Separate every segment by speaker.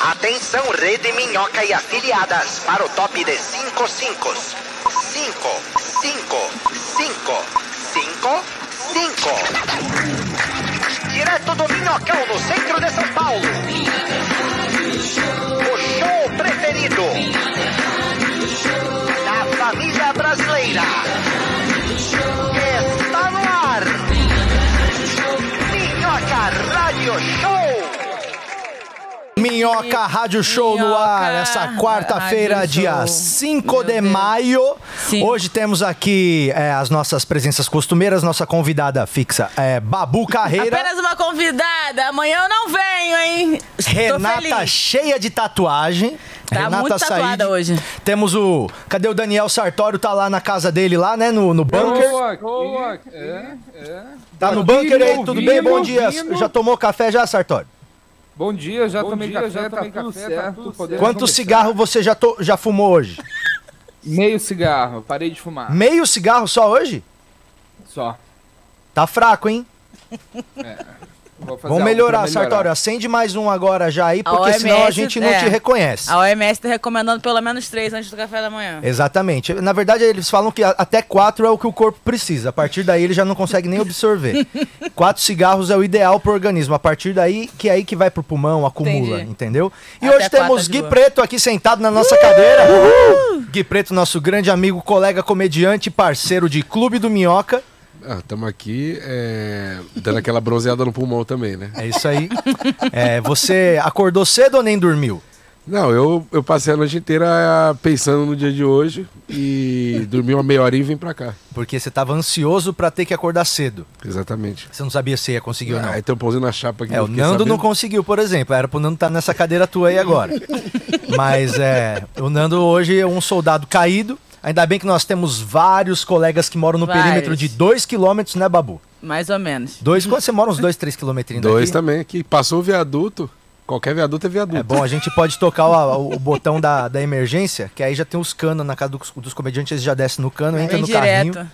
Speaker 1: Atenção, Rede Minhoca e afiliadas para o top de 5 5. 5, 5, 5, 5, 5. Direto do Minhocão, no centro de São Paulo. O show preferido da família brasileira. Está no ar. Minhoca Radio Show.
Speaker 2: Minhoca Rádio Show no
Speaker 3: Minhoca
Speaker 2: ar, essa quarta-feira,
Speaker 3: Rádio
Speaker 2: dia
Speaker 3: Show.
Speaker 2: 5 de
Speaker 3: Meu Deus.
Speaker 2: maio.
Speaker 3: Sim.
Speaker 2: Hoje temos aqui é, as nossas presenças costumeiras, nossa convidada fixa é Babu Carreira,
Speaker 3: Apenas uma convidada. Amanhã eu não venho, hein? Estou
Speaker 2: Renata
Speaker 3: feliz.
Speaker 2: cheia de tatuagem.
Speaker 3: Tá
Speaker 2: Renata
Speaker 3: muito tatuada
Speaker 2: Said.
Speaker 3: hoje.
Speaker 2: Temos o. Cadê o Daniel Sartório? Tá lá na casa dele, lá, né? No, no bunker.
Speaker 4: Boa, boa. É, é.
Speaker 2: Tá no
Speaker 4: Aqui,
Speaker 2: bunker
Speaker 4: me
Speaker 2: aí, tudo bem?
Speaker 4: ouvindo,
Speaker 2: Bom dia.
Speaker 4: ouvindo.
Speaker 2: Já tomou café já, Sartório?
Speaker 4: Bom dia, já
Speaker 5: Bom
Speaker 4: tomei
Speaker 5: dia,
Speaker 4: café,
Speaker 5: já
Speaker 4: tá
Speaker 5: tomei
Speaker 4: tudo
Speaker 5: café,
Speaker 4: certo.
Speaker 5: tá tudo
Speaker 4: podemos
Speaker 2: Quanto
Speaker 4: começar.
Speaker 2: cigarro você já, to- já fumou hoje?
Speaker 4: Meio cigarro, parei de fumar.
Speaker 2: Meio cigarro só hoje?
Speaker 4: Só.
Speaker 2: Tá fraco, hein?
Speaker 4: Vou fazer
Speaker 2: Vamos
Speaker 4: algo
Speaker 2: melhorar,
Speaker 4: pra
Speaker 2: Sartório. Acende mais um agora já aí,
Speaker 3: A
Speaker 2: porque senão a
Speaker 3: OMS,
Speaker 2: gente não
Speaker 3: é.
Speaker 2: te reconhece.
Speaker 3: A OMS tá recomendando pelo menos três antes do café da manhã.
Speaker 2: Exatamente. Na verdade, eles falam que a- até quatro é o que o corpo precisa. A partir daí, ele já não consegue nem absorver. quatro cigarros é o ideal pro organismo. A partir daí, que é aí que vai pro pulmão, acumula,
Speaker 3: Entendi.
Speaker 2: entendeu? E
Speaker 3: Até
Speaker 2: hoje temos
Speaker 3: quatro é de
Speaker 2: Gui
Speaker 3: boa.
Speaker 2: Preto aqui sentado na nossa cadeira. Gui Preto, nosso grande amigo, colega, comediante, parceiro de Clube do Minhoca.
Speaker 5: Ah, tamo aqui é, dando aquela bronzeada no pulmão também, né?
Speaker 2: É isso aí. É, você acordou cedo ou nem dormiu?
Speaker 5: Não, eu, eu passei a noite inteira é, pensando no dia de hoje e dormi uma meia horinha e vim pra cá.
Speaker 2: Porque você tava ansioso pra ter que acordar cedo.
Speaker 5: Exatamente.
Speaker 2: Você não sabia se ia conseguir ou não.
Speaker 5: Ah, então pousando a chapa aqui.
Speaker 2: É, o
Speaker 5: eu fiquei
Speaker 2: Nando não
Speaker 5: sabendo.
Speaker 2: conseguiu, por exemplo. Era pro Nando estar nessa cadeira tua aí agora. Mas é, o Nando hoje é um soldado caído. Ainda bem que nós temos vários colegas que moram no
Speaker 3: Vários.
Speaker 2: perímetro de 2 quilômetros, né, Babu?
Speaker 3: Mais ou menos.
Speaker 2: Dois, quando você mora uns 2, 3 quilômetros
Speaker 5: Dois também, que passou o viaduto. Qualquer viaduto é viaduto.
Speaker 2: É bom, a gente pode tocar o, o botão da, da emergência, que aí já tem os canos na casa dos, dos comediantes, eles já descem no cano, entra
Speaker 3: Vem
Speaker 2: no
Speaker 3: direto.
Speaker 2: carrinho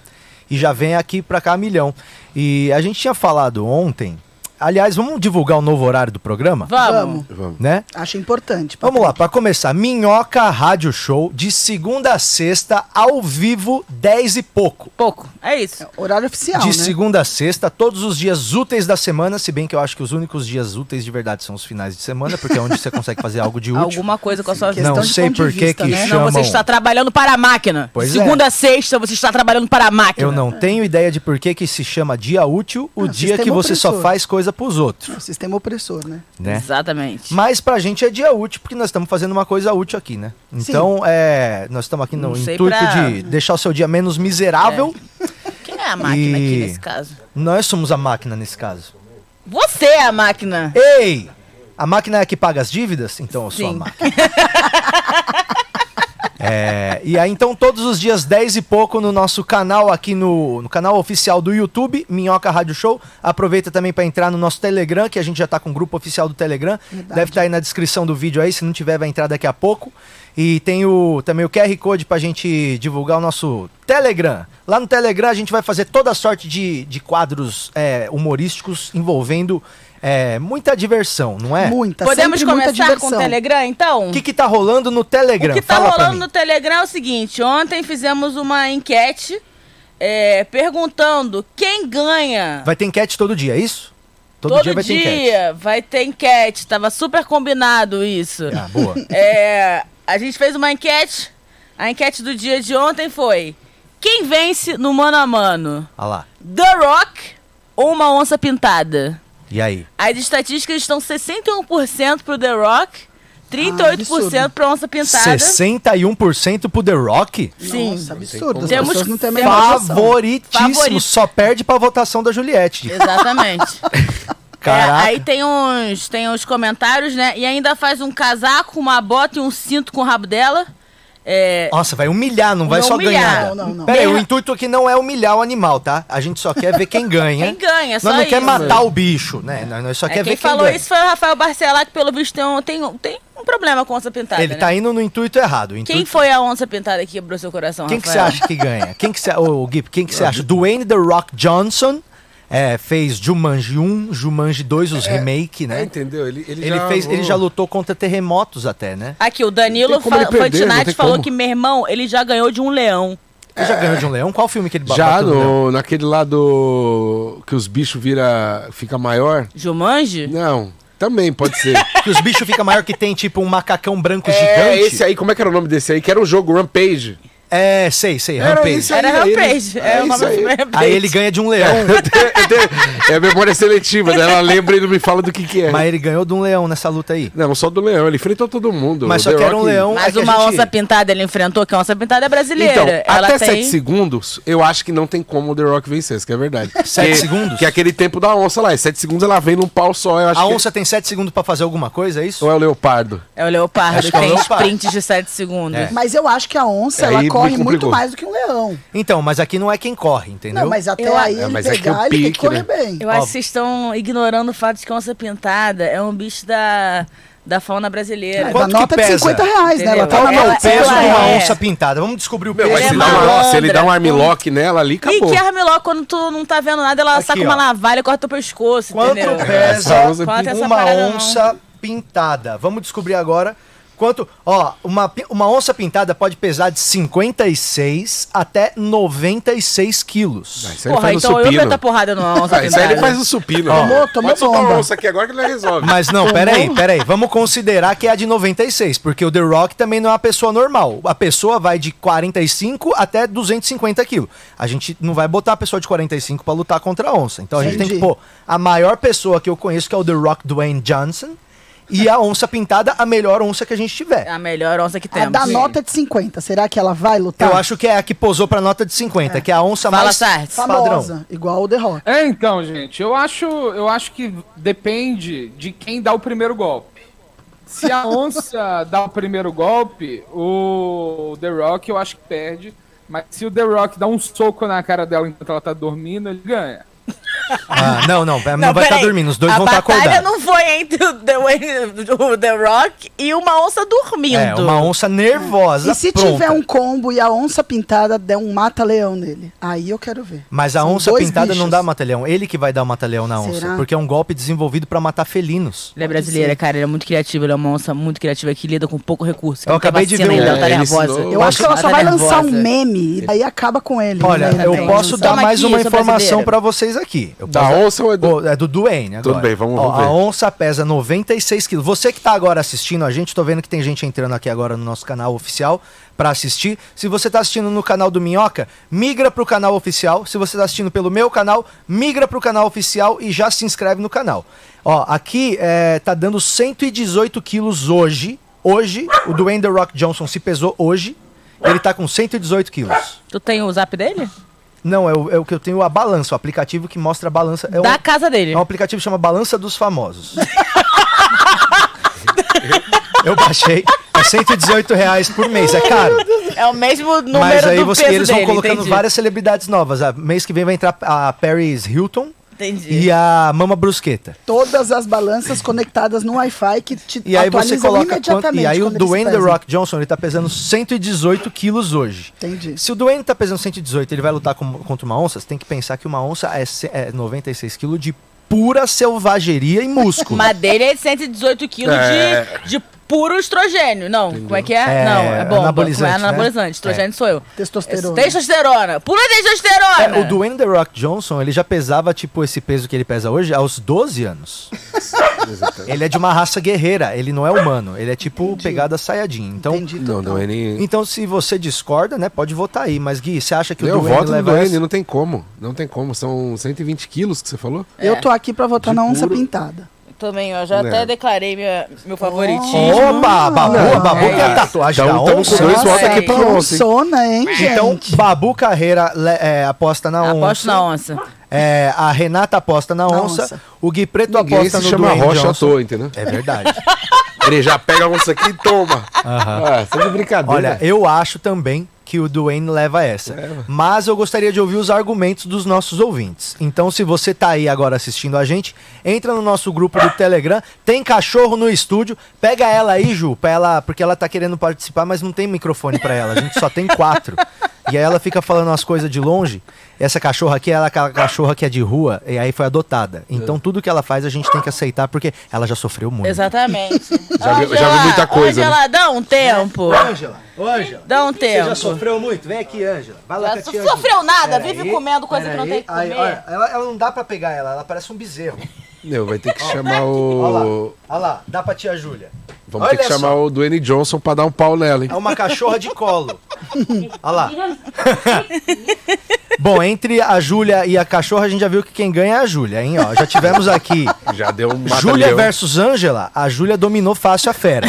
Speaker 2: e já vem aqui pra cá a milhão. E a gente tinha falado ontem, aliás, vamos divulgar o novo horário do programa,
Speaker 3: Vamos.
Speaker 5: Vamos.
Speaker 2: né?
Speaker 6: Acho importante.
Speaker 2: Vamos lá, para começar, Minhoca Rádio Show, de segunda a sexta, ao vivo, 10 e pouco.
Speaker 3: Pouco. É isso.
Speaker 6: Horário oficial,
Speaker 2: De
Speaker 6: né?
Speaker 2: segunda a sexta, todos os dias úteis da semana, se bem que eu acho que os únicos dias úteis de verdade são os finais de semana, porque é onde você consegue fazer algo de útil.
Speaker 3: Alguma coisa com a sua vida.
Speaker 6: questão
Speaker 2: Não
Speaker 6: de
Speaker 2: sei
Speaker 6: ponto de
Speaker 2: por que
Speaker 6: vista,
Speaker 2: que
Speaker 6: né? Não,
Speaker 3: Não,
Speaker 2: chamam...
Speaker 3: você está trabalhando para a máquina.
Speaker 2: Pois é.
Speaker 3: Segunda a sexta, você está trabalhando para a máquina.
Speaker 2: Eu não tenho ideia de por que que se chama dia útil o
Speaker 6: Ah,
Speaker 2: dia que
Speaker 6: sistema
Speaker 2: você só
Speaker 6: opressor.
Speaker 2: faz coisa pros outros,
Speaker 6: O sistema opressor, né?
Speaker 2: né?
Speaker 3: Exatamente.
Speaker 2: Mas pra gente é dia útil, porque nós estamos fazendo uma coisa útil aqui, né? Então, é, nós estamos aqui no
Speaker 3: Não sei
Speaker 2: intuito
Speaker 3: pra-
Speaker 2: de deixar o seu dia menos miserável.
Speaker 3: Quem é a máquina
Speaker 2: E-
Speaker 3: aqui nesse caso?
Speaker 2: Nós somos a máquina nesse caso.
Speaker 3: Você é a máquina.
Speaker 2: Ei! A máquina é a que paga as dívidas? Então eu sou a
Speaker 3: Sim.
Speaker 2: máquina. É, e aí, então, todos os dias, 10 e pouco, no nosso canal, aqui no, no canal oficial do YouTube, Minhoca Rádio Show. Aproveita também para entrar no nosso Telegram, que a gente já tá com o grupo oficial do Telegram. Deve estar aí na descrição do vídeo aí, se não tiver, vai entrar daqui a pouco. E tem o, também o QR Code pra gente divulgar o nosso Telegram. Lá no Telegram a gente vai fazer toda sorte de, de quadros é, humorísticos envolvendo é, muita diversão, não é?
Speaker 6: Muita,
Speaker 3: Podemos
Speaker 6: sempre muita
Speaker 3: começar com
Speaker 6: diversão.
Speaker 3: o Telegram, então?
Speaker 2: O que, que tá rolando no Telegram?
Speaker 3: O que tá
Speaker 2: Fala pra
Speaker 3: rolando
Speaker 2: mim.
Speaker 3: no Telegram é o seguinte: ontem fizemos uma enquete é, perguntando quem ganha.
Speaker 2: Vai ter enquete todo dia, é isso? Todo, dia vai ter enquete.
Speaker 3: dia vai ter enquete. Tava super combinado isso.
Speaker 2: Ah, boa.
Speaker 3: É, a gente fez uma enquete. A enquete do dia de ontem foi: quem vence no mano a mano?
Speaker 2: Olha lá.
Speaker 3: The Rock ou uma onça pintada?
Speaker 2: E aí?
Speaker 3: As estatísticas estão 61% pro The Rock, 38% pra onça pintada.
Speaker 2: 61% pro The Rock?
Speaker 3: Sim.
Speaker 6: Nossa, absurdo. As
Speaker 3: Temos-
Speaker 6: pessoas não têm a
Speaker 3: temos-
Speaker 6: menor noção.
Speaker 2: Favoritíssimo.
Speaker 3: Favorito.
Speaker 2: Só perde pra votação da Juliette.
Speaker 3: Exatamente.
Speaker 2: Caraca.
Speaker 3: É, aí tem uns, tem uns comentários, né? E ainda faz um casaco, uma bota e um cinto com o rabo dela. É,
Speaker 2: Nossa, vai humilhar, não vai
Speaker 3: Não
Speaker 2: só
Speaker 3: humilhar.
Speaker 2: ganhar.
Speaker 6: Não, não, não.
Speaker 2: Peraí,
Speaker 3: Bem-
Speaker 2: o intuito aqui não é humilhar o animal, tá? A gente só quer ver quem ganha.
Speaker 3: Quem ganha, é
Speaker 2: Nós
Speaker 3: só
Speaker 2: não
Speaker 3: isso.
Speaker 2: quer matar o bicho, né? Nós nós só
Speaker 3: é,
Speaker 2: quer
Speaker 3: quem
Speaker 2: ver quem
Speaker 3: falou
Speaker 2: ganha.
Speaker 3: isso foi o Rafael Barcelar, que pelo visto tem um, tem um, tem um problema com onça pintada.
Speaker 2: Ele
Speaker 3: né?
Speaker 2: tá indo no intuito errado. o
Speaker 3: Quem
Speaker 2: intuito-
Speaker 3: foi a onça pintada que quebrou seu coração,
Speaker 2: Quem que você
Speaker 3: Rafael?
Speaker 2: acha que ganha? Quem que você, ô, Gui, quem que você acha? Dwayne The Rock Johnson, É, fez Jumanji 1, Jumanji 2, os remake,
Speaker 5: É,
Speaker 2: né?
Speaker 5: entendeu? Ele, ele,
Speaker 2: Ele,
Speaker 5: já,
Speaker 2: fez, ele já lutou contra terremotos até, né?
Speaker 3: Aqui, o Danilo
Speaker 5: Não tem como
Speaker 3: fa
Speaker 5: ele perder, não
Speaker 3: Fantinati
Speaker 5: tem
Speaker 3: falou
Speaker 5: como.
Speaker 3: que, meu irmão, ele já ganhou de um leão.
Speaker 2: Ele já ganhou de um leão? Qual filme que ele bateu
Speaker 5: É, Já
Speaker 2: do leão?
Speaker 5: no, naquele lado que os bichos vira fica maior?
Speaker 3: Jumanji?
Speaker 5: Não, também pode ser.
Speaker 2: Que os bichos ficam maior que tem tipo um macacão branco
Speaker 5: é
Speaker 2: gigante.
Speaker 5: esse aí, como é que era o nome desse aí? Que era um jogo Rampage.
Speaker 2: É, sei, sei,
Speaker 5: Era
Speaker 2: Rampage.
Speaker 5: isso
Speaker 3: Era
Speaker 5: aí,
Speaker 3: Rampage.
Speaker 5: era-
Speaker 3: É, o
Speaker 5: é
Speaker 3: nome
Speaker 5: isso
Speaker 3: do filme é
Speaker 5: aí.
Speaker 2: né? Aí
Speaker 3: Rampage.
Speaker 2: ele ganha de um leão.
Speaker 5: Eu tenho- eu tenho- é memória seletiva, né? ela lembra e não me fala do que que é.
Speaker 2: Mas ele ganhou de um leão nessa luta aí.
Speaker 5: Não, só do leão, ele enfrentou todo mundo.
Speaker 2: Mas
Speaker 5: O
Speaker 2: só
Speaker 5: The
Speaker 2: que era um
Speaker 5: Rock-
Speaker 2: leão. é
Speaker 3: Mas
Speaker 2: que a
Speaker 3: uma
Speaker 2: gente-
Speaker 3: onça pintada ele enfrentou, que a onça pintada é brasileira.
Speaker 5: Então,
Speaker 3: Ela
Speaker 5: até
Speaker 3: tem...
Speaker 5: 7 segundos, eu acho que não tem como o The Rock vencer, isso que é verdade.
Speaker 2: Sete
Speaker 5: Que-
Speaker 2: segundos?
Speaker 5: Que é aquele tempo da onça lá, é 7 segundos ela vem num pau só, eu acho
Speaker 2: A
Speaker 5: que-
Speaker 2: onça tem 7 segundos pra fazer alguma coisa, é isso?
Speaker 5: Ou é o leopardo?
Speaker 3: É o leopardo,
Speaker 2: Acho que é o
Speaker 3: tem
Speaker 2: leopardo.
Speaker 3: sprints de 7 segundos.
Speaker 2: É.
Speaker 6: Mas eu acho que a onça,
Speaker 5: Aí
Speaker 6: ela
Speaker 5: me
Speaker 6: corre muito
Speaker 5: complicou.
Speaker 6: mais do que um leão.
Speaker 2: Então, mas aqui não é quem corre, entendeu?
Speaker 6: Não, mas até
Speaker 3: Eu-
Speaker 6: aí
Speaker 5: É,
Speaker 6: ele
Speaker 5: mas é que o
Speaker 6: pegar, ele tem que
Speaker 5: pique, né?
Speaker 6: correr bem.
Speaker 3: Eu acho que vocês estão ignorando o fato de que a onça pintada é um bicho da, da fauna brasileira.
Speaker 2: Quanto
Speaker 6: Uma
Speaker 2: que
Speaker 6: É, nota de
Speaker 2: pesa?
Speaker 6: 50 reais, né? Ela
Speaker 3: Entendeu?
Speaker 6: tá
Speaker 2: Qual
Speaker 6: na
Speaker 2: que é
Speaker 3: Ela-
Speaker 2: o peso
Speaker 3: ela
Speaker 2: de uma
Speaker 3: é-
Speaker 2: onça pintada? Vamos descobrir o peso.
Speaker 3: mas
Speaker 5: se,
Speaker 3: é
Speaker 5: dá uma,
Speaker 3: malandra.
Speaker 5: se ele dá um armlock nela ali,
Speaker 3: E
Speaker 5: acabou.
Speaker 3: que armiló, quando tu não tá vendo nada, ela
Speaker 2: Aqui,
Speaker 3: saca
Speaker 2: ó.
Speaker 3: uma navalha e corta o pescoço,
Speaker 2: Quanto
Speaker 3: entendeu?
Speaker 2: pesa
Speaker 5: Essa onça
Speaker 3: Quanto
Speaker 5: pintada.
Speaker 3: essa
Speaker 2: uma
Speaker 3: parada não?
Speaker 2: onça pintada? Vamos descobrir agora quanto... Ó, uma, pi- uma onça pintada pode pesar de 56 até 96 quilos.
Speaker 5: Ah, isso aí ele
Speaker 3: Porra,
Speaker 5: faz no
Speaker 3: então eu
Speaker 5: supino.
Speaker 3: meto a porrada numa onça
Speaker 5: Ah, isso aí
Speaker 3: pintada.
Speaker 5: ele faz o supino.
Speaker 6: Tomou- tomou
Speaker 5: Pode soltar
Speaker 6: bomba.
Speaker 5: uma onça aqui agora que ele resolve.
Speaker 2: Mas não, peraí, peraí. Vamos considerar que é a de 96, porque o The Rock também não é uma pessoa normal. A pessoa vai de 45 até 250 quilos. A gente não vai botar a pessoa de 45 pra lutar contra a onça. Então a gente tem que
Speaker 6: Entendi.
Speaker 2: pôr a maior pessoa que eu conheço, que é o The Rock Dwayne Johnson, e a onça pintada, a melhor onça que a gente
Speaker 3: É
Speaker 2: tiver.
Speaker 3: a melhor onça que
Speaker 6: A
Speaker 2: Ah,
Speaker 3: temos.
Speaker 6: da Ah, nota de 50, será que ela vai lutar?
Speaker 2: Eu acho que é a que posou pra nota de 50, que é a onça
Speaker 3: Fala,
Speaker 2: mais
Speaker 3: Sartes.
Speaker 2: padrão.
Speaker 6: famosa, igual o The Rock.
Speaker 4: É, então, gente, eu acho, eu acho que depende de quem dá o primeiro golpe. Se a onça dá o primeiro golpe, o The Rock eu acho que perde. Mas se o The Rock dá um soco na cara dela enquanto ela tá dormindo, ele ganha.
Speaker 2: Ah, não, não, não, vai estar
Speaker 3: peraí.
Speaker 2: dormindo, os dois
Speaker 3: a
Speaker 2: vão tá estar
Speaker 3: batalha é
Speaker 2: acordados.
Speaker 3: não foi entre o The, o The Rock e uma onça dormindo.
Speaker 2: É, uma onça nervosa.
Speaker 6: E se
Speaker 2: pronta.
Speaker 6: tiver um combo e a onça pintada der um mata-leão nele? Aí eu quero ver.
Speaker 2: Mas a
Speaker 6: São
Speaker 2: onça
Speaker 6: dois
Speaker 2: pintada não
Speaker 6: bichos.
Speaker 2: dá matalhão. Ele que vai dar o matalhão na onça.
Speaker 6: Será?
Speaker 2: Porque é um golpe desenvolvido pra matar felinos.
Speaker 3: Ele é brasileira, cara, ele é muito criativo, ele é uma onça muito criativa que lida com pouco recurso. que
Speaker 2: Eu
Speaker 3: não tem
Speaker 2: acabei de
Speaker 3: vacina
Speaker 2: ver um-
Speaker 3: ainda, ela tá
Speaker 5: É, ele
Speaker 3: nervosa.
Speaker 5: ensinou-
Speaker 6: Eu acho que ela só
Speaker 3: tá
Speaker 6: vai lançar um
Speaker 3: nervosa.
Speaker 6: meme e daí acaba com ele.
Speaker 2: Olha,
Speaker 6: né,
Speaker 2: eu
Speaker 6: também.
Speaker 2: posso dar
Speaker 3: Toma
Speaker 2: mais
Speaker 3: aqui,
Speaker 2: uma
Speaker 3: sou
Speaker 2: informação
Speaker 3: brasileira.
Speaker 2: pra vocês aqui. Eu
Speaker 5: Da
Speaker 2: posso-
Speaker 5: onça ou é do...
Speaker 2: Pô, é do Duane agora.
Speaker 5: Tudo bem, vamos-
Speaker 2: Ó,
Speaker 5: vamos ver.
Speaker 2: A onça pesa 96 quilos. Você que tá agora assistindo a gente, tô vendo que tem gente entrando aqui agora no nosso canal oficial pra assistir. Se você tá assistindo no canal do Minhoca, migra pro canal oficial. Se você tá assistindo pelo meu canal, migra pro canal oficial e já se inscreve no canal. Ó, aqui é, tá dando 118 quilos hoje. Hoje, o Dwayne The Rock Johnson se pesou hoje. Ele tá com 118 quilos.
Speaker 3: Tu tem o zap dele?
Speaker 2: Não, é o, é o que eu tenho a balança, o aplicativo que mostra a balança. É um-
Speaker 3: Da casa dele.
Speaker 2: é um aplicativo que chama Balança dos Famosos. Eu baixei. É 118 reais por mês, é caro.
Speaker 3: É o mesmo número
Speaker 2: Mas aí
Speaker 3: do
Speaker 2: você,
Speaker 3: peso
Speaker 2: eles vão
Speaker 3: dele,
Speaker 2: colocando
Speaker 3: entendi.
Speaker 2: várias celebridades novas. Ah, mês que vem vai entrar a Paris Hilton
Speaker 3: Entendi.
Speaker 2: e a Mama Brusqueta.
Speaker 6: Todas as balanças conectadas no Wi-Fi que te
Speaker 2: E aí você
Speaker 6: atualizam
Speaker 2: coloca. quanto-
Speaker 6: imediatamente.
Speaker 2: E aí o
Speaker 6: quando eles
Speaker 2: Dwayne The
Speaker 6: pesam.
Speaker 2: Rock Johnson, ele tá pesando 118 quilos hoje.
Speaker 6: Entendi.
Speaker 2: Se o Duane tá pesando 118 ele vai lutar com- contra uma onça, você tem que pensar que uma onça é, se- é 96 quilos de pura selvageria e músculo.
Speaker 3: Mas dele é 118 quilos de, de puro estrogênio. Não, como é que é?
Speaker 2: É,
Speaker 3: não, é bom.
Speaker 2: anabolizante,
Speaker 3: Não é
Speaker 2: né?
Speaker 3: anabolizante. Estrogênio sou eu.
Speaker 6: Testosterona.
Speaker 3: Testosterona. Pura testosterona.
Speaker 2: É, o Dwayne The Rock Johnson, ele já pesava, tipo, esse peso que ele pesa hoje aos 12 anos. ele é de uma raça guerreira, ele não é humano. Ele é tipo pegada Saiyajin. Então,
Speaker 6: Entendi.
Speaker 5: Não,
Speaker 6: total.
Speaker 5: não é nem...
Speaker 2: então, se você discorda, né, pode votar aí. Mas, Gui, você acha que
Speaker 5: Eu
Speaker 2: o Dwayne
Speaker 5: voto no
Speaker 2: Então, leva
Speaker 5: Duane,
Speaker 2: essa?
Speaker 5: não tem como. Não tem como, são 120 quilos que você falou?
Speaker 6: Eu tô aqui pra votar
Speaker 5: De
Speaker 6: na onça
Speaker 5: puro.
Speaker 6: pintada.
Speaker 3: Também, eu já
Speaker 5: Né.
Speaker 3: até declarei minha, meu favoritismo.
Speaker 2: Opa, babu,
Speaker 6: Não,
Speaker 2: babu que é a
Speaker 5: é.
Speaker 2: tatuagem
Speaker 5: Então,
Speaker 2: da
Speaker 5: tamo
Speaker 2: onça.
Speaker 5: com dois
Speaker 3: Nossa,
Speaker 5: votos
Speaker 3: aí.
Speaker 5: aqui pra onça, hein?
Speaker 6: Sona, hein, gente?
Speaker 2: Então, Babu Carreira le- é, aposta na onça.
Speaker 3: Aposto na onça.
Speaker 2: É, a Renata aposta na
Speaker 6: Na
Speaker 2: onça.
Speaker 6: onça.
Speaker 2: O Gui Preto
Speaker 5: Ninguém
Speaker 2: aposta
Speaker 5: se
Speaker 2: no
Speaker 5: chama
Speaker 2: Dwayne
Speaker 5: Rocha à
Speaker 2: Johnson.
Speaker 5: toa, entendeu?
Speaker 2: É verdade.
Speaker 5: Ele já pega a onça aqui e toma. Ah, você é de brincadeira.
Speaker 2: Olha, eu acho também que o Duane leva essa. Mas eu gostaria de ouvir os argumentos dos nossos ouvintes. Então, se você tá aí agora assistindo a gente, entra no nosso grupo do Telegram. Tem cachorro no estúdio. Pega ela aí, Ju, pra ela, porque ela tá querendo participar, mas não tem microfone pra ela. A gente só tem quatro. E aí ela fica falando umas coisas de longe. Essa cachorra aqui, ela é aquela cachorra que é de rua, e aí foi adotada. Então tudo que ela faz a gente tem que aceitar, porque ela já sofreu muito.
Speaker 3: Exatamente.
Speaker 5: Já vi- já vi muita coisa, né?
Speaker 3: Angela, dá um tempo.
Speaker 2: Ângela, ô Ângela.
Speaker 3: Dá um tempo.
Speaker 2: sofreu muito? Vem aqui, Ângela. Vai
Speaker 3: Ela
Speaker 2: com a
Speaker 3: so-
Speaker 2: tia
Speaker 3: sofreu
Speaker 2: Ângela.
Speaker 3: nada,
Speaker 2: Pera
Speaker 3: vive comendo coisa
Speaker 2: pera
Speaker 3: que não tem que
Speaker 2: aí.
Speaker 3: comer.
Speaker 2: olha, ela, ela não dá pra pegar ela, ela parece um bezerro.
Speaker 5: Não, vai ter que chamar
Speaker 2: Olha lá,
Speaker 5: o.
Speaker 2: olha lá, dá pra tia Júlia.
Speaker 5: Vamos
Speaker 2: Olha
Speaker 5: ter que
Speaker 2: só.
Speaker 5: chamar o Dwayne Johnson pra dar um pau nela, hein?
Speaker 2: É uma cachorra de colo. Olha lá. Bom, entre a Júlia e a cachorra, a gente já viu que quem ganha é a Júlia, hein? Ó, já tivemos aqui
Speaker 5: Já deu um
Speaker 2: Júlia
Speaker 5: mata-leão.
Speaker 2: versus Ângela. A Júlia dominou fácil a fera.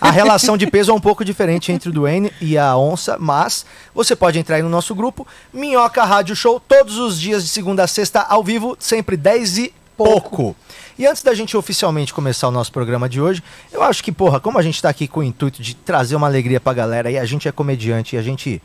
Speaker 2: A relação de peso é um pouco diferente entre o Duane e a onça, mas você pode entrar aí no nosso grupo Minhoca Rádio Show, todos os dias de segunda a sexta, ao vivo, sempre 10 e pouco. E antes da gente oficialmente começar o nosso programa de hoje, eu acho que, porra, como a gente tá aqui com o intuito de trazer uma alegria pra galera e a gente é comediante e a gente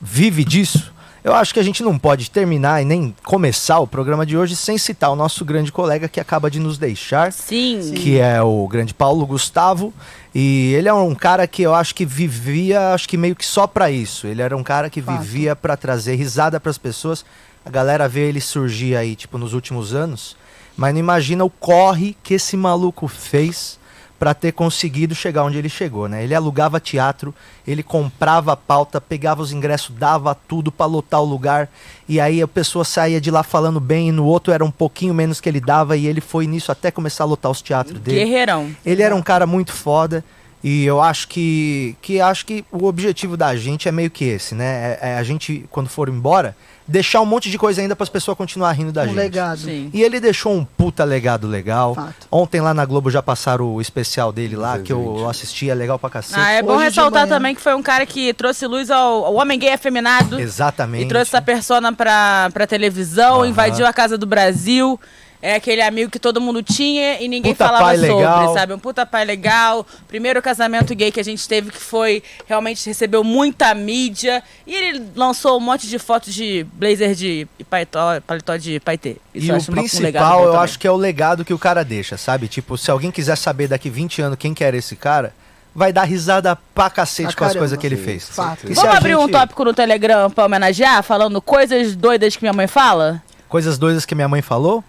Speaker 2: vive disso, eu acho que a gente não pode terminar e nem começar o programa de hoje sem citar o nosso grande colega que acaba de nos deixar,
Speaker 3: Sim.
Speaker 2: que é o grande Paulo Gustavo. E ele é um cara que eu acho que vivia, acho que meio que só pra isso. Ele era um cara que vivia pra trazer risada pras pessoas. A galera vê ele surgir aí, tipo, nos últimos anos, mas não imagina o corre que esse maluco fez pra ter conseguido chegar onde ele chegou, né? Ele alugava teatro, ele comprava a pauta, pegava os ingressos, dava tudo pra lotar o lugar, e aí a pessoa saía de lá falando bem, e no outro era um pouquinho menos que ele dava, e ele foi nisso até começar a lotar os teatros dele.
Speaker 3: Guerreirão.
Speaker 2: Ele era um cara muito foda. E eu acho que, que acho que o objetivo da gente é meio que esse, né? É, é a gente, quando for embora, deixar um monte de coisa ainda para as pessoas continuar rindo da
Speaker 6: Um
Speaker 2: gente.
Speaker 6: legado.
Speaker 3: Sim.
Speaker 2: E ele deixou um puta legado legal.
Speaker 6: Fato.
Speaker 2: Ontem lá na Globo já passaram o especial dele lá, que eu
Speaker 5: Excelente.
Speaker 2: assisti, é legal pra cacete.
Speaker 3: Ah, é bom
Speaker 6: Hoje de
Speaker 3: ressaltar
Speaker 6: manhã.
Speaker 3: também que foi um cara que trouxe luz ao, ao homem gay afeminado.
Speaker 2: Exatamente.
Speaker 3: E trouxe essa persona pra, pra televisão,
Speaker 2: Aham.
Speaker 3: invadiu a Casa do Brasil. É aquele amigo que todo mundo tinha e ninguém
Speaker 2: Puta
Speaker 3: falava
Speaker 2: pai
Speaker 3: sobre,
Speaker 2: legal.
Speaker 3: sabe? Um puta pai legal. Primeiro casamento gay que a gente teve, que foi realmente recebeu muita mídia. E ele lançou um monte de fotos de blazer de e paletó, paletó de paetê.
Speaker 2: e o
Speaker 3: um
Speaker 2: principal, eu acho que é o legado que o cara deixa, sabe? Tipo, se alguém quiser saber daqui 20 anos quem que era esse cara, vai dar risada pra cacete
Speaker 6: Pra
Speaker 2: com as
Speaker 6: caramba.
Speaker 2: coisas que ele
Speaker 5: Sim,
Speaker 2: fez.
Speaker 6: Fato.
Speaker 2: E se
Speaker 3: Vamos
Speaker 2: a
Speaker 3: abrir um
Speaker 2: gente-
Speaker 3: tópico no Telegram pra homenagear, falando coisas doidas que minha mãe fala?
Speaker 2: Coisas doidas que minha mãe falou?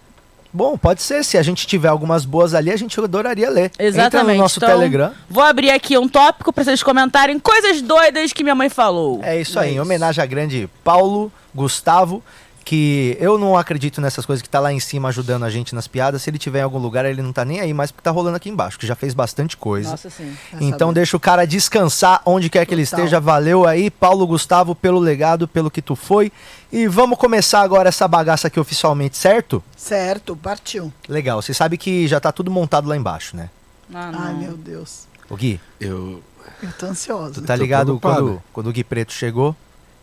Speaker 2: Bom, pode ser. Se a gente tiver algumas boas ali, a gente adoraria ler. Entra
Speaker 3: Exatamente.
Speaker 2: no nosso
Speaker 3: Então,
Speaker 2: Telegram.
Speaker 3: Vou abrir aqui um tópico pra vocês comentarem coisas doidas que minha mãe falou.
Speaker 2: É isso aí, em homenagem a grande Paulo Gustavo, que eu não acredito nessas coisas que tá lá em cima ajudando a gente nas piadas. Se ele tiver em algum lugar, ele não tá nem aí mais porque tá rolando aqui embaixo, que já fez bastante coisa.
Speaker 3: Nossa, sim.
Speaker 2: Então
Speaker 6: saber.
Speaker 2: deixa o cara descansar onde quer que ele
Speaker 6: Total.
Speaker 2: esteja. Valeu aí, Paulo Gustavo, pelo legado, pelo que tu foi. E vamos começar agora essa bagaça aqui oficialmente, certo?
Speaker 6: Certo, partiu.
Speaker 2: Legal, você sabe que já tá tudo montado lá embaixo, né?
Speaker 3: Ah, não.
Speaker 6: Ai, meu Deus.
Speaker 2: O Gui,
Speaker 5: Eu.
Speaker 6: Eu tô ansiosa.
Speaker 2: tu tá
Speaker 5: tô
Speaker 2: ligado
Speaker 5: preocupado.
Speaker 2: quando, quando o Gui Preto chegou?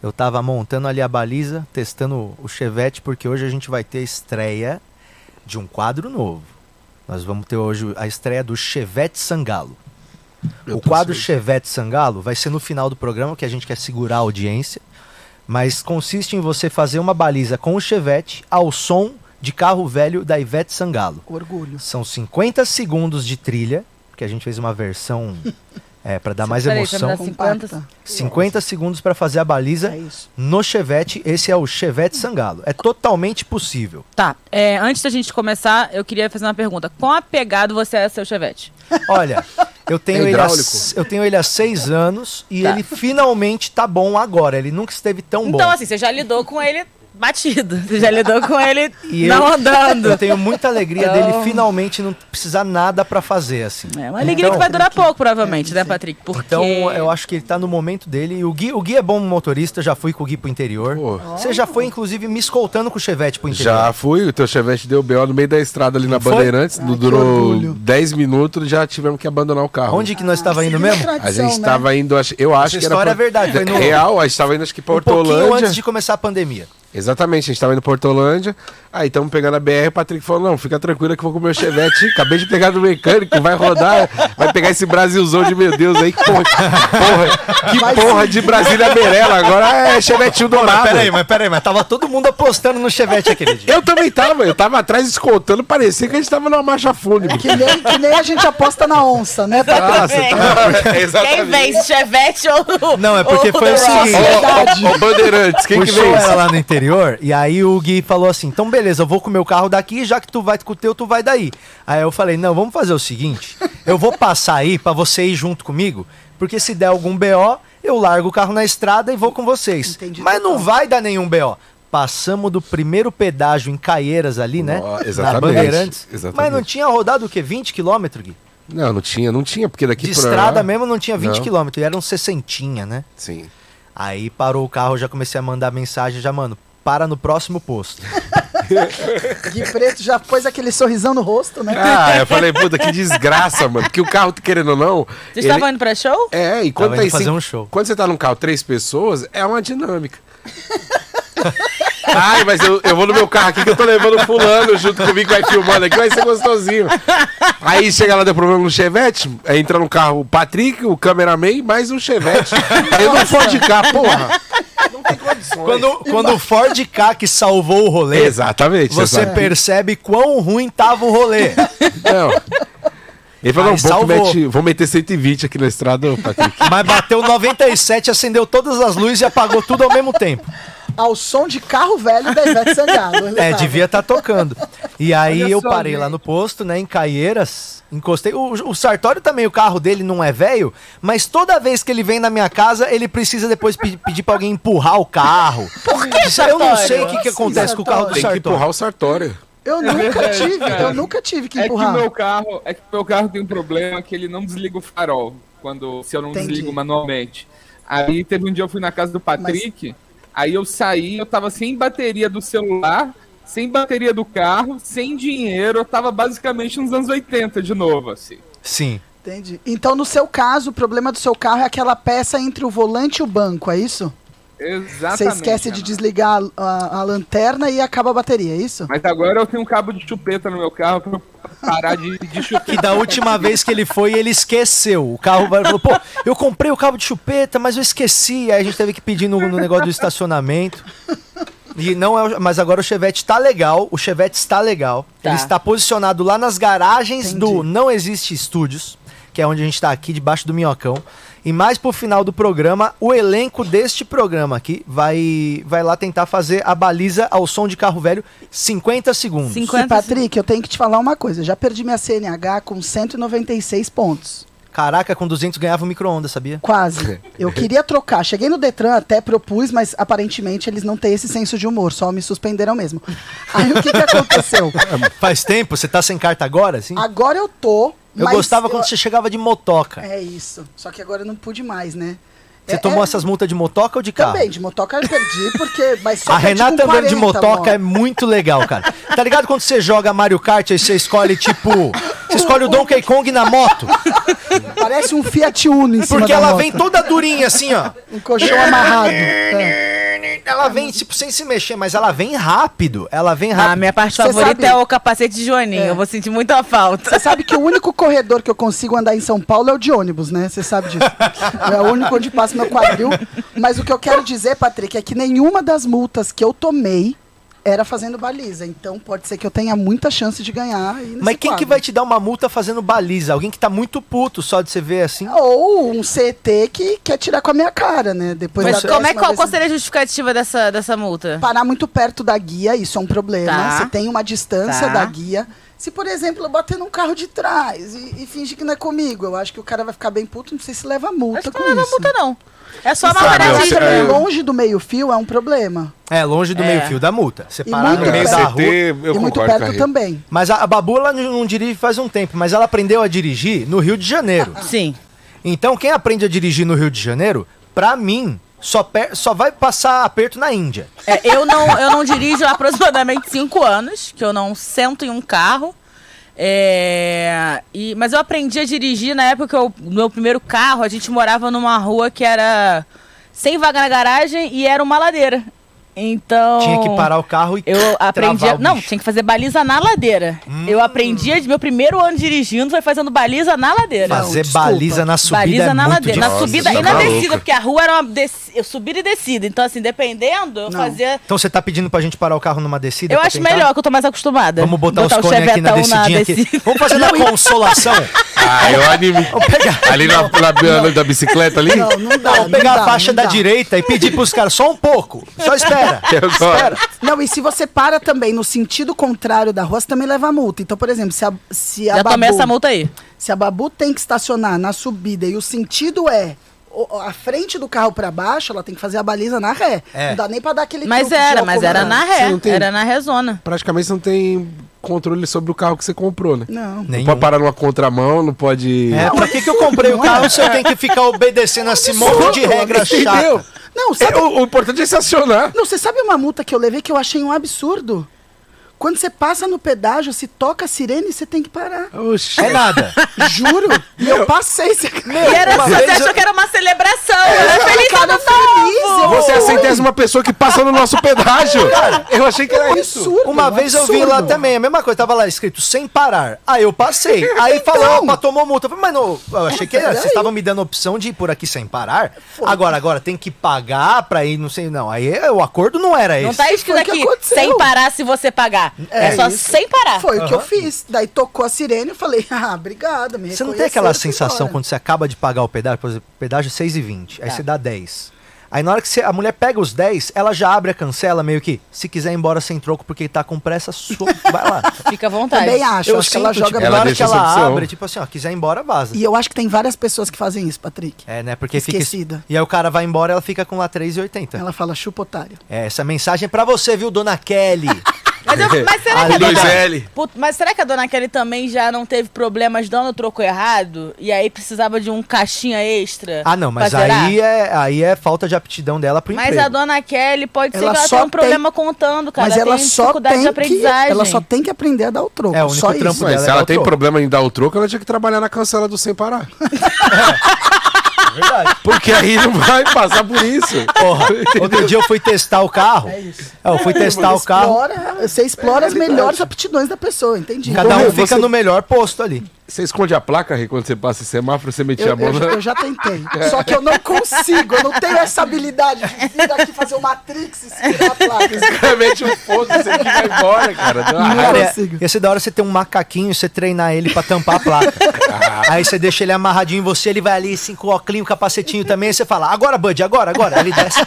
Speaker 2: Eu tava montando ali a baliza, testando o Chevette, porque hoje a gente vai ter a estreia de um quadro novo. Nós vamos ter hoje a estreia do Chevette Sangalo.
Speaker 5: eu
Speaker 2: o
Speaker 5: tô
Speaker 2: quadro
Speaker 5: ansioso.
Speaker 2: Chevette Sangalo vai ser no final do programa, que a gente quer segurar a audiência. Mas consiste em você fazer uma baliza com o Chevette ao som de carro velho da Ivete Sangalo.
Speaker 6: Orgulho.
Speaker 2: São 50 segundos de trilha, porque a gente fez uma versão é, para dar mais
Speaker 3: Peraí, pra
Speaker 2: emoção.
Speaker 3: me dar 50.
Speaker 6: Compacta.
Speaker 2: 50 segundos para fazer a baliza
Speaker 6: É isso.
Speaker 2: no Chevette. Esse é o Chevette Sangalo. É totalmente possível.
Speaker 3: Tá, é, antes da gente começar, eu queria fazer uma pergunta. Quão apegado você é ao seu chevette?
Speaker 2: Olha, eu tenho,
Speaker 5: É
Speaker 2: ele há,
Speaker 5: hidráulico?
Speaker 2: eu tenho ele há seis anos e
Speaker 3: Tá.
Speaker 2: ele finalmente tá bom agora. Ele nunca esteve tão bom.
Speaker 3: Então, assim, você já lidou com ele batido. Você já lidou com ele
Speaker 2: E
Speaker 3: não
Speaker 2: eu-
Speaker 3: andando.
Speaker 2: Eu tenho muita alegria
Speaker 3: Então-
Speaker 2: dele finalmente não precisar nada para fazer, assim.
Speaker 3: É uma alegria que vai durar pouco, provavelmente, né, Patrick? Porque...
Speaker 2: Então, eu acho que ele tá no momento dele. E o Gui, o Gui é bom motorista, já fui com o Gui pro interior.
Speaker 5: Pô.
Speaker 2: Você já foi, inclusive, me escoltando com o Chevette pro interior.
Speaker 5: Já fui, o teu Chevette deu B.O. no meio da estrada ali na
Speaker 2: Foi?
Speaker 5: Bandeirantes, não
Speaker 6: que
Speaker 5: durou
Speaker 6: orgulho.
Speaker 5: 10 minutos, já tivemos que abandonar o carro.
Speaker 2: Onde que nós estava indo
Speaker 6: Seguindo
Speaker 2: mesmo?
Speaker 5: A
Speaker 6: tradição,
Speaker 5: gente
Speaker 6: né?
Speaker 5: estava indo, acho- eu acho
Speaker 2: Essa
Speaker 5: que era.
Speaker 2: história é verdade, foi no-
Speaker 5: Real, a gente estava indo, acho que pra
Speaker 2: Um pouquinho
Speaker 5: Hortolândia.
Speaker 2: antes de começar a pandemia.
Speaker 5: Exatamente, a gente tava indo pra Hortolândia, aí estamos pegando a BR, o Patrick falou, não, fica tranquila que eu vou com o meu chevette, acabei de pegar do mecânico, vai rodar, vai pegar esse Brasilzão de meu Deus aí, que porra, que porra, que
Speaker 6: Vai
Speaker 5: porme de Brasília Amarela, agora é chevetinho dourado.
Speaker 2: Peraí, mas peraí, mas tava todo mundo apostando no Chevette aquele dia.
Speaker 5: Eu também tava, eu tava atrás escoltando, parecia que a gente tava numa marcha fúnebre.
Speaker 6: Que nem, que nem a gente aposta na onça, né? Tá
Speaker 5: Ah, você tá-
Speaker 3: Quem vence, Chevette ou
Speaker 2: Não, é porque
Speaker 3: ou
Speaker 2: foi
Speaker 3: The
Speaker 2: o
Speaker 3: Rock?
Speaker 2: seguinte.
Speaker 5: Ô, ô, ô, Bandeirantes, quem
Speaker 2: o
Speaker 5: que
Speaker 2: show
Speaker 5: vem?
Speaker 2: era lá no interior, e aí o Gui falou assim: então beleza, eu vou com o meu carro daqui, já que tu vai com o teu, tu vai daí. Aí eu falei: não, vamos fazer o seguinte, eu vou passar aí pra você ir junto comigo, porque se der algum BO, eu largo o carro na estrada e vou com vocês.
Speaker 6: Entendi
Speaker 2: Mas não
Speaker 6: total.
Speaker 2: vai dar nenhum BO. Passamos do primeiro pedágio em Caieiras ali, né?
Speaker 5: Ó,
Speaker 2: Na
Speaker 5: exatamente,
Speaker 2: Bandeirantes. Mas
Speaker 5: exatamente.
Speaker 2: não tinha rodado o quê? 20 quilômetros, Gui?
Speaker 5: Não, não tinha, não tinha, porque daqui
Speaker 2: De
Speaker 5: pra lá-
Speaker 2: estrada mesmo não tinha 20
Speaker 5: Não.
Speaker 2: quilômetros, e era um 60, né?
Speaker 5: Sim.
Speaker 2: Aí parou o carro, eu já comecei a mandar mensagem, já, mano, para no próximo posto.
Speaker 6: Gui Preto já pôs aquele sorrisão no rosto, né?
Speaker 5: Ah, eu falei, puta, que desgraça, mano. Porque o carro, querendo ou não.
Speaker 3: Vocês
Speaker 5: ele-
Speaker 3: estavam indo pra show?
Speaker 5: É, e quando
Speaker 2: Tava
Speaker 5: tá
Speaker 2: indo
Speaker 5: em
Speaker 2: fazer
Speaker 5: cinco-
Speaker 2: um show.
Speaker 5: Quando você tá num carro três pessoas, é uma dinâmica. Ai, mas eu, eu vou no meu carro aqui que eu tô levando fulano junto comigo, vai filmando aqui, vai ser gostosinho. Aí chega lá, deu problema no Chevette, aí entra no carro o Patrick, o cameraman, mais um Chevette. Eu não pode cá, porra. Não tem condições.
Speaker 2: Quando, quando o Ford K que salvou o rolê,
Speaker 5: Exatamente.
Speaker 2: você
Speaker 5: exato.
Speaker 2: percebe quão ruim tava o rolê.
Speaker 5: Não. Ele falou,
Speaker 2: Aí
Speaker 5: não, bom que
Speaker 2: salvou.
Speaker 5: mete, vou meter 120 aqui na estrada, ô, Patrick.
Speaker 2: Mas bateu 97, acendeu todas as luzes e apagou tudo ao mesmo tempo.
Speaker 6: Ao som de carro velho da Ivete Sangalo. ele
Speaker 2: É,
Speaker 6: tava.
Speaker 2: devia estar tocando. E aí
Speaker 4: Olha
Speaker 2: eu
Speaker 4: só,
Speaker 2: parei
Speaker 4: gente.
Speaker 2: lá no posto, né, em Caieiras, encostei. O, o Sartório também, o carro dele não é velho, mas toda vez que ele vem na minha casa, ele precisa depois pe- pedir pra alguém empurrar o carro. Por que, Eu não
Speaker 3: Sartório?
Speaker 2: sei o que, que acontece com o carro do
Speaker 5: Tem
Speaker 6: Sartório.
Speaker 5: que
Speaker 2: Sartório.
Speaker 5: empurrar o Sartório.
Speaker 6: Eu nunca
Speaker 4: É verdade,
Speaker 6: tive, então
Speaker 4: cara.
Speaker 6: eu nunca tive que
Speaker 4: É que, o
Speaker 6: empurrar.
Speaker 4: meu carro, é que o meu carro tem um problema que ele não desliga o farol quando, se eu não
Speaker 6: Entendi.
Speaker 4: desligo manualmente. Aí teve um dia eu fui na casa do Patrick, aí eu saí, eu tava sem bateria do celular, sem bateria do carro, sem dinheiro, eu tava basicamente nos anos 80 de novo, assim.
Speaker 2: Sim.
Speaker 6: Entendi. Então, no seu caso, o problema do seu carro é aquela peça entre o volante e o banco, é isso? Você
Speaker 4: Exatamente.
Speaker 6: esquece de
Speaker 4: Renato.
Speaker 6: desligar a, a- a lanterna e acaba a bateria, é isso?
Speaker 4: Mas agora eu tenho um cabo de chupeta no meu carro pra eu parar de, de
Speaker 2: que
Speaker 4: chupeta.
Speaker 2: da última vez que ele foi, ele esqueceu. O carro vai- falou, pô, eu comprei o cabo de chupeta, mas eu esqueci. Aí a gente teve que pedir no, no negócio do estacionamento. E não é, o- mas agora o Chevette tá legal, o Chevette está legal.
Speaker 3: Tá.
Speaker 2: Ele está posicionado lá nas garagens do
Speaker 6: Entendi.
Speaker 2: Não Existe Estúdios, que é onde a gente tá aqui debaixo do minhocão. E mais pro final do programa, o elenco deste programa aqui vai vai lá tentar fazer a baliza ao som de carro velho 50 segundos.
Speaker 3: Cinco-
Speaker 6: E,
Speaker 3: 50
Speaker 6: Patrick, eu tenho que te falar uma coisa. Eu já perdi minha CNH com 196 pontos.
Speaker 2: Caraca, com 200 ganhava um micro-ondas, sabia?
Speaker 6: Quase. Eu queria trocar. Cheguei no Detran, até propus, mas aparentemente eles não têm esse senso de humor, só me suspenderam mesmo. Aí o que, que aconteceu?
Speaker 2: Faz tempo? Você tá sem carta agora, assim?
Speaker 6: Agora eu tô.
Speaker 2: eu
Speaker 6: Ah, mas
Speaker 2: gostava
Speaker 6: eu-
Speaker 2: quando você chegava de motoca.
Speaker 6: É isso. Só que agora eu não pude mais, né?
Speaker 2: Você
Speaker 6: É-
Speaker 2: tomou
Speaker 6: é-
Speaker 2: essas multas de motoca ou de carro?
Speaker 6: Também, de motoca eu tipo perdi, porque. Mas só é
Speaker 2: A
Speaker 6: perdi com
Speaker 2: Renata andando de
Speaker 6: 40,
Speaker 2: motoca
Speaker 6: um amor.
Speaker 2: é muito legal, cara. Tá ligado quando você joga Mario Kart e você escolhe, tipo. Você escolhe o Donkey Kong na moto.
Speaker 6: Parece um Fiat Uno em cima
Speaker 2: é- Porque
Speaker 6: da
Speaker 2: ela
Speaker 6: moto.
Speaker 2: vem toda durinha, assim, ó.
Speaker 6: Um colchão amarrado. É.
Speaker 2: Ela vem, tipo, sem se mexer, mas ela vem rápido. Ela vem
Speaker 3: Ah,
Speaker 2: rápido.
Speaker 3: minha parte
Speaker 6: Cê
Speaker 3: favorita
Speaker 6: sabe-
Speaker 3: é o capacete de Joaninho.
Speaker 6: É.
Speaker 3: Eu vou sentir muita falta.
Speaker 6: Você sabe que o único corredor que eu consigo andar em São Paulo é o de ônibus, né? Você sabe disso. É o único onde passa meu quadril. Mas o que eu quero dizer, Patrick, é que nenhuma das multas que eu tomei era fazendo baliza. Então pode ser que eu tenha muita chance de ganhar. aí nesse
Speaker 2: Mas quem que
Speaker 6: quadro.
Speaker 2: vai te dar uma multa fazendo baliza? Alguém que tá muito puto só de você ver assim?
Speaker 6: Ou um CT que quer tirar com a minha cara, né? Depois
Speaker 3: Mas
Speaker 6: da
Speaker 3: como é,
Speaker 6: décima
Speaker 3: qual,
Speaker 6: vez-
Speaker 3: qual seria a justificativa dessa, dessa multa?
Speaker 6: parar muito perto da guia, isso é um problema.
Speaker 3: Tá.
Speaker 6: Você tem uma distância
Speaker 3: Tá.
Speaker 6: da guia. Se, por exemplo, eu bater num carro de trás e, e fingir que não é comigo, eu acho que o cara vai ficar bem puto, não sei se leva multa
Speaker 3: Acho que
Speaker 6: com
Speaker 3: não leva
Speaker 6: isso.
Speaker 3: multa, não. É só uma
Speaker 5: Ah,
Speaker 6: Parar
Speaker 5: meu,
Speaker 3: paradinha.
Speaker 5: você-
Speaker 6: também
Speaker 5: é, eu-
Speaker 6: longe do meio-fio é um problema.
Speaker 2: É, longe do
Speaker 3: É.
Speaker 2: meio-fio da multa. Você
Speaker 6: E
Speaker 2: parar no
Speaker 6: muito
Speaker 2: meio
Speaker 6: perto.
Speaker 2: da rua.
Speaker 5: eu
Speaker 6: e muito
Speaker 5: concordo com a
Speaker 6: perto
Speaker 5: Rita.
Speaker 6: também.
Speaker 2: Mas a, a Babu, ela não não dirige faz um tempo, mas ela aprendeu a dirigir no Rio de Janeiro.
Speaker 3: Sim.
Speaker 2: Então, quem aprende a dirigir no Rio de Janeiro, pra mim, só, per- só vai passar aperto na Índia.
Speaker 3: É, eu, não, eu não dirijo há aproximadamente cinco anos, que eu não sento em um carro. É, e- mas eu aprendi a dirigir na época que eu- no meu primeiro carro, a gente morava numa rua que era sem vaga na garagem e era uma ladeira. Então.
Speaker 2: Tinha que parar o carro e
Speaker 3: Eu aprendi.
Speaker 2: travar
Speaker 3: a-
Speaker 2: o
Speaker 3: Não,
Speaker 2: bicho. Hum.
Speaker 3: tinha que fazer baliza na ladeira. Eu aprendi, a- meu primeiro ano dirigindo, foi fazendo baliza na ladeira.
Speaker 2: Fazer
Speaker 6: desculpa.
Speaker 2: baliza na subida é
Speaker 3: baliza na
Speaker 2: muito
Speaker 3: ladeira. Na
Speaker 2: difícil.
Speaker 3: subida
Speaker 5: Nossa,
Speaker 3: e na
Speaker 5: tá
Speaker 3: descida,
Speaker 5: maluco.
Speaker 3: porque a rua era uma des- eu subida e descida. Então, assim, dependendo, eu
Speaker 6: Não.
Speaker 3: fazia.
Speaker 2: Então você tá pedindo pra gente parar o carro numa descida?
Speaker 3: Eu
Speaker 2: pra
Speaker 3: acho
Speaker 2: tentar?
Speaker 3: melhor, que eu tô mais acostumada.
Speaker 2: Vamos botar, os
Speaker 3: o um
Speaker 2: cones aqui na
Speaker 3: chevetão
Speaker 2: descidinha. aqui. Vamos fazer na consolação.
Speaker 5: Ah, eu anime. Ali na, na- na- da bicicleta ali?
Speaker 6: Não, não dá.
Speaker 2: Vamos
Speaker 6: não
Speaker 2: pegar
Speaker 6: dá,
Speaker 2: a faixa
Speaker 6: não
Speaker 2: da
Speaker 6: dá.
Speaker 2: direita e pedir pros caras só um pouco. Só espera.
Speaker 3: É
Speaker 5: Eu adoro.
Speaker 6: Não, e se você para também no sentido contrário da rua, você também leva multa. Então, por exemplo, se a, se a
Speaker 3: Já
Speaker 6: Babu...
Speaker 3: tomei essa multa aí.
Speaker 6: Se a Babu tem que estacionar na subida e o sentido é o- a frente do carro pra baixo, ela tem que fazer a baliza na ré.
Speaker 2: É.
Speaker 6: Não dá nem pra dar aquele
Speaker 3: Mas
Speaker 6: truque de né?
Speaker 3: era, mas era na
Speaker 6: alcoólatra.
Speaker 5: Você
Speaker 3: ré.
Speaker 5: não tem-
Speaker 3: Era na rézona.
Speaker 5: Praticamente você não tem controle sobre o carro que você comprou, né?
Speaker 6: Não.
Speaker 5: Não
Speaker 2: Nenhum.
Speaker 5: pode parar numa contramão, não pode.
Speaker 2: É, pra que, que eu comprei o carro se eu tenho que ficar obedecendo a esse monte de regra
Speaker 5: Entendeu?
Speaker 2: chata?
Speaker 6: Não,
Speaker 5: É,
Speaker 6: sabe,
Speaker 5: o, o importante é se acionar.
Speaker 6: não, você sabe uma multa que eu levei que eu achei um absurdo? Quando você passa no pedágio, se toca a sirene, você tem que parar.
Speaker 5: Oxi.
Speaker 2: É nada.
Speaker 6: Juro. E eu passei esse
Speaker 3: E era
Speaker 2: uma
Speaker 3: só,
Speaker 2: vez
Speaker 3: você achou
Speaker 2: eu-
Speaker 3: que era uma celebração. Era feliz
Speaker 6: cara É, feliz. um eu
Speaker 5: Você é a
Speaker 6: fui.
Speaker 5: centésima pessoa que passa no nosso pedágio. eu achei que era isso.
Speaker 6: Absurdo,
Speaker 2: É Uma vez eu vi lá
Speaker 6: absurdo.
Speaker 2: também, a mesma coisa, tava lá escrito sem parar. Aí eu passei. Aí falou, opa, tomou multa. Eu falei, mas não, eu achei que era,
Speaker 6: Peraí.
Speaker 2: vocês estavam me dando a opção de ir por aqui sem parar. Agora, agora, tem que pagar pra ir, não sei, não. Aí é, o acordo não era esse.
Speaker 3: Não tá escrito
Speaker 6: Foi o que
Speaker 3: aqui,
Speaker 6: aconteceu.
Speaker 3: sem parar se você pagar. É,
Speaker 6: É
Speaker 3: só
Speaker 6: isso.
Speaker 3: sem parar.
Speaker 6: Foi o que eu fiz. Daí tocou a sirene, eu falei, ah, obrigada, me
Speaker 2: Você não tem
Speaker 6: reconheceram,
Speaker 2: aquela
Speaker 6: fui
Speaker 2: sensação
Speaker 6: embora.
Speaker 2: quando você acaba de pagar o pedágio, por exemplo, o pedágio é 6,20, aí você dá 10. Aí na hora que você- a mulher pega os 10, ela já abre a cancela meio que, se quiser ir embora sem troco porque tá com pressa, so- vai lá.
Speaker 3: Fica à vontade.
Speaker 6: Também acho,
Speaker 2: Eu
Speaker 6: acho que ela
Speaker 2: sinto,
Speaker 6: joga
Speaker 2: tipo, na
Speaker 5: Ela
Speaker 2: hora que
Speaker 5: deixa essa
Speaker 2: ela
Speaker 5: opção.
Speaker 2: abre, tipo assim, ó, quiser ir embora, vaza.
Speaker 6: E eu acho que tem várias pessoas que fazem isso, Patrick.
Speaker 2: É, né? Porque fica.
Speaker 6: Esquecida.
Speaker 2: E aí o cara vai embora ela fica com lá 3,80.
Speaker 6: Ela fala chupa otário.
Speaker 2: É, essa mensagem é pra você, viu, dona Kelly?
Speaker 3: Mas, eu- mas será que a
Speaker 5: Ali,
Speaker 3: dona...
Speaker 2: né?
Speaker 5: 2L.
Speaker 3: Puta, mas será que a dona Kelly também já não teve problemas dando o troco errado? E aí precisava de um caixinha extra?
Speaker 2: ah, não, mas
Speaker 3: pra zerar?
Speaker 2: aí é, aí é falta de aptidão dela pro
Speaker 3: Mas
Speaker 2: emprego.
Speaker 3: a dona Kelly pode ser
Speaker 6: Ela
Speaker 3: que ela
Speaker 6: só
Speaker 3: tenha um
Speaker 6: tem-
Speaker 3: problema contando, cara.
Speaker 6: Mas ela
Speaker 3: tem
Speaker 6: só
Speaker 3: dificuldade de
Speaker 6: tem que,
Speaker 3: aprendizagem.
Speaker 6: ela só tem que aprender a dar o troco.
Speaker 2: É, o único
Speaker 6: só
Speaker 2: trampo
Speaker 6: isso.
Speaker 2: dela.
Speaker 5: Mas
Speaker 2: Ela
Speaker 5: se
Speaker 2: dá
Speaker 5: ela
Speaker 2: o
Speaker 5: tem
Speaker 2: troco.
Speaker 5: problema em dar o troco, ela tinha que trabalhar na cancela do sem parar.
Speaker 2: Verdade.
Speaker 5: Porque aí não vai passar por isso.
Speaker 2: Porra, outro dia eu fui testar o carro. É isso. Eu fui testar o carro. É,
Speaker 6: Explora, você explora as melhores aptidões da pessoa, entendi.
Speaker 2: Cada um
Speaker 5: Você-
Speaker 2: fica no melhor posto ali.
Speaker 5: Você esconde a placa Rê, quando você passa em semáforo, você metia
Speaker 6: Eu,
Speaker 5: a mão.
Speaker 6: eu já-
Speaker 2: né?
Speaker 6: eu já tentei. Só que eu não consigo, eu não tenho essa habilidade de vir aqui fazer o Matrix e segurar a placa.
Speaker 5: Você mete um fogo, você vai embora, cara. Deu uma
Speaker 6: Não.
Speaker 5: raiva.
Speaker 2: Cara, é-
Speaker 6: Ah, consigo.
Speaker 2: ia ser da hora você ter um macaquinho e você treinar ele pra tampar a placa. aí você deixa ele amarradinho em você, ele vai ali assim, com o óculinho, capacetinho também, aí você fala, agora, Bud, agora, agora. Ele desce.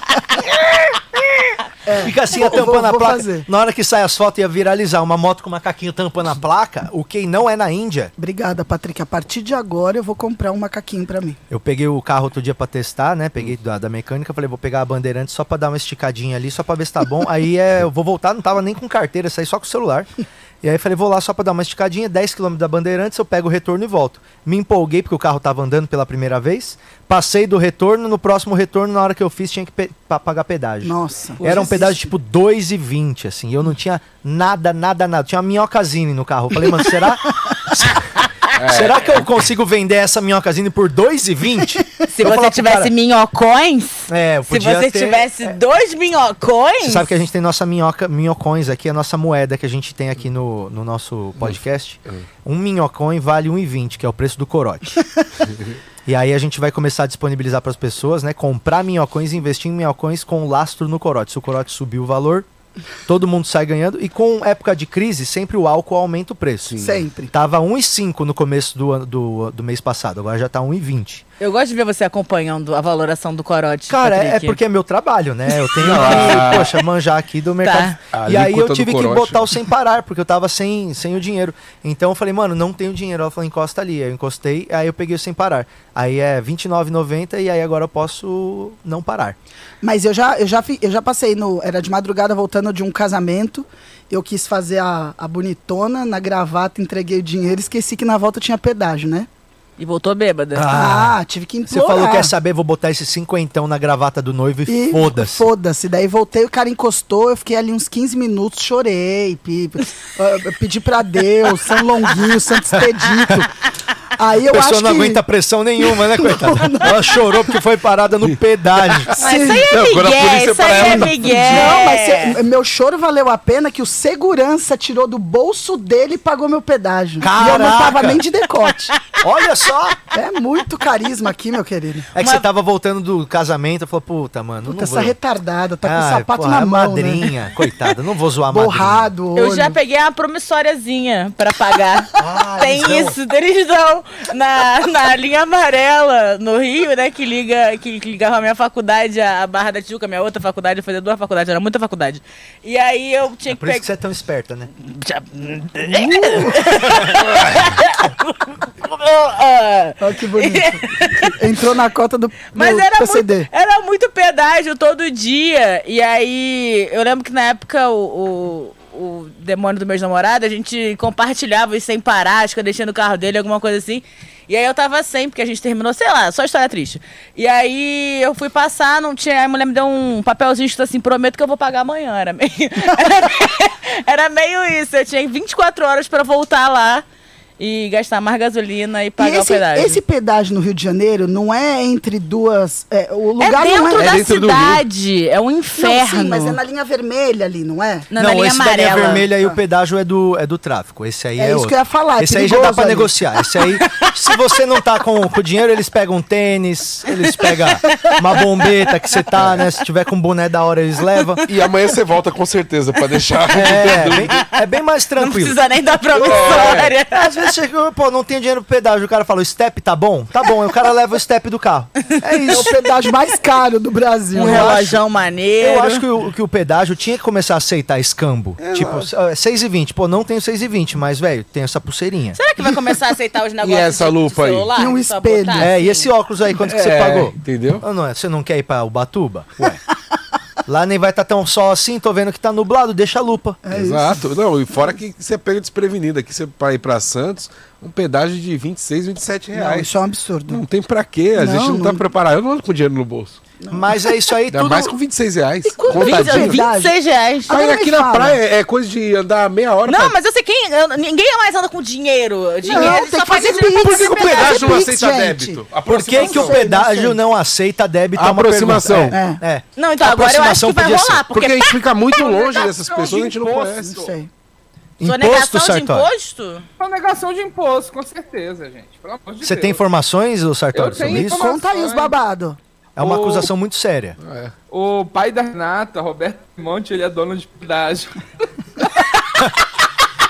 Speaker 2: Fica assim,
Speaker 6: É. Vou-
Speaker 2: tampando
Speaker 6: vou-
Speaker 2: a
Speaker 6: vou
Speaker 2: placa.
Speaker 6: fazer.
Speaker 2: Na hora que sai as fotos, ia viralizar uma moto com um macaquinho tampando a placa, o que não é na Índia.
Speaker 6: Obrigada, Patrick. A partir de agora eu vou comprar um macaquinho pra mim.
Speaker 2: Eu peguei o carro outro dia pra testar, né? Peguei da, da mecânica, falei, vou pegar a bandeirante só pra dar uma esticadinha ali, só pra ver se tá bom. aí é, eu vou voltar, não tava nem com carteira, saí só com o celular. E aí falei, vou lá só pra dar uma esticadinha, 10km da Bandeirantes, eu pego o retorno e volto. Me empolguei porque o carro tava andando pela primeira vez. Passei do retorno, no próximo retorno, na hora que eu fiz, tinha que pe- pa- pagar pedágio.
Speaker 6: Nossa.
Speaker 2: Era um
Speaker 6: Existe.
Speaker 2: pedágio tipo 2,20, assim. Eu não tinha nada, nada, nada. Tinha uma minhocazine no carro. Eu falei, mano, será? Será que eu consigo vender essa minhocazine por 2,20?
Speaker 3: Se
Speaker 2: Eu
Speaker 3: você
Speaker 2: falava pro
Speaker 3: tivesse
Speaker 2: cara,
Speaker 3: minhocões,
Speaker 2: É, eu
Speaker 3: se
Speaker 2: podia
Speaker 3: você
Speaker 2: ter-
Speaker 3: tivesse dois minhocões...
Speaker 2: Você sabe que a gente tem nossa minhoca, minhocões aqui, a nossa moeda que a gente tem aqui no, no nosso podcast. Um minhocões vale 1,20, que é o preço do corote. e aí a gente vai começar a disponibilizar para as pessoas, né? Comprar minhocões e investir em minhocões com lastro no corote. Se o corote subir o valor, todo mundo sai ganhando. E com época de crise, sempre o álcool aumenta o preço.
Speaker 6: Sempre.
Speaker 2: Tava 1,5 no começo do, ano- do, do mês passado, agora já tá 1,20.
Speaker 3: Eu gosto de ver você acompanhando a valoração do corote,
Speaker 2: Cara, é, é
Speaker 3: Patrick.
Speaker 2: porque é meu trabalho, né? Eu tenho
Speaker 5: Ah.
Speaker 2: que, poxa, manjar aqui
Speaker 6: Tá.
Speaker 2: do mercado.
Speaker 5: A
Speaker 2: E aí eu
Speaker 5: alíquota
Speaker 2: tive
Speaker 5: do
Speaker 2: que
Speaker 5: corote.
Speaker 2: botar o sem parar, porque eu tava sem, sem o dinheiro. Então eu falei, mano, não tenho dinheiro. Ela falou, encosta ali. Aí eu encostei, aí eu peguei o sem parar. Aí é R$29,90 e aí agora eu posso não parar.
Speaker 6: Mas eu já, eu já, fi- eu já passei no. Era de madrugada voltando de um casamento. Eu quis fazer a, a bonitona na gravata, entreguei o dinheiro, esqueci que na volta tinha pedágio, né?
Speaker 3: E voltou bêbada.
Speaker 2: Ah.
Speaker 6: Ah, tive que
Speaker 2: Você
Speaker 6: implorar.
Speaker 2: falou, quer saber? Vou botar esse cinquentão na gravata do noivo e,
Speaker 6: E
Speaker 2: foda-se.
Speaker 6: Foda-se. Daí voltei, o cara encostou, eu fiquei ali uns 15 minutos, chorei, pi- ah, pedi pra Deus, São Longuinho, Santo Expedito. Aí eu
Speaker 2: A pessoa
Speaker 6: acho
Speaker 2: não
Speaker 6: que.
Speaker 2: aguenta pressão nenhuma, né, coitada? Ela chorou porque foi parada no pedágio.
Speaker 3: Mas isso aí é
Speaker 5: Não, quando a
Speaker 3: migué,
Speaker 5: polícia
Speaker 3: isso
Speaker 5: parar,
Speaker 3: aí é
Speaker 5: ela tá
Speaker 3: migué.
Speaker 6: Não, mas cê- meu choro valeu a pena que o segurança tirou do bolso dele e pagou meu pedágio. E eu não tava
Speaker 2: Caraca!
Speaker 6: nem de decote.
Speaker 2: Olha só!
Speaker 6: É muito carisma aqui, meu querido.
Speaker 2: É que
Speaker 3: Uma-
Speaker 2: você tava voltando do casamento, eu falei, puta, mano,
Speaker 6: Puta,
Speaker 2: não
Speaker 6: essa
Speaker 2: vou...
Speaker 6: retardada, tá com
Speaker 2: Ai,
Speaker 6: o sapato
Speaker 2: Ah, é, porra,
Speaker 6: na
Speaker 2: a
Speaker 6: mão, né?
Speaker 2: madrinha, coitada, não vou zoar a madrinha.
Speaker 6: Borrado, olho.
Speaker 3: Eu já peguei uma promissóriazinha pra pagar.
Speaker 2: Ah,
Speaker 3: Tem
Speaker 2: eles dão.
Speaker 3: isso, eles dão na, na linha amarela no Rio, né? Que liga, que, que ligava a minha faculdade, a a Barra da Tijuca, minha outra faculdade, eu fazia duas faculdades, era muita faculdade. E aí eu tinha que
Speaker 2: Por isso
Speaker 3: pegar.
Speaker 2: que você é tão esperta, né? Uh!
Speaker 3: Ah.
Speaker 6: Olha que bonito. Entrou na cota do
Speaker 3: Mas
Speaker 6: do
Speaker 3: era
Speaker 6: PCD.
Speaker 3: muito, era muito pedágio todo dia. E aí, eu lembro que na época o, o, o demônio do meu namorado, a gente compartilhava isso sem parar, acho que eu deixei no carro dele, alguma coisa assim. E aí eu tava sem, porque a gente terminou, sei lá, só história triste. E aí eu fui passar, não tinha. Aí a mulher me deu um papelzinho escrito assim, prometo que eu vou pagar amanhã. Era meio, era meio, era meio isso. Eu tinha 24 horas pra voltar lá e gastar mais gasolina e pagar
Speaker 6: e esse,
Speaker 3: o pedágio.
Speaker 6: esse pedágio no Rio de Janeiro não é entre duas. é, o
Speaker 3: É
Speaker 6: lugar não
Speaker 3: dentro
Speaker 6: é.
Speaker 3: da
Speaker 5: É dentro do
Speaker 3: cidade. É um
Speaker 6: Não, sim,
Speaker 3: inferno.
Speaker 6: mas é na linha vermelha ali, não é?
Speaker 3: Não, na linha
Speaker 2: esse da linha
Speaker 3: amarela. Ah.
Speaker 2: vermelha aí o pedágio é do, é do tráfico. Esse aí é,
Speaker 6: É isso
Speaker 2: outro.
Speaker 6: que eu ia falar, é
Speaker 2: Esse aí já dá
Speaker 6: perigoso
Speaker 2: pra
Speaker 6: ali.
Speaker 2: negociar. Esse aí, se você não tá com, com dinheiro, eles pegam um tênis, eles pegam uma bombeta que você tá, né? Se tiver com um boné da hora, eles levam.
Speaker 5: E amanhã você volta com certeza pra deixar.
Speaker 2: É, bem, é bem mais
Speaker 3: Não
Speaker 2: tranquilo. É.
Speaker 3: precisa nem da promissória.
Speaker 2: Às vezes chega, pô, não tem dinheiro pro pedágio. O cara fala, o step tá bom? Tá bom. Aí o cara leva o step do carro.
Speaker 6: É isso. É o pedágio mais caro do Brasil.
Speaker 3: Um
Speaker 6: eu acho.
Speaker 3: relógio maneiro.
Speaker 2: Eu acho que o, que o pedágio tinha que começar a aceitar escambo.
Speaker 5: É,
Speaker 2: tipo, s- ah, 6,20. Pô, não tenho 6,20, mas, velho, tem essa pulseirinha.
Speaker 3: Será que vai começar a aceitar os negócios
Speaker 5: essa
Speaker 3: do- do
Speaker 5: lupa aí?
Speaker 3: celular?
Speaker 6: E um
Speaker 3: Só
Speaker 6: espelho.
Speaker 3: botar
Speaker 2: É, e
Speaker 3: assim?
Speaker 2: esse óculos aí, quanto que você
Speaker 5: É,
Speaker 2: pagou?
Speaker 5: entendeu?
Speaker 2: Ah, não, é, você não quer ir pra Ubatuba? Ué. Lá nem vai estar tão sol assim, tô vendo que tá nublado, deixa a lupa.
Speaker 6: É
Speaker 5: É, Exato. Não, e fora que você pega desprevenido aqui, você vai ir pra Santos, um pedágio de 26, 27
Speaker 6: Não,
Speaker 5: reais.
Speaker 6: isso é um absurdo.
Speaker 5: Não, tem pra quê, a
Speaker 6: Não,
Speaker 5: gente não, tá
Speaker 6: não-
Speaker 5: preparado. Eu não ando com dinheiro no bolso.
Speaker 2: Mas é isso aí,
Speaker 5: Ainda
Speaker 2: tudo.
Speaker 5: mais com 26 reais. Ah,
Speaker 6: quanto
Speaker 5: Contadinho.
Speaker 6: é verdade?
Speaker 3: 26 reais.
Speaker 5: Mas
Speaker 6: Agora
Speaker 5: aqui
Speaker 6: me
Speaker 5: na
Speaker 6: fala.
Speaker 5: praia é coisa de andar meia hora.
Speaker 3: Não,
Speaker 5: pra-
Speaker 3: mas eu sei quem. eu- ninguém mais anda com dinheiro. Dinheiro
Speaker 6: tem
Speaker 3: só
Speaker 6: que
Speaker 3: faz
Speaker 6: fazer
Speaker 3: dinheiro pra
Speaker 6: pix.
Speaker 5: Por que, que o
Speaker 6: Mas é
Speaker 5: pedágio não
Speaker 6: Pix,
Speaker 5: aceita
Speaker 6: gente.
Speaker 5: débito?
Speaker 2: Por que, que o
Speaker 5: Aproximação.
Speaker 2: pedágio não aceita débito? É uma
Speaker 5: Aproximação.
Speaker 2: pergunta. É. é.
Speaker 3: Não, então agora eu acho
Speaker 2: Aproximação
Speaker 3: que vai
Speaker 2: podia ser.
Speaker 3: rolar. Porque, tá
Speaker 5: Porque a gente fica muito longe dessas
Speaker 4: Sonegação
Speaker 5: pessoas, a
Speaker 4: de
Speaker 5: gente não
Speaker 4: imposto.
Speaker 5: conhece.
Speaker 6: Não sei.
Speaker 2: Imposto,
Speaker 3: sonegação de
Speaker 2: Sartori.
Speaker 3: imposto?
Speaker 4: Sonegação É de imposto, com certeza, gente. Pelo amor de
Speaker 2: Você
Speaker 4: Deus.
Speaker 2: tem informações, ô Sartori,
Speaker 4: Eu tenho
Speaker 2: sobre isso?
Speaker 4: informações.
Speaker 6: Conta aí os babados.
Speaker 2: É uma
Speaker 4: O-
Speaker 2: acusação muito séria.
Speaker 4: O pai da Renata, Roberto Monte, ele é dono de pedágio.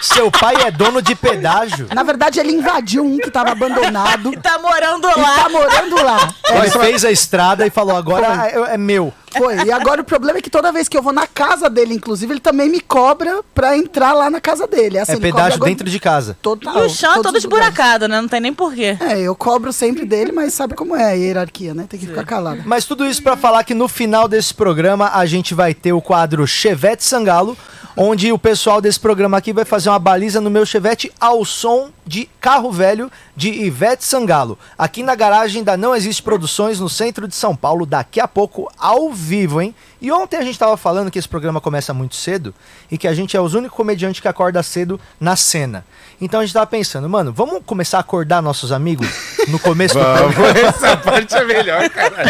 Speaker 2: Seu pai é dono de pedágio.
Speaker 6: Na verdade, ele invadiu um que tava abandonado e
Speaker 3: Tá morando
Speaker 6: tá
Speaker 3: lá.
Speaker 6: morando lá.
Speaker 2: Ele fez a estrada e falou, agora é, é meu.
Speaker 6: Foi. E agora o problema é que toda vez que eu vou na casa dele, inclusive, ele também me cobra pra entrar lá na casa dele. Assim,
Speaker 2: É
Speaker 6: ele cobra
Speaker 2: pedágio
Speaker 6: agora-
Speaker 2: dentro de casa.
Speaker 6: Total.
Speaker 3: E o chão é todo
Speaker 6: todos os lugares.
Speaker 3: esburacado, né? Não tem nem porquê.
Speaker 6: É, eu cobro sempre dele, mas sabe como é a hierarquia, né? Tem que ficar calado.
Speaker 2: Mas tudo isso pra falar que no final desse programa a gente vai ter o quadro Chevette Sangalo, onde o pessoal desse programa aqui vai fazer uma baliza no meu Chevette ao som de Carro Velho de Ivete Sangalo. Aqui na garagem da Não Existe Produções, no centro de São Paulo, daqui a pouco, ao vivo, hein? E ontem a gente tava falando que esse programa começa muito cedo e que a gente é os únicos comediantes que acorda cedo na cena. Então a gente tava pensando, mano, vamos começar a acordar nossos amigos no começo do programa?
Speaker 5: Essa parte é melhor, cara.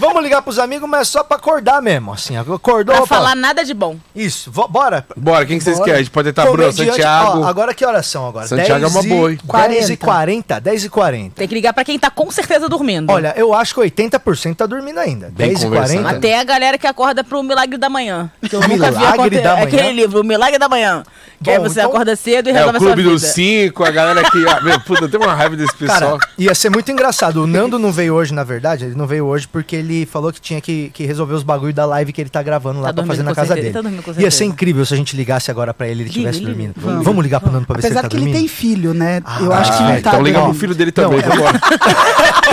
Speaker 2: Vamos ligar pros amigos, mas só pra acordar mesmo, assim. Acordou,
Speaker 3: Pra
Speaker 2: opa.
Speaker 3: falar nada de bom.
Speaker 2: Isso, vo- bora.
Speaker 5: Bora, quem que vocês
Speaker 2: Bora.
Speaker 5: querem? A gente pode tentar Tá, Bruno,
Speaker 2: Comediante-
Speaker 5: Santiago.
Speaker 2: Ó, agora que horas são agora?
Speaker 5: Santiago é uma boa, hein?
Speaker 2: 10 e 40, 10 e 40.
Speaker 3: Tem que ligar pra quem tá com certeza dormindo.
Speaker 2: Olha, eu acho que 80% tá dormindo ainda.
Speaker 5: Bem
Speaker 2: 10 e
Speaker 5: conversado.
Speaker 2: 40.
Speaker 3: Até a galera que acorda pro Milagre da Manhã. Que eu nunca vi
Speaker 2: é Milagre
Speaker 3: acontecer. É
Speaker 2: da Manhã?
Speaker 3: Aquele livro, O Milagre da Manhã. Que aí
Speaker 2: Bom,
Speaker 3: você
Speaker 2: então-
Speaker 3: acorda cedo e
Speaker 5: É, o
Speaker 3: resolve a sua
Speaker 5: Clube
Speaker 3: vida.
Speaker 5: dos Cinco, a galera que... Ah, meu, puta, eu tenho uma raiva desse
Speaker 2: Cara,
Speaker 5: pessoal.
Speaker 2: ia ser muito engraçado. O Nando não veio hoje, na verdade. Ele não veio hoje porque ele falou que tinha que, que resolver os bagulho da live que ele tá gravando lá,
Speaker 3: Tá
Speaker 2: tá,
Speaker 3: dormindo
Speaker 2: fazendo na
Speaker 3: com
Speaker 2: casa
Speaker 3: certeza,
Speaker 2: dele.
Speaker 3: tá dormindo com
Speaker 2: ia
Speaker 3: certeza.
Speaker 2: ser incrível se a gente ligasse agora pra ele e ele estivesse
Speaker 3: Liga, liga.
Speaker 2: dormindo. Vamos ligar pro Nando pra ver se ele
Speaker 6: Apesar
Speaker 2: tá
Speaker 6: que ele
Speaker 2: dormindo.
Speaker 6: tem filho, né? eu acho que
Speaker 5: Ah,
Speaker 6: não tá.
Speaker 5: então liga pro
Speaker 6: dormindo.
Speaker 5: filho dele também, vambora.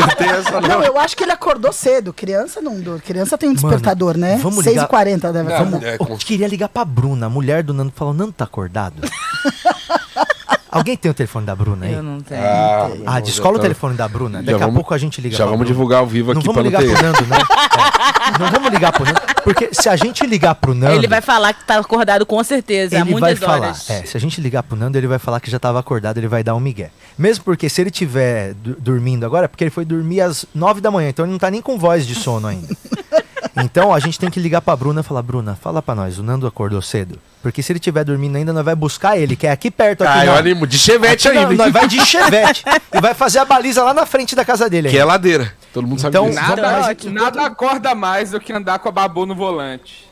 Speaker 5: Eu tenho essa não.
Speaker 6: Não, eu acho que ele acordou cedo. Criança não dorme. Criança tem um despertador, né?
Speaker 2: vamos
Speaker 6: 6h40 deve
Speaker 5: Não,
Speaker 6: acordar.
Speaker 5: é,
Speaker 2: Eu
Speaker 5: com-
Speaker 2: queria ligar pra Bruna, a mulher do Nando, falou: Nando tá acordado? Alguém tem o telefone da Bruna aí?
Speaker 3: Eu não tenho.
Speaker 5: Ah, meu
Speaker 2: Ah,
Speaker 5: irmão,
Speaker 2: descola
Speaker 5: já
Speaker 2: o
Speaker 5: tá-
Speaker 2: telefone da Bruna.
Speaker 5: Já
Speaker 2: Daqui a
Speaker 5: vamos-
Speaker 2: pouco a gente liga.
Speaker 5: Já
Speaker 2: pra
Speaker 5: vamos
Speaker 2: Bruna.
Speaker 5: divulgar ao vivo
Speaker 2: Não
Speaker 5: aqui
Speaker 2: vamos
Speaker 5: pra não
Speaker 2: ligar pro
Speaker 5: ter.
Speaker 2: Nando, não. É. Não vamos ligar pro Nando. Porque se a gente ligar pro Nando.
Speaker 3: Ele vai falar que tá acordado com certeza, há
Speaker 2: ele vai
Speaker 3: muitas
Speaker 2: falar.
Speaker 3: horas.
Speaker 2: É, se a gente ligar pro Nando, ele vai falar que já tava acordado, ele vai dar um migué. Mesmo porque se ele tiver du- dormindo agora, é porque ele foi dormir às 9 da manhã, então ele não tá nem com voz de sono ainda. Então a gente tem que ligar pra Bruna e falar, Bruna, fala pra nós, o Nando acordou cedo? Porque se ele tiver dormindo ainda, nós vai buscar ele, que é aqui perto, aqui
Speaker 5: Ah,
Speaker 2: não.
Speaker 5: eu animo. De chevette
Speaker 2: Aqui não,
Speaker 5: ainda, hein?
Speaker 2: nós vai de chevette e vai fazer a baliza lá na frente da casa dele.
Speaker 5: Que
Speaker 2: ainda.
Speaker 5: é ladeira. Todo mundo
Speaker 2: Então,
Speaker 5: sabe disso. Ah,
Speaker 4: Nada,
Speaker 3: Tá
Speaker 4: mais-
Speaker 3: ótimo.
Speaker 4: nada acorda mais do que andar com a babu no volante.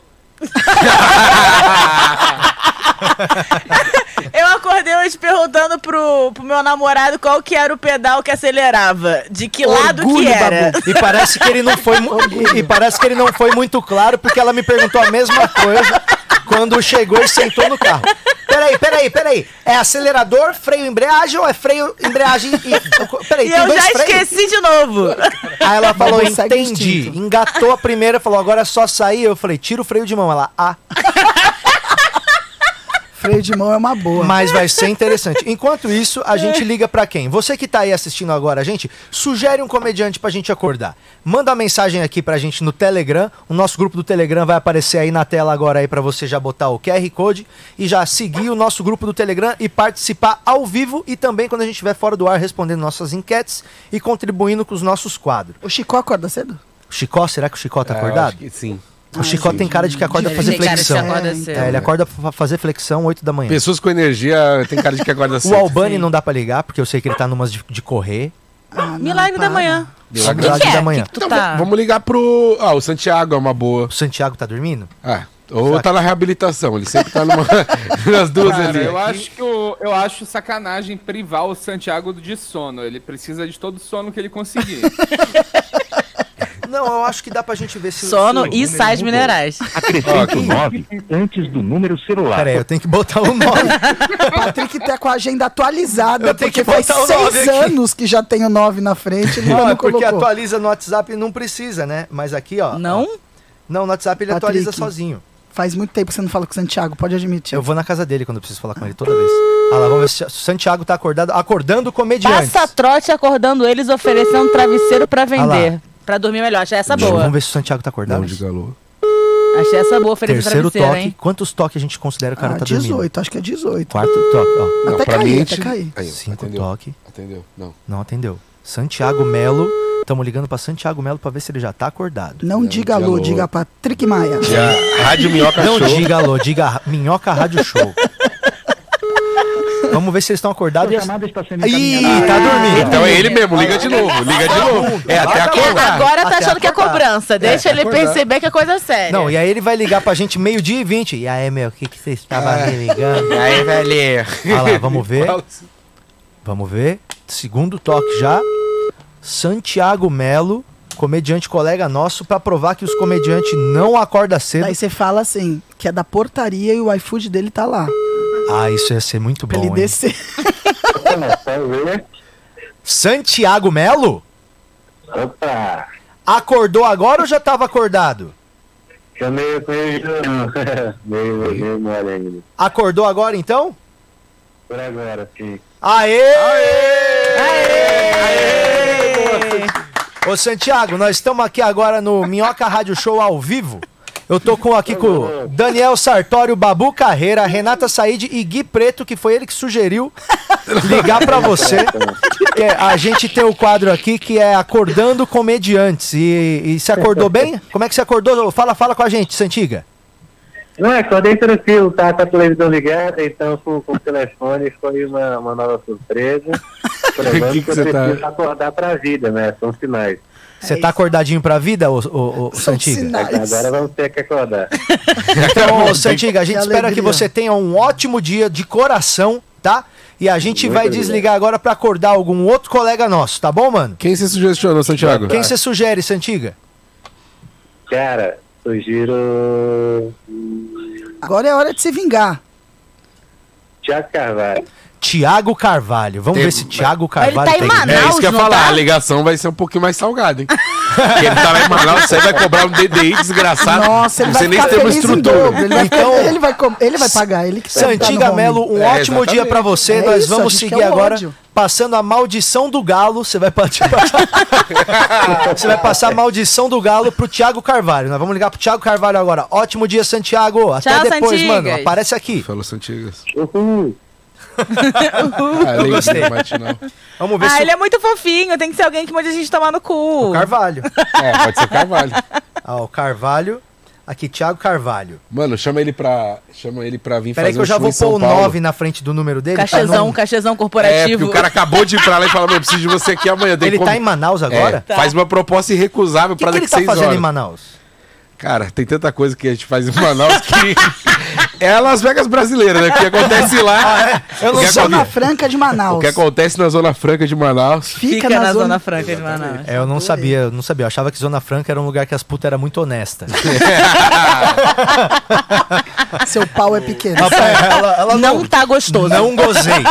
Speaker 3: Eu acordei hoje perguntando pro, pro meu namorado qual que era o pedal que acelerava. De que lado que
Speaker 6: Orgulho,
Speaker 3: era.
Speaker 6: Babu.
Speaker 2: E parece que ele não foi mu- e parece que ele não foi muito claro porque ela me perguntou a mesma coisa quando chegou e sentou no carro. Peraí, peraí, peraí. É acelerador, freio, embreagem ou é freio, embreagem e. Peraí,
Speaker 3: E
Speaker 2: tem
Speaker 3: eu
Speaker 2: dois
Speaker 3: já
Speaker 2: freios?
Speaker 3: esqueci de novo.
Speaker 2: Aí ela falou,
Speaker 6: Mas segue o
Speaker 2: entendi.
Speaker 6: instinto.
Speaker 2: Engatou a primeira, falou, agora é só sair. Eu falei, tira o freio de mão. Ela, ah,
Speaker 6: Freio de mão é uma boa.
Speaker 2: Mas vai ser interessante. Enquanto isso, a gente liga pra quem? Você que tá aí assistindo agora a gente, sugere um comediante pra gente acordar. Manda uma mensagem aqui pra gente no Telegram. O nosso grupo do Telegram vai aparecer aí na tela agora aí para você já botar o QR Code e já seguir o nosso grupo do Telegram e participar ao vivo e também quando a gente estiver fora do ar respondendo nossas enquetes e contribuindo com os nossos quadros.
Speaker 6: O Chicó acorda cedo?
Speaker 2: Chicó, será que o Chicó tá
Speaker 5: É, eu
Speaker 2: acordado?
Speaker 5: acho que sim.
Speaker 2: O Chicó tem cara de que acorda pra
Speaker 3: Ele
Speaker 2: fazer
Speaker 3: tem cara de que
Speaker 2: flexão.
Speaker 3: acorda
Speaker 2: É,
Speaker 3: cedo.
Speaker 2: ele acorda pra fazer flexão 8 da manhã.
Speaker 5: Pessoas com energia tem cara de que acorda
Speaker 2: O
Speaker 5: cedo.
Speaker 2: Albani não dá pra ligar, porque eu sei que ele tá numas de, de correr.
Speaker 6: Ah, não,
Speaker 3: Milagre da
Speaker 6: para.
Speaker 3: manhã.
Speaker 5: Deu
Speaker 2: Só
Speaker 5: a
Speaker 2: que
Speaker 5: grande-
Speaker 2: lá- da manhã.
Speaker 3: Que que tu
Speaker 5: Então,
Speaker 3: tá?
Speaker 5: v- Vamos ligar pro. Ah, o Santiago é uma boa.
Speaker 2: O Santiago tá dormindo?
Speaker 5: Ah, ou tá na reabilitação, ele sempre tá numa... nas duas
Speaker 4: Cara,
Speaker 5: ali.
Speaker 4: eu acho que o- eu acho sacanagem privar o Santiago de sono. Ele precisa de todo o sono que ele conseguir.
Speaker 2: Não, eu acho que dá pra gente ver se...
Speaker 3: Sono
Speaker 2: se-
Speaker 3: e sais minerais.
Speaker 5: Ó,
Speaker 7: Acrescente o 9 antes do número celular.
Speaker 2: Peraí, eu tenho que botar o nome.
Speaker 6: Patrick tá com a agenda atualizada,
Speaker 2: Eu tenho que
Speaker 6: porque faz
Speaker 2: botar o nove
Speaker 6: seis
Speaker 2: aqui.
Speaker 6: anos que já tem o nove na frente, ele
Speaker 2: Não,
Speaker 6: não,
Speaker 2: é
Speaker 6: não
Speaker 2: porque
Speaker 6: colocou.
Speaker 2: atualiza no WhatsApp e não precisa, né? Mas aqui, ó...
Speaker 3: Não?
Speaker 2: Não, no WhatsApp ele
Speaker 6: Patrick.
Speaker 2: atualiza sozinho.
Speaker 6: Faz muito tempo que você não fala com o Santiago, pode admitir.
Speaker 2: Eu vou na casa dele quando eu preciso falar com ele, toda vez. Ah lá, vamos ver se o Santiago tá acordado. Acordando comediante.
Speaker 3: Passa trote acordando eles, oferecendo um travesseiro pra
Speaker 2: Ah
Speaker 3: vender. Pra dormir melhor. Achei essa boa.
Speaker 2: Vamos ver se o Santiago tá acordado.
Speaker 5: Não, de galo.
Speaker 3: Achei essa boa, oferecendo
Speaker 2: Terceiro
Speaker 3: travesseiro,
Speaker 2: toque.
Speaker 3: hein?
Speaker 2: Quantos toques a gente considera o cara
Speaker 6: ah,
Speaker 2: tá
Speaker 6: 18,
Speaker 2: dormindo?
Speaker 6: acho que é 18.
Speaker 2: Quarto toque, ó.
Speaker 5: Não,
Speaker 6: até
Speaker 5: pra
Speaker 6: cair,
Speaker 5: mim,
Speaker 6: até cair.
Speaker 5: Aí,
Speaker 2: Cinco
Speaker 5: atendeu.
Speaker 2: toques.
Speaker 5: Atendeu, não.
Speaker 2: Não atendeu. Santiago Melo. Estamos ligando pra Santiago Melo pra ver se ele já tá acordado.
Speaker 6: Não, diga alô,
Speaker 5: alô.
Speaker 6: diga Patrick Maia.
Speaker 5: E a Rádio Minhoca
Speaker 2: Não
Speaker 5: Show.
Speaker 2: diga alô, diga ra- Minhoca Rádio Show. Vamos ver se eles estão acordados.
Speaker 7: Sua
Speaker 2: e as-
Speaker 7: chamada está sendo
Speaker 2: Ih,
Speaker 7: encaminhada.
Speaker 2: tá dormindo.
Speaker 5: Então é ele mesmo, liga de novo, liga de novo. É até acordar.
Speaker 3: Agora tá
Speaker 2: Até
Speaker 3: achando que é
Speaker 2: acordar.
Speaker 3: cobrança. Deixa ele perceber que é coisa séria.
Speaker 2: Não, e aí ele vai ligar pra gente meio-dia e vinte. E aí, meu, o que que você estava me ligando?
Speaker 5: Aí, velho.
Speaker 2: Olha lá, vamos ver. Vamos ver. Segundo toque já. Santiago Melo, comediante colega nosso, pra provar que os comediantes não acordam cedo.
Speaker 6: Daí você fala assim, que é da portaria e o iFood dele tá lá.
Speaker 2: Ah, isso ia ser muito
Speaker 6: Pra ele
Speaker 2: bom, hein?
Speaker 6: descer.
Speaker 8: Tá, é
Speaker 2: Santiago Melo?
Speaker 8: Opa,
Speaker 2: Acordou agora ou já tava acordado?
Speaker 8: tô meio perdido, meio, meio, meio mole ainda.
Speaker 2: Acordou agora então?
Speaker 8: Por agora, sim.
Speaker 2: Aê! Aê! Ô Santiago, nós estamos aqui agora no Minhoca Rádio Show ao vivo. Eu tô com, aqui com o Daniel Sartório, Babu Carreira, Renata Said e Gui Preto, que foi ele que sugeriu ligar pra você. Que é- a gente tem o quadro aqui que é Acordando Comediantes. E, e se acordou bem? Como é que você acordou? Fala, fala com a gente, Santiga.
Speaker 8: Não, é acordei tranquilo, tá com a televisão ligada, então com, com o telefone foi uma, uma nova surpresa. Provando
Speaker 5: Que
Speaker 8: que,
Speaker 5: que
Speaker 8: eu
Speaker 5: você tá-
Speaker 8: preciso acordar pra vida, né? São sinais.
Speaker 2: Você tá acordadinho pra vida, ô, ô, ô,
Speaker 6: É São
Speaker 2: Santiga?
Speaker 6: sinais.
Speaker 8: Agora vamos ter que acordar.
Speaker 2: Então, ô, Santiga, a gente
Speaker 6: Que
Speaker 2: espera que
Speaker 6: alegria.
Speaker 2: você tenha um ótimo dia de coração, tá? E a gente
Speaker 8: Muito
Speaker 2: vai
Speaker 8: obrigado.
Speaker 2: desligar agora pra acordar algum outro colega nosso, tá bom, mano?
Speaker 5: Quem você sugestionou, Santiago?
Speaker 2: Quem você sugere, Santiga?
Speaker 8: Cara, sugiro. hum,
Speaker 6: Agora é hora de se vingar.
Speaker 8: Tiago Carvalho.
Speaker 2: Tiago Carvalho. Vamos
Speaker 5: Tem-
Speaker 2: ver se Tiago
Speaker 3: tá
Speaker 2: Carvalho
Speaker 3: em
Speaker 2: tem.
Speaker 3: Manaus.
Speaker 5: É isso que eu ia
Speaker 3: não
Speaker 5: falar,
Speaker 3: tá?
Speaker 5: a ligação vai ser um pouquinho mais salgada, hein? Porque ele tá lá em Manaus, você vai cobrar um DDI desgraçado.
Speaker 6: Nossa, ele
Speaker 5: não
Speaker 6: vai
Speaker 5: sei nem
Speaker 6: ficar
Speaker 5: se tem uma
Speaker 6: feliz em dobro.
Speaker 5: estrutura.
Speaker 6: Ele vai,
Speaker 2: Então-
Speaker 6: ele vai, com- ele vai pagar, ele que vai botar Tá no
Speaker 2: Santiga
Speaker 6: home.
Speaker 2: Melo, um
Speaker 5: É,
Speaker 2: ótimo
Speaker 5: exatamente.
Speaker 2: dia pra você.
Speaker 6: É
Speaker 2: Nós
Speaker 6: isso, a
Speaker 2: vamos
Speaker 6: gente
Speaker 2: seguir
Speaker 6: quer um
Speaker 2: agora
Speaker 6: ódio.
Speaker 2: passando a maldição do galo. Você vai participar. você vai passar a maldição do galo pro Thiago Carvalho. Nós vamos ligar pro Thiago Carvalho agora. Ótimo dia, Santiago. Até
Speaker 3: Tchau,
Speaker 2: depois,
Speaker 3: Santigas.
Speaker 2: mano. Aparece aqui.
Speaker 5: Falou Santigas.
Speaker 8: Uhul.
Speaker 5: Ah, Alegria matinal.
Speaker 2: Vamos ver
Speaker 3: Ah,
Speaker 2: se
Speaker 3: ele é muito fofinho, tem que ser alguém que mande a gente tomar no cu.
Speaker 2: o Carvalho.
Speaker 5: É, pode ser Carvalho.
Speaker 2: Ah, o Carvalho. Aqui, Thiago Carvalho.
Speaker 5: Mano, chama ele pra, chama ele pra vir
Speaker 2: Peraí
Speaker 5: fazer
Speaker 2: que eu
Speaker 5: um
Speaker 2: já
Speaker 5: show
Speaker 2: vou
Speaker 5: em São
Speaker 2: pôr o
Speaker 5: Paulo.
Speaker 2: 9 na frente do número dele. tá pra
Speaker 3: Cachezão,
Speaker 2: não-
Speaker 3: cachezão
Speaker 5: É, porque
Speaker 3: corporativo.
Speaker 5: o cara acabou de ir pra lá e falou, meu, eu preciso de você aqui amanhã. Tem
Speaker 2: Ele
Speaker 5: como-
Speaker 2: tá em Manaus
Speaker 5: É,
Speaker 2: agora?
Speaker 5: Faz uma proposta irrecusável
Speaker 2: O que,
Speaker 5: pra
Speaker 2: que
Speaker 5: daqui
Speaker 2: ele tá
Speaker 5: seis
Speaker 2: fazendo em
Speaker 5: horas.
Speaker 2: Manaus?
Speaker 5: Cara, tem tanta coisa que a gente faz em Manaus que é Las Vegas brasileira, né? O que acontece lá.
Speaker 2: Ah, é? Eu
Speaker 5: o, que
Speaker 6: Zona
Speaker 5: aconte-
Speaker 6: Franca de
Speaker 5: o
Speaker 6: Manaus.
Speaker 5: que acontece na Zona Franca de Manaus.
Speaker 3: Fica, na, Zona, Franca de Manaus.
Speaker 2: É, eu não sabia, eu não sabia. Eu achava que Zona Franca era um lugar que as putas eram muito honestas.
Speaker 6: Seu pau é pequeno.
Speaker 2: Rapaz, ela, ela né?
Speaker 3: Não, tá gostoso.
Speaker 2: Não gozei.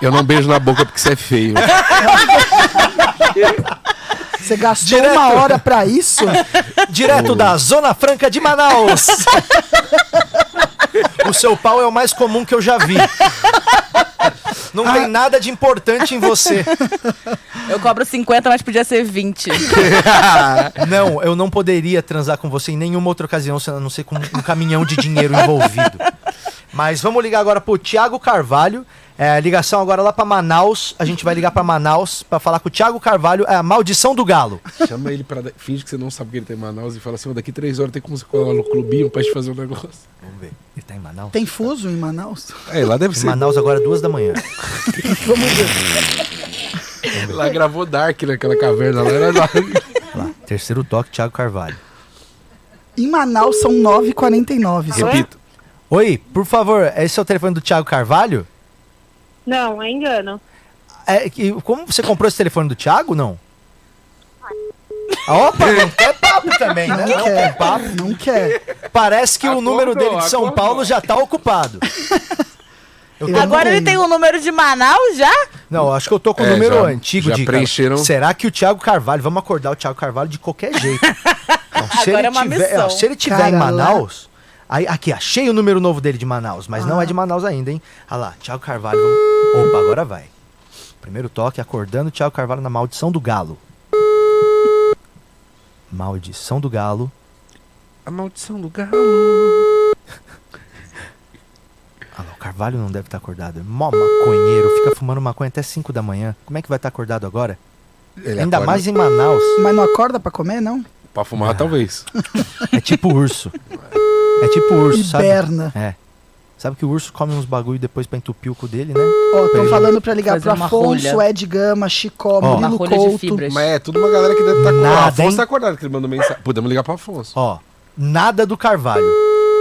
Speaker 5: Eu não beijo na boca porque você é feio.
Speaker 6: Você gastou
Speaker 2: Direto.
Speaker 6: uma hora pra isso?
Speaker 2: Direto da Zona Franca de Manaus. o seu pau é o mais comum que eu já vi. Não tem nada de importante em você.
Speaker 3: Eu cobro 50, mas podia ser 20.
Speaker 2: Não, eu não poderia transar com você em nenhuma outra ocasião, se- a não ser com um caminhão de dinheiro envolvido. Mas vamos ligar agora pro Thiago Carvalho. É, ligação agora lá pra Manaus. A gente vai ligar pra Manaus pra falar com o Thiago Carvalho. É a maldição do galo.
Speaker 5: Chama ele pra. da- Finge que você não sabe que ele tá em Manaus e fala assim: "Ó, daqui três horas tem como você colar no clubinho pra gente fazer um negócio.
Speaker 2: Vamos ver. Ele tá em Manaus?
Speaker 6: Tem fuso em Manaus?
Speaker 5: É, lá deve
Speaker 2: Em
Speaker 5: ser.
Speaker 2: Manaus agora duas da manhã.
Speaker 5: Lá gravou Dark naquela caverna lá. né? Era lá.
Speaker 2: Lá, terceiro toque, Thiago Carvalho.
Speaker 6: Em Manaus são 9h49. só.
Speaker 5: Repito.
Speaker 2: Oi, por favor, esse é o telefone do Thiago Carvalho?
Speaker 9: Não, é engano.
Speaker 2: É, que- como você comprou esse telefone do Thiago, não? Ah, Opa, não quer papo também, né? Não quer papo.
Speaker 6: Não quer.
Speaker 2: Parece que o
Speaker 4: Acordou,
Speaker 2: número dele de São
Speaker 4: acordou.
Speaker 2: Paulo já tá ocupado. Eu tô-
Speaker 3: Agora ele tem o número de Manaus já?
Speaker 2: Não, acho que eu tô com o
Speaker 5: É,
Speaker 2: número
Speaker 5: já-
Speaker 2: antigo
Speaker 5: já
Speaker 2: de.
Speaker 5: preencheram.
Speaker 2: Será que o Thiago Carvalho. Vamos acordar o Thiago Carvalho de qualquer jeito. Não, se
Speaker 3: Agora
Speaker 2: ele
Speaker 3: é uma
Speaker 2: tiver,
Speaker 3: missão.
Speaker 2: ó, se ele tiver em
Speaker 6: Cara, lá-
Speaker 2: Manaus. Aí, aqui, achei o número novo dele de Manaus, mas não é de Manaus ainda, hein? Olha lá, Thiago Carvalho. Vamos... Opa, agora vai. Primeiro toque, acordando Thiago Carvalho na maldição do galo. Maldição do galo.
Speaker 5: A maldição do galo.
Speaker 2: Ah, não, o Carvalho não deve estar acordado. é Mó maconheiro, fica fumando maconha até 5 da manhã. Como é que vai estar acordado agora?
Speaker 5: Ele
Speaker 2: Ainda
Speaker 5: acorda
Speaker 2: mais em Manaus.
Speaker 6: Mas não acorda pra comer, não?
Speaker 5: Pra fumar, talvez.
Speaker 2: É tipo urso. É tipo urso, sabe?
Speaker 6: Hiberna.
Speaker 2: É. Sabe que o urso come uns bagulho depois pra entupir o cu dele, né?
Speaker 6: Ó, estão
Speaker 2: Peraí.
Speaker 6: falando pra ligar
Speaker 3: Fazer
Speaker 6: pro
Speaker 3: uma
Speaker 6: Afonso,
Speaker 3: rolha.
Speaker 6: Ed Gama, Chicó,
Speaker 2: Ó.
Speaker 3: Uma
Speaker 6: Murilo
Speaker 3: rolha de
Speaker 6: Couto.
Speaker 3: fibras.
Speaker 5: Mas é tudo uma galera que deve estar tá com.
Speaker 2: Nada,
Speaker 5: o Afonso
Speaker 2: hein?
Speaker 5: tá acordado, que ele mandou mensagem. Podemos ligar pro Afonso.
Speaker 2: Ó, nada do Carvalho.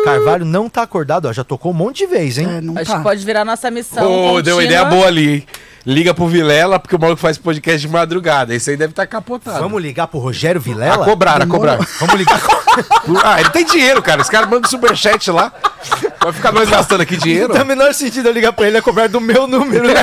Speaker 2: Carvalho não tá acordado, ó. Já tocou um monte de vez, hein?
Speaker 6: É, não
Speaker 3: Acho
Speaker 6: tá.
Speaker 3: que pode virar nossa missão.
Speaker 5: Ô,
Speaker 3: contínua.
Speaker 5: deu uma ideia boa ali, hein? Liga pro Vilela, porque o maluco faz podcast de madrugada. Esse aí deve estar capotado.
Speaker 2: Vamos ligar pro Rogério
Speaker 5: a
Speaker 2: Vilela?
Speaker 5: cobrar, a cobrar.
Speaker 2: Vamos ligar.
Speaker 5: Ah, ele tem dinheiro, cara. Esse cara manda um superchat lá. Vai ficar nós gastando aqui dinheiro?
Speaker 2: Não tem o Tá menor sentido eu ligar pra ele, é cobrar do meu número, né?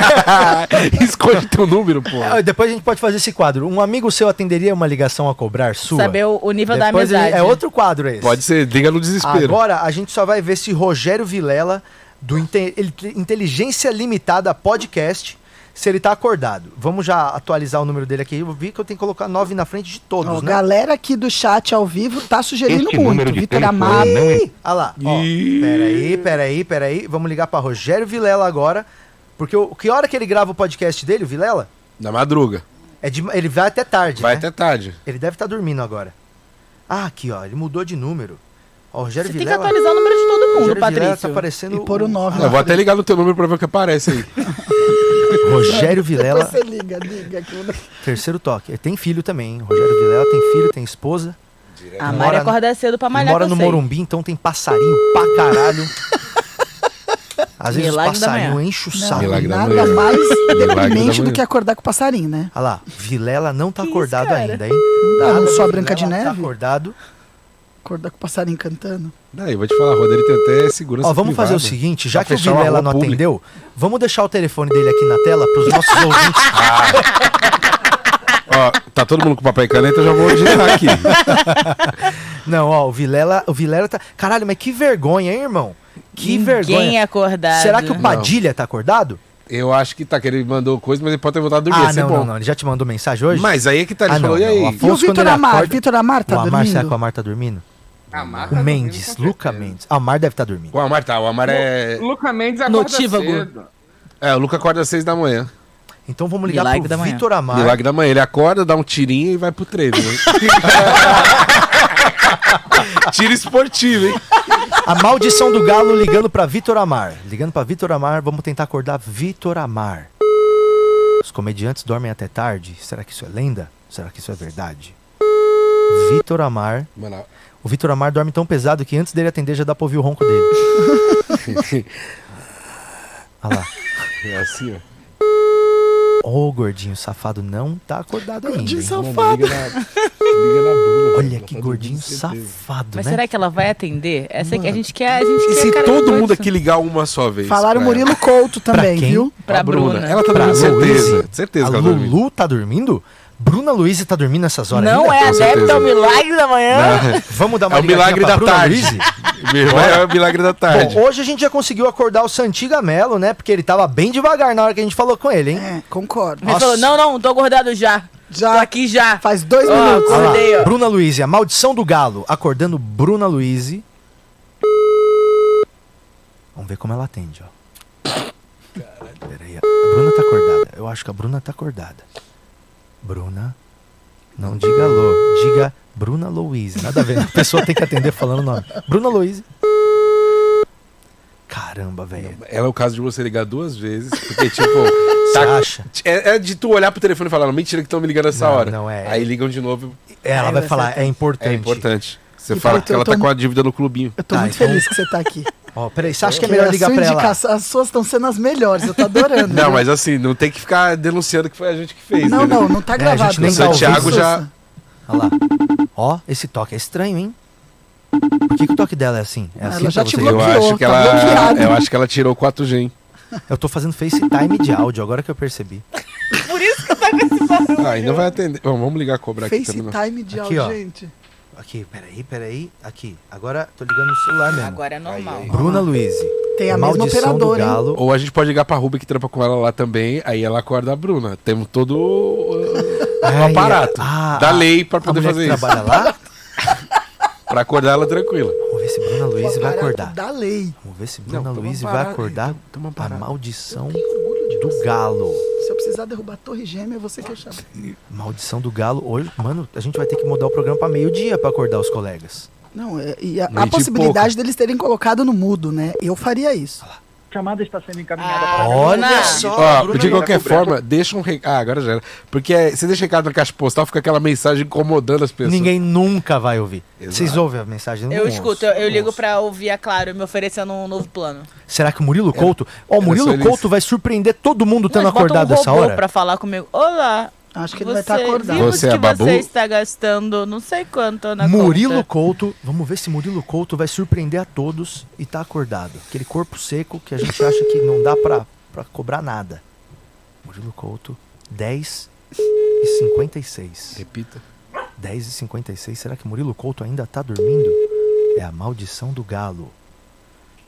Speaker 5: Escolhe teu número, pô.
Speaker 2: Ah, Depois a gente pode fazer esse quadro. Um amigo seu atenderia uma ligação a cobrar sua?
Speaker 3: Saber o, o nível da
Speaker 2: Depois a gente-
Speaker 3: amizade.
Speaker 2: É outro quadro esse.
Speaker 5: Pode ser, liga no desespero.
Speaker 2: Agora a gente só vai ver se Rogério Vilela, do Inte- ele- Inteligência Limitada Podcast, se ele tá acordado. Vamos já atualizar o número dele aqui. Eu vi que eu tenho que colocar nove na frente de todos,
Speaker 6: Ó,
Speaker 2: né?
Speaker 6: galera aqui do chat ao vivo tá sugerindo
Speaker 7: Este número
Speaker 6: muito.
Speaker 7: de
Speaker 6: Vitor
Speaker 7: telefone
Speaker 6: Amado.
Speaker 7: não é...
Speaker 2: Ih, ah lá. Ó, peraí, peraí, peraí. Vamos ligar pra Rogério Vilela agora. Porque o, que hora que ele grava o podcast dele, o Vilela?
Speaker 5: Na madruga.
Speaker 2: É de- ele vai até tarde,
Speaker 5: Vai
Speaker 2: né?
Speaker 5: até tarde.
Speaker 2: Ele deve estar dormindo agora. Ah, aqui, ó. Ele mudou de número. Ó, o Rogério
Speaker 3: Você tem que
Speaker 2: Vilela.
Speaker 3: atualizar o número de todo mundo,
Speaker 2: Rogério Vilela tá
Speaker 3: Patrício.
Speaker 2: aparecendo Ah,
Speaker 6: E pôr o nove
Speaker 5: Eu vou até ligar no teu número pra ver o que aparece aí.
Speaker 2: Rogério Vilela.
Speaker 6: Você liga, liga. que eu-
Speaker 2: Terceiro toque. Ele tem filho também, hein? Rogério Vilela tem filho, tem esposa.
Speaker 3: A
Speaker 2: Mora
Speaker 3: Mari
Speaker 2: no-
Speaker 3: acorda cedo pra malhar,
Speaker 2: mora
Speaker 3: que eu
Speaker 2: no
Speaker 3: sei.
Speaker 2: Morumbi, então tem passarinho pra caralho. Às vezes
Speaker 3: Milagre
Speaker 2: os
Speaker 3: da
Speaker 2: passarinhos
Speaker 3: manhã.
Speaker 2: enchem o
Speaker 6: Não,
Speaker 2: saco. Olha
Speaker 5: Milagre da
Speaker 6: nada
Speaker 5: manhã.
Speaker 6: mais
Speaker 5: Milagre da
Speaker 6: deprimente do
Speaker 5: manhã.
Speaker 6: que acordar com o passarinho, né?
Speaker 2: lá, Vilela não tá
Speaker 3: Que isso,
Speaker 2: acordado
Speaker 3: cara? tá
Speaker 2: ainda, hein? Tá,
Speaker 6: Ah, não
Speaker 2: Nada
Speaker 6: sou a
Speaker 2: do
Speaker 6: Branca de
Speaker 2: Vilela, Tá
Speaker 6: Neve?
Speaker 2: acordado.
Speaker 6: Acordar com o passarinho cantando.
Speaker 5: Daí, eu vou te falar, Roda, ele tem até segurança
Speaker 2: Ó, vamos fazer
Speaker 5: privada.
Speaker 2: o seguinte, já
Speaker 5: Pra
Speaker 2: que o
Speaker 5: fechar uma
Speaker 2: Vilela
Speaker 5: rua
Speaker 2: não
Speaker 5: pública.
Speaker 2: atendeu, vamos deixar o telefone dele aqui na tela pros nossos ouvintes.
Speaker 5: Ó, tá todo mundo com papel e caneta, eu já vou digitar aqui.
Speaker 2: Não, ó, o Vilela, o Vilela tá. Caralho, mas que vergonha, hein, irmão? Que
Speaker 3: Ninguém
Speaker 2: vergonha.
Speaker 3: é acordado.
Speaker 2: Será que o Padilha tá acordado?
Speaker 5: Eu acho que tá, que ele mandou coisa, mas ele pode ter voltado a dormir,
Speaker 2: ah,
Speaker 5: isso é
Speaker 2: não,
Speaker 5: bom.
Speaker 2: não, não. Ele já te mandou mensagem hoje?
Speaker 5: Mas aí é que tá, ele
Speaker 2: Ah,
Speaker 5: falou,
Speaker 2: não,
Speaker 5: e aí?
Speaker 2: não,
Speaker 6: E o
Speaker 2: Afonso, quando
Speaker 6: Vitor
Speaker 2: ele
Speaker 6: Amar?
Speaker 2: acorda-
Speaker 6: Vitor Amar tá
Speaker 2: o Amar, será que o
Speaker 6: dormindo?
Speaker 2: Amar tá dormindo?
Speaker 4: A Mar
Speaker 2: O
Speaker 4: tá
Speaker 2: Mendes,
Speaker 4: dormindo com
Speaker 2: Luca
Speaker 4: certeza.
Speaker 2: Mendes. Amar deve estar dormindo.
Speaker 5: O Amar tá, o Amar é...
Speaker 4: O Luca Mendes acorda
Speaker 3: Notívago.
Speaker 4: cedo.
Speaker 5: É, o Luca acorda às seis da manhã.
Speaker 2: Então vamos ligar
Speaker 3: Milagre da
Speaker 2: pro
Speaker 3: manhã.
Speaker 2: Vitor Amar.
Speaker 5: Milagre da manhã. Ele acorda, dá um tirinho e vai pro treino. né? hein? Tiro esportivo, hein?
Speaker 2: A maldição do galo ligando pra Vitor Amar. Ligando pra Vitor Amar, vamos tentar acordar Vitor Amar. Os comediantes dormem até tarde. Será que isso é lenda? Será que isso é verdade? Vitor Amar.
Speaker 5: Mano,
Speaker 2: O Vitor Amar dorme tão pesado que antes dele atender já dá pra ouvir o ronco dele. Olha lá.
Speaker 5: é assim, ó.
Speaker 2: Ô, gordinho safado não tá acordado ainda.
Speaker 6: Gordinho
Speaker 2: hein?
Speaker 6: safado.
Speaker 5: Mano, liga na, liga na Bruna.
Speaker 2: Olha
Speaker 5: Ela
Speaker 2: que
Speaker 5: tá
Speaker 2: gordinho
Speaker 5: dormindo, certeza.
Speaker 2: safado,
Speaker 3: Mas
Speaker 2: né?
Speaker 3: será que ela vai atender? Essa que a gente quer, a gente
Speaker 5: E
Speaker 3: quer
Speaker 5: se
Speaker 3: cara
Speaker 5: todo
Speaker 3: doido.
Speaker 5: mundo aqui ligar uma só vez?
Speaker 6: Falaram
Speaker 5: pra
Speaker 6: Murilo Couto também,
Speaker 2: quem?
Speaker 6: viu?
Speaker 5: ela?
Speaker 3: pra Bruna.
Speaker 5: Ela tá
Speaker 2: Pra
Speaker 5: dormindo, certeza.
Speaker 2: Luísa?
Speaker 5: Certeza
Speaker 2: A
Speaker 5: que ela tá dormindo.
Speaker 2: Lulu tá dormindo? Bruna Luiz tá dormindo nessas horas
Speaker 3: Não
Speaker 2: ainda?
Speaker 3: é
Speaker 5: certeza.
Speaker 3: adepto ao milagre da manhã?
Speaker 2: Vamos dar uma
Speaker 5: É o
Speaker 2: ligadinha
Speaker 5: milagre
Speaker 2: pra
Speaker 5: da
Speaker 2: Bruna
Speaker 5: tarde.
Speaker 2: Luizzi?
Speaker 5: É o milagre da tarde.
Speaker 2: Bom, hoje a gente já conseguiu acordar o Santiga Melo, né? Porque ele tava bem devagar na hora que a gente falou com ele, hein?
Speaker 6: É, concordo.
Speaker 3: Ele falou, não, não, tô acordado já. Tô
Speaker 6: Já
Speaker 3: aqui já.
Speaker 6: faz dois
Speaker 3: Ó,
Speaker 6: minutos.
Speaker 2: Ah, Olha lá,
Speaker 3: Acordei, ó.
Speaker 2: Bruna Luiz, a maldição do galo. Acordando Bruna Luiz. Vamos ver como ela atende, ó. Peraí, a Bruna tá acordada. Eu acho que a Bruna tá acordada. Bruna, não diga alô, diga Bruna Luiz. Nada a ver, a pessoa tem que atender falando o nome. Bruna Luiz. Caramba, velho.
Speaker 5: Ela é o caso de você ligar duas vezes, porque, tipo,
Speaker 2: Você
Speaker 5: tá,
Speaker 2: acha?
Speaker 5: é, é de tu olhar pro telefone e falar, não, mentira que estão me ligando essa
Speaker 2: Não,
Speaker 5: hora.
Speaker 2: não é.
Speaker 5: Aí ligam de novo,
Speaker 2: Ela
Speaker 6: Aí
Speaker 2: vai
Speaker 6: você
Speaker 2: falar, é importante.
Speaker 5: é importante. Você
Speaker 6: E
Speaker 5: fala
Speaker 6: fala,
Speaker 5: que ela
Speaker 6: eu tô
Speaker 5: tá
Speaker 6: mu-
Speaker 5: com a dívida no clubinho.
Speaker 6: Eu tô
Speaker 2: Tá,
Speaker 6: muito
Speaker 2: então-
Speaker 6: feliz que você tá aqui.
Speaker 2: Ó, peraí, você acha que é
Speaker 6: Porque
Speaker 2: melhor
Speaker 6: a
Speaker 2: ligar
Speaker 6: sua
Speaker 2: pra ela?
Speaker 6: indicação- As suas estão sendo as melhores, eu tô adorando.
Speaker 5: Não,
Speaker 6: viu?
Speaker 5: mas assim, não tem que ficar denunciando que foi a gente que fez.
Speaker 6: Não,
Speaker 5: né?
Speaker 6: não, não tá
Speaker 2: É, a
Speaker 6: gravado.
Speaker 2: gente nem
Speaker 6: né?
Speaker 2: tá ouvindo.
Speaker 5: Santiago já-
Speaker 6: Sussa.
Speaker 2: Olha lá. Ó, esse toque é estranho, hein? Por que, que o toque dela é assim? É assim
Speaker 6: Ela já
Speaker 2: pra
Speaker 6: te
Speaker 2: você?
Speaker 5: Eu
Speaker 6: bloqueou.
Speaker 5: acho que
Speaker 6: tá
Speaker 5: ela.
Speaker 6: bloqueado.
Speaker 5: eu acho que ela tirou o 4G, hein?
Speaker 2: Eu tô fazendo FaceTime de áudio, agora que eu percebi.
Speaker 5: Ah, ainda vai atender. Bom, vamos ligar a cobrar aqui também. não.
Speaker 6: FaceTime de
Speaker 2: Aqui, ó.
Speaker 6: áudio, gente.
Speaker 2: Aqui, peraí, peraí. Aqui, agora tô ligando no celular mesmo.
Speaker 3: Agora é normal.
Speaker 2: Bruna Luiz.
Speaker 6: Tem a mesma operadora, hein?
Speaker 2: Galo.
Speaker 5: Ou a gente pode ligar pra Ruby que trampa com ela lá também, aí ela acorda a Bruna. Temos todo o o
Speaker 2: Ai,
Speaker 5: aparato
Speaker 2: a-
Speaker 5: da
Speaker 2: a-
Speaker 5: lei pra
Speaker 2: A
Speaker 5: poder
Speaker 2: mulher que
Speaker 5: fazer isso.
Speaker 2: trabalha lá.
Speaker 5: Pra acordar ela tranquila.
Speaker 2: Vamos ver se Bruna Luiz vai
Speaker 6: Aparato
Speaker 2: acordar.
Speaker 6: Da lei.
Speaker 2: Vamos ver se Bruna
Speaker 5: Não, toma
Speaker 2: Luiz
Speaker 5: uma
Speaker 2: vai
Speaker 5: parada aí,
Speaker 2: acordar
Speaker 5: toma- toma uma
Speaker 2: a
Speaker 5: parada.
Speaker 2: maldição
Speaker 6: orgulho de
Speaker 2: do
Speaker 6: você.
Speaker 2: galo.
Speaker 6: Se eu precisar derrubar a torre gêmea, é você que eu chamo.
Speaker 2: Maldição do galo. Hoje, mano, a gente vai ter que mudar o programa pra meio-dia pra acordar os colegas.
Speaker 6: Não, é- e a, a
Speaker 5: Mente
Speaker 6: possibilidade deles terem colocado no mudo, né? Eu faria isso.
Speaker 7: chamada está sendo encaminhada
Speaker 2: Olha só,
Speaker 5: Ó,
Speaker 2: Bruna
Speaker 5: de
Speaker 2: Luiz.
Speaker 5: qualquer forma, deixa um recado. Ah, agora já era. Porque é, você deixa recado na caixa postal, fica aquela mensagem incomodando as pessoas.
Speaker 2: Ninguém nunca vai ouvir.
Speaker 5: Exato.
Speaker 2: Vocês ouvem a mensagem? Não
Speaker 3: Eu
Speaker 2: ouço,
Speaker 3: escuto, eu,
Speaker 2: não
Speaker 3: eu ligo
Speaker 2: ouço.
Speaker 3: pra ouvir a Claro me oferecendo um novo plano.
Speaker 2: Será que o Murilo Couto. Ó, o
Speaker 5: era
Speaker 2: Murilo
Speaker 5: só É. ele-
Speaker 2: Couto vai surpreender todo mundo tendo
Speaker 3: Mas bota
Speaker 2: acordado
Speaker 3: um
Speaker 2: tá essa
Speaker 3: robô
Speaker 2: hora.
Speaker 3: pra falar comigo. Olá,
Speaker 6: Acho que ele vai
Speaker 3: você
Speaker 6: estar acordado.
Speaker 3: vimos
Speaker 5: Você é
Speaker 3: que
Speaker 5: babu?
Speaker 3: você está gastando não sei quanto na
Speaker 2: Murilo
Speaker 3: conta.
Speaker 2: Couto, vamos ver se Murilo Couto vai surpreender a todos e tá acordado. Aquele corpo seco que a gente acha que não dá pra, pra cobrar nada. Murilo Couto, 10 e 56.
Speaker 5: Repita.
Speaker 2: 10 e 56, será que Murilo Couto ainda tá dormindo? É a maldição do galo.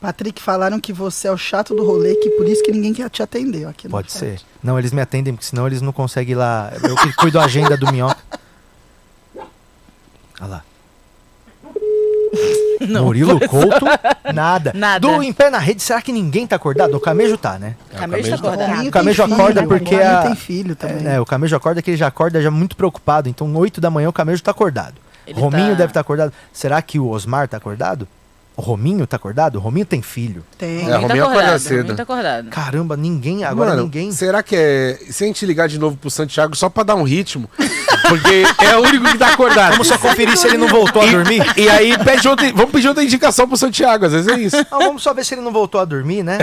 Speaker 6: Patrick, falaram que você é o chato do rolê, que por isso que ninguém quer te atender. ó, Aqui no
Speaker 2: Pode
Speaker 6: chat.
Speaker 2: ser. Não, eles me atendem, porque senão eles não conseguem ir lá. Eu que cuido a agenda do minhoca. Olha lá. Murilo Couto, nada.
Speaker 3: Nada.
Speaker 2: Do Em Pé na Rede, será que ninguém tá acordado? O Camejo tá, né?
Speaker 5: É, o
Speaker 3: Acabei de
Speaker 5: Camejo tá-
Speaker 3: acordar.
Speaker 6: Rolinho
Speaker 2: O Camejo
Speaker 6: tem
Speaker 2: acorda
Speaker 6: filho,
Speaker 2: porque
Speaker 6: o Rolinho
Speaker 2: a-
Speaker 6: tem filho também.
Speaker 2: É, o Camejo acorda que ele já acorda já muito preocupado. Então, 8 da manhã, o Camejo tá acordado.
Speaker 3: Ele
Speaker 2: Rominho
Speaker 3: tá-
Speaker 2: deve estar acordado. Será que o Osmar tá acordado? O Rominho tá acordado? O Rominho tem filho.
Speaker 6: Tem.
Speaker 5: É,
Speaker 3: Ninguém
Speaker 5: Rominho
Speaker 3: tá
Speaker 5: acorda
Speaker 3: acordado,
Speaker 5: cedo.
Speaker 3: ninguém tá acordado.
Speaker 2: Caramba, ninguém, agora
Speaker 5: Mano,
Speaker 2: ninguém.
Speaker 5: Será que é. Se a gente ligar de novo pro Santiago só pra dar um ritmo? Porque é o único que tá acordado.
Speaker 2: Vamos só conferir se ele não voltou a dormir.
Speaker 5: E aí pede outra, vamos pedir outra indicação pro Santiago, às vezes é isso.
Speaker 2: Ah, vamos só ver se ele não voltou a dormir, né?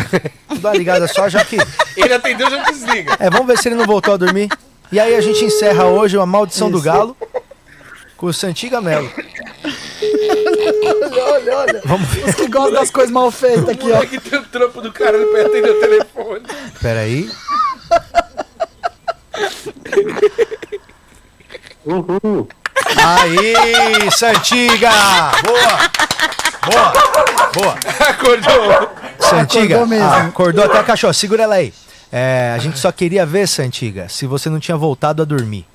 Speaker 2: Dá uma ligada só, já que.
Speaker 5: Ele atendeu, já desliga.
Speaker 2: É, vamos ver se ele não voltou a dormir. E aí a gente encerra hoje a Maldição do Galo com o Santiga Melo.
Speaker 6: Olha, olha, olha. Os que gostam das coisas mal feitas aqui, ó.
Speaker 5: Moleque tem o trampo do cara, ele pega atender o telefone.
Speaker 2: Peraí.
Speaker 8: Uhul.
Speaker 2: Aí, Santiga! Boa! Boa! Boa!
Speaker 5: Acordou.
Speaker 2: Santiga,
Speaker 6: Acordou mesmo.
Speaker 2: ah, acordou até o cachorro. Segura ela aí. É, a gente só queria ver, Santiga, se você não tinha voltado a dormir.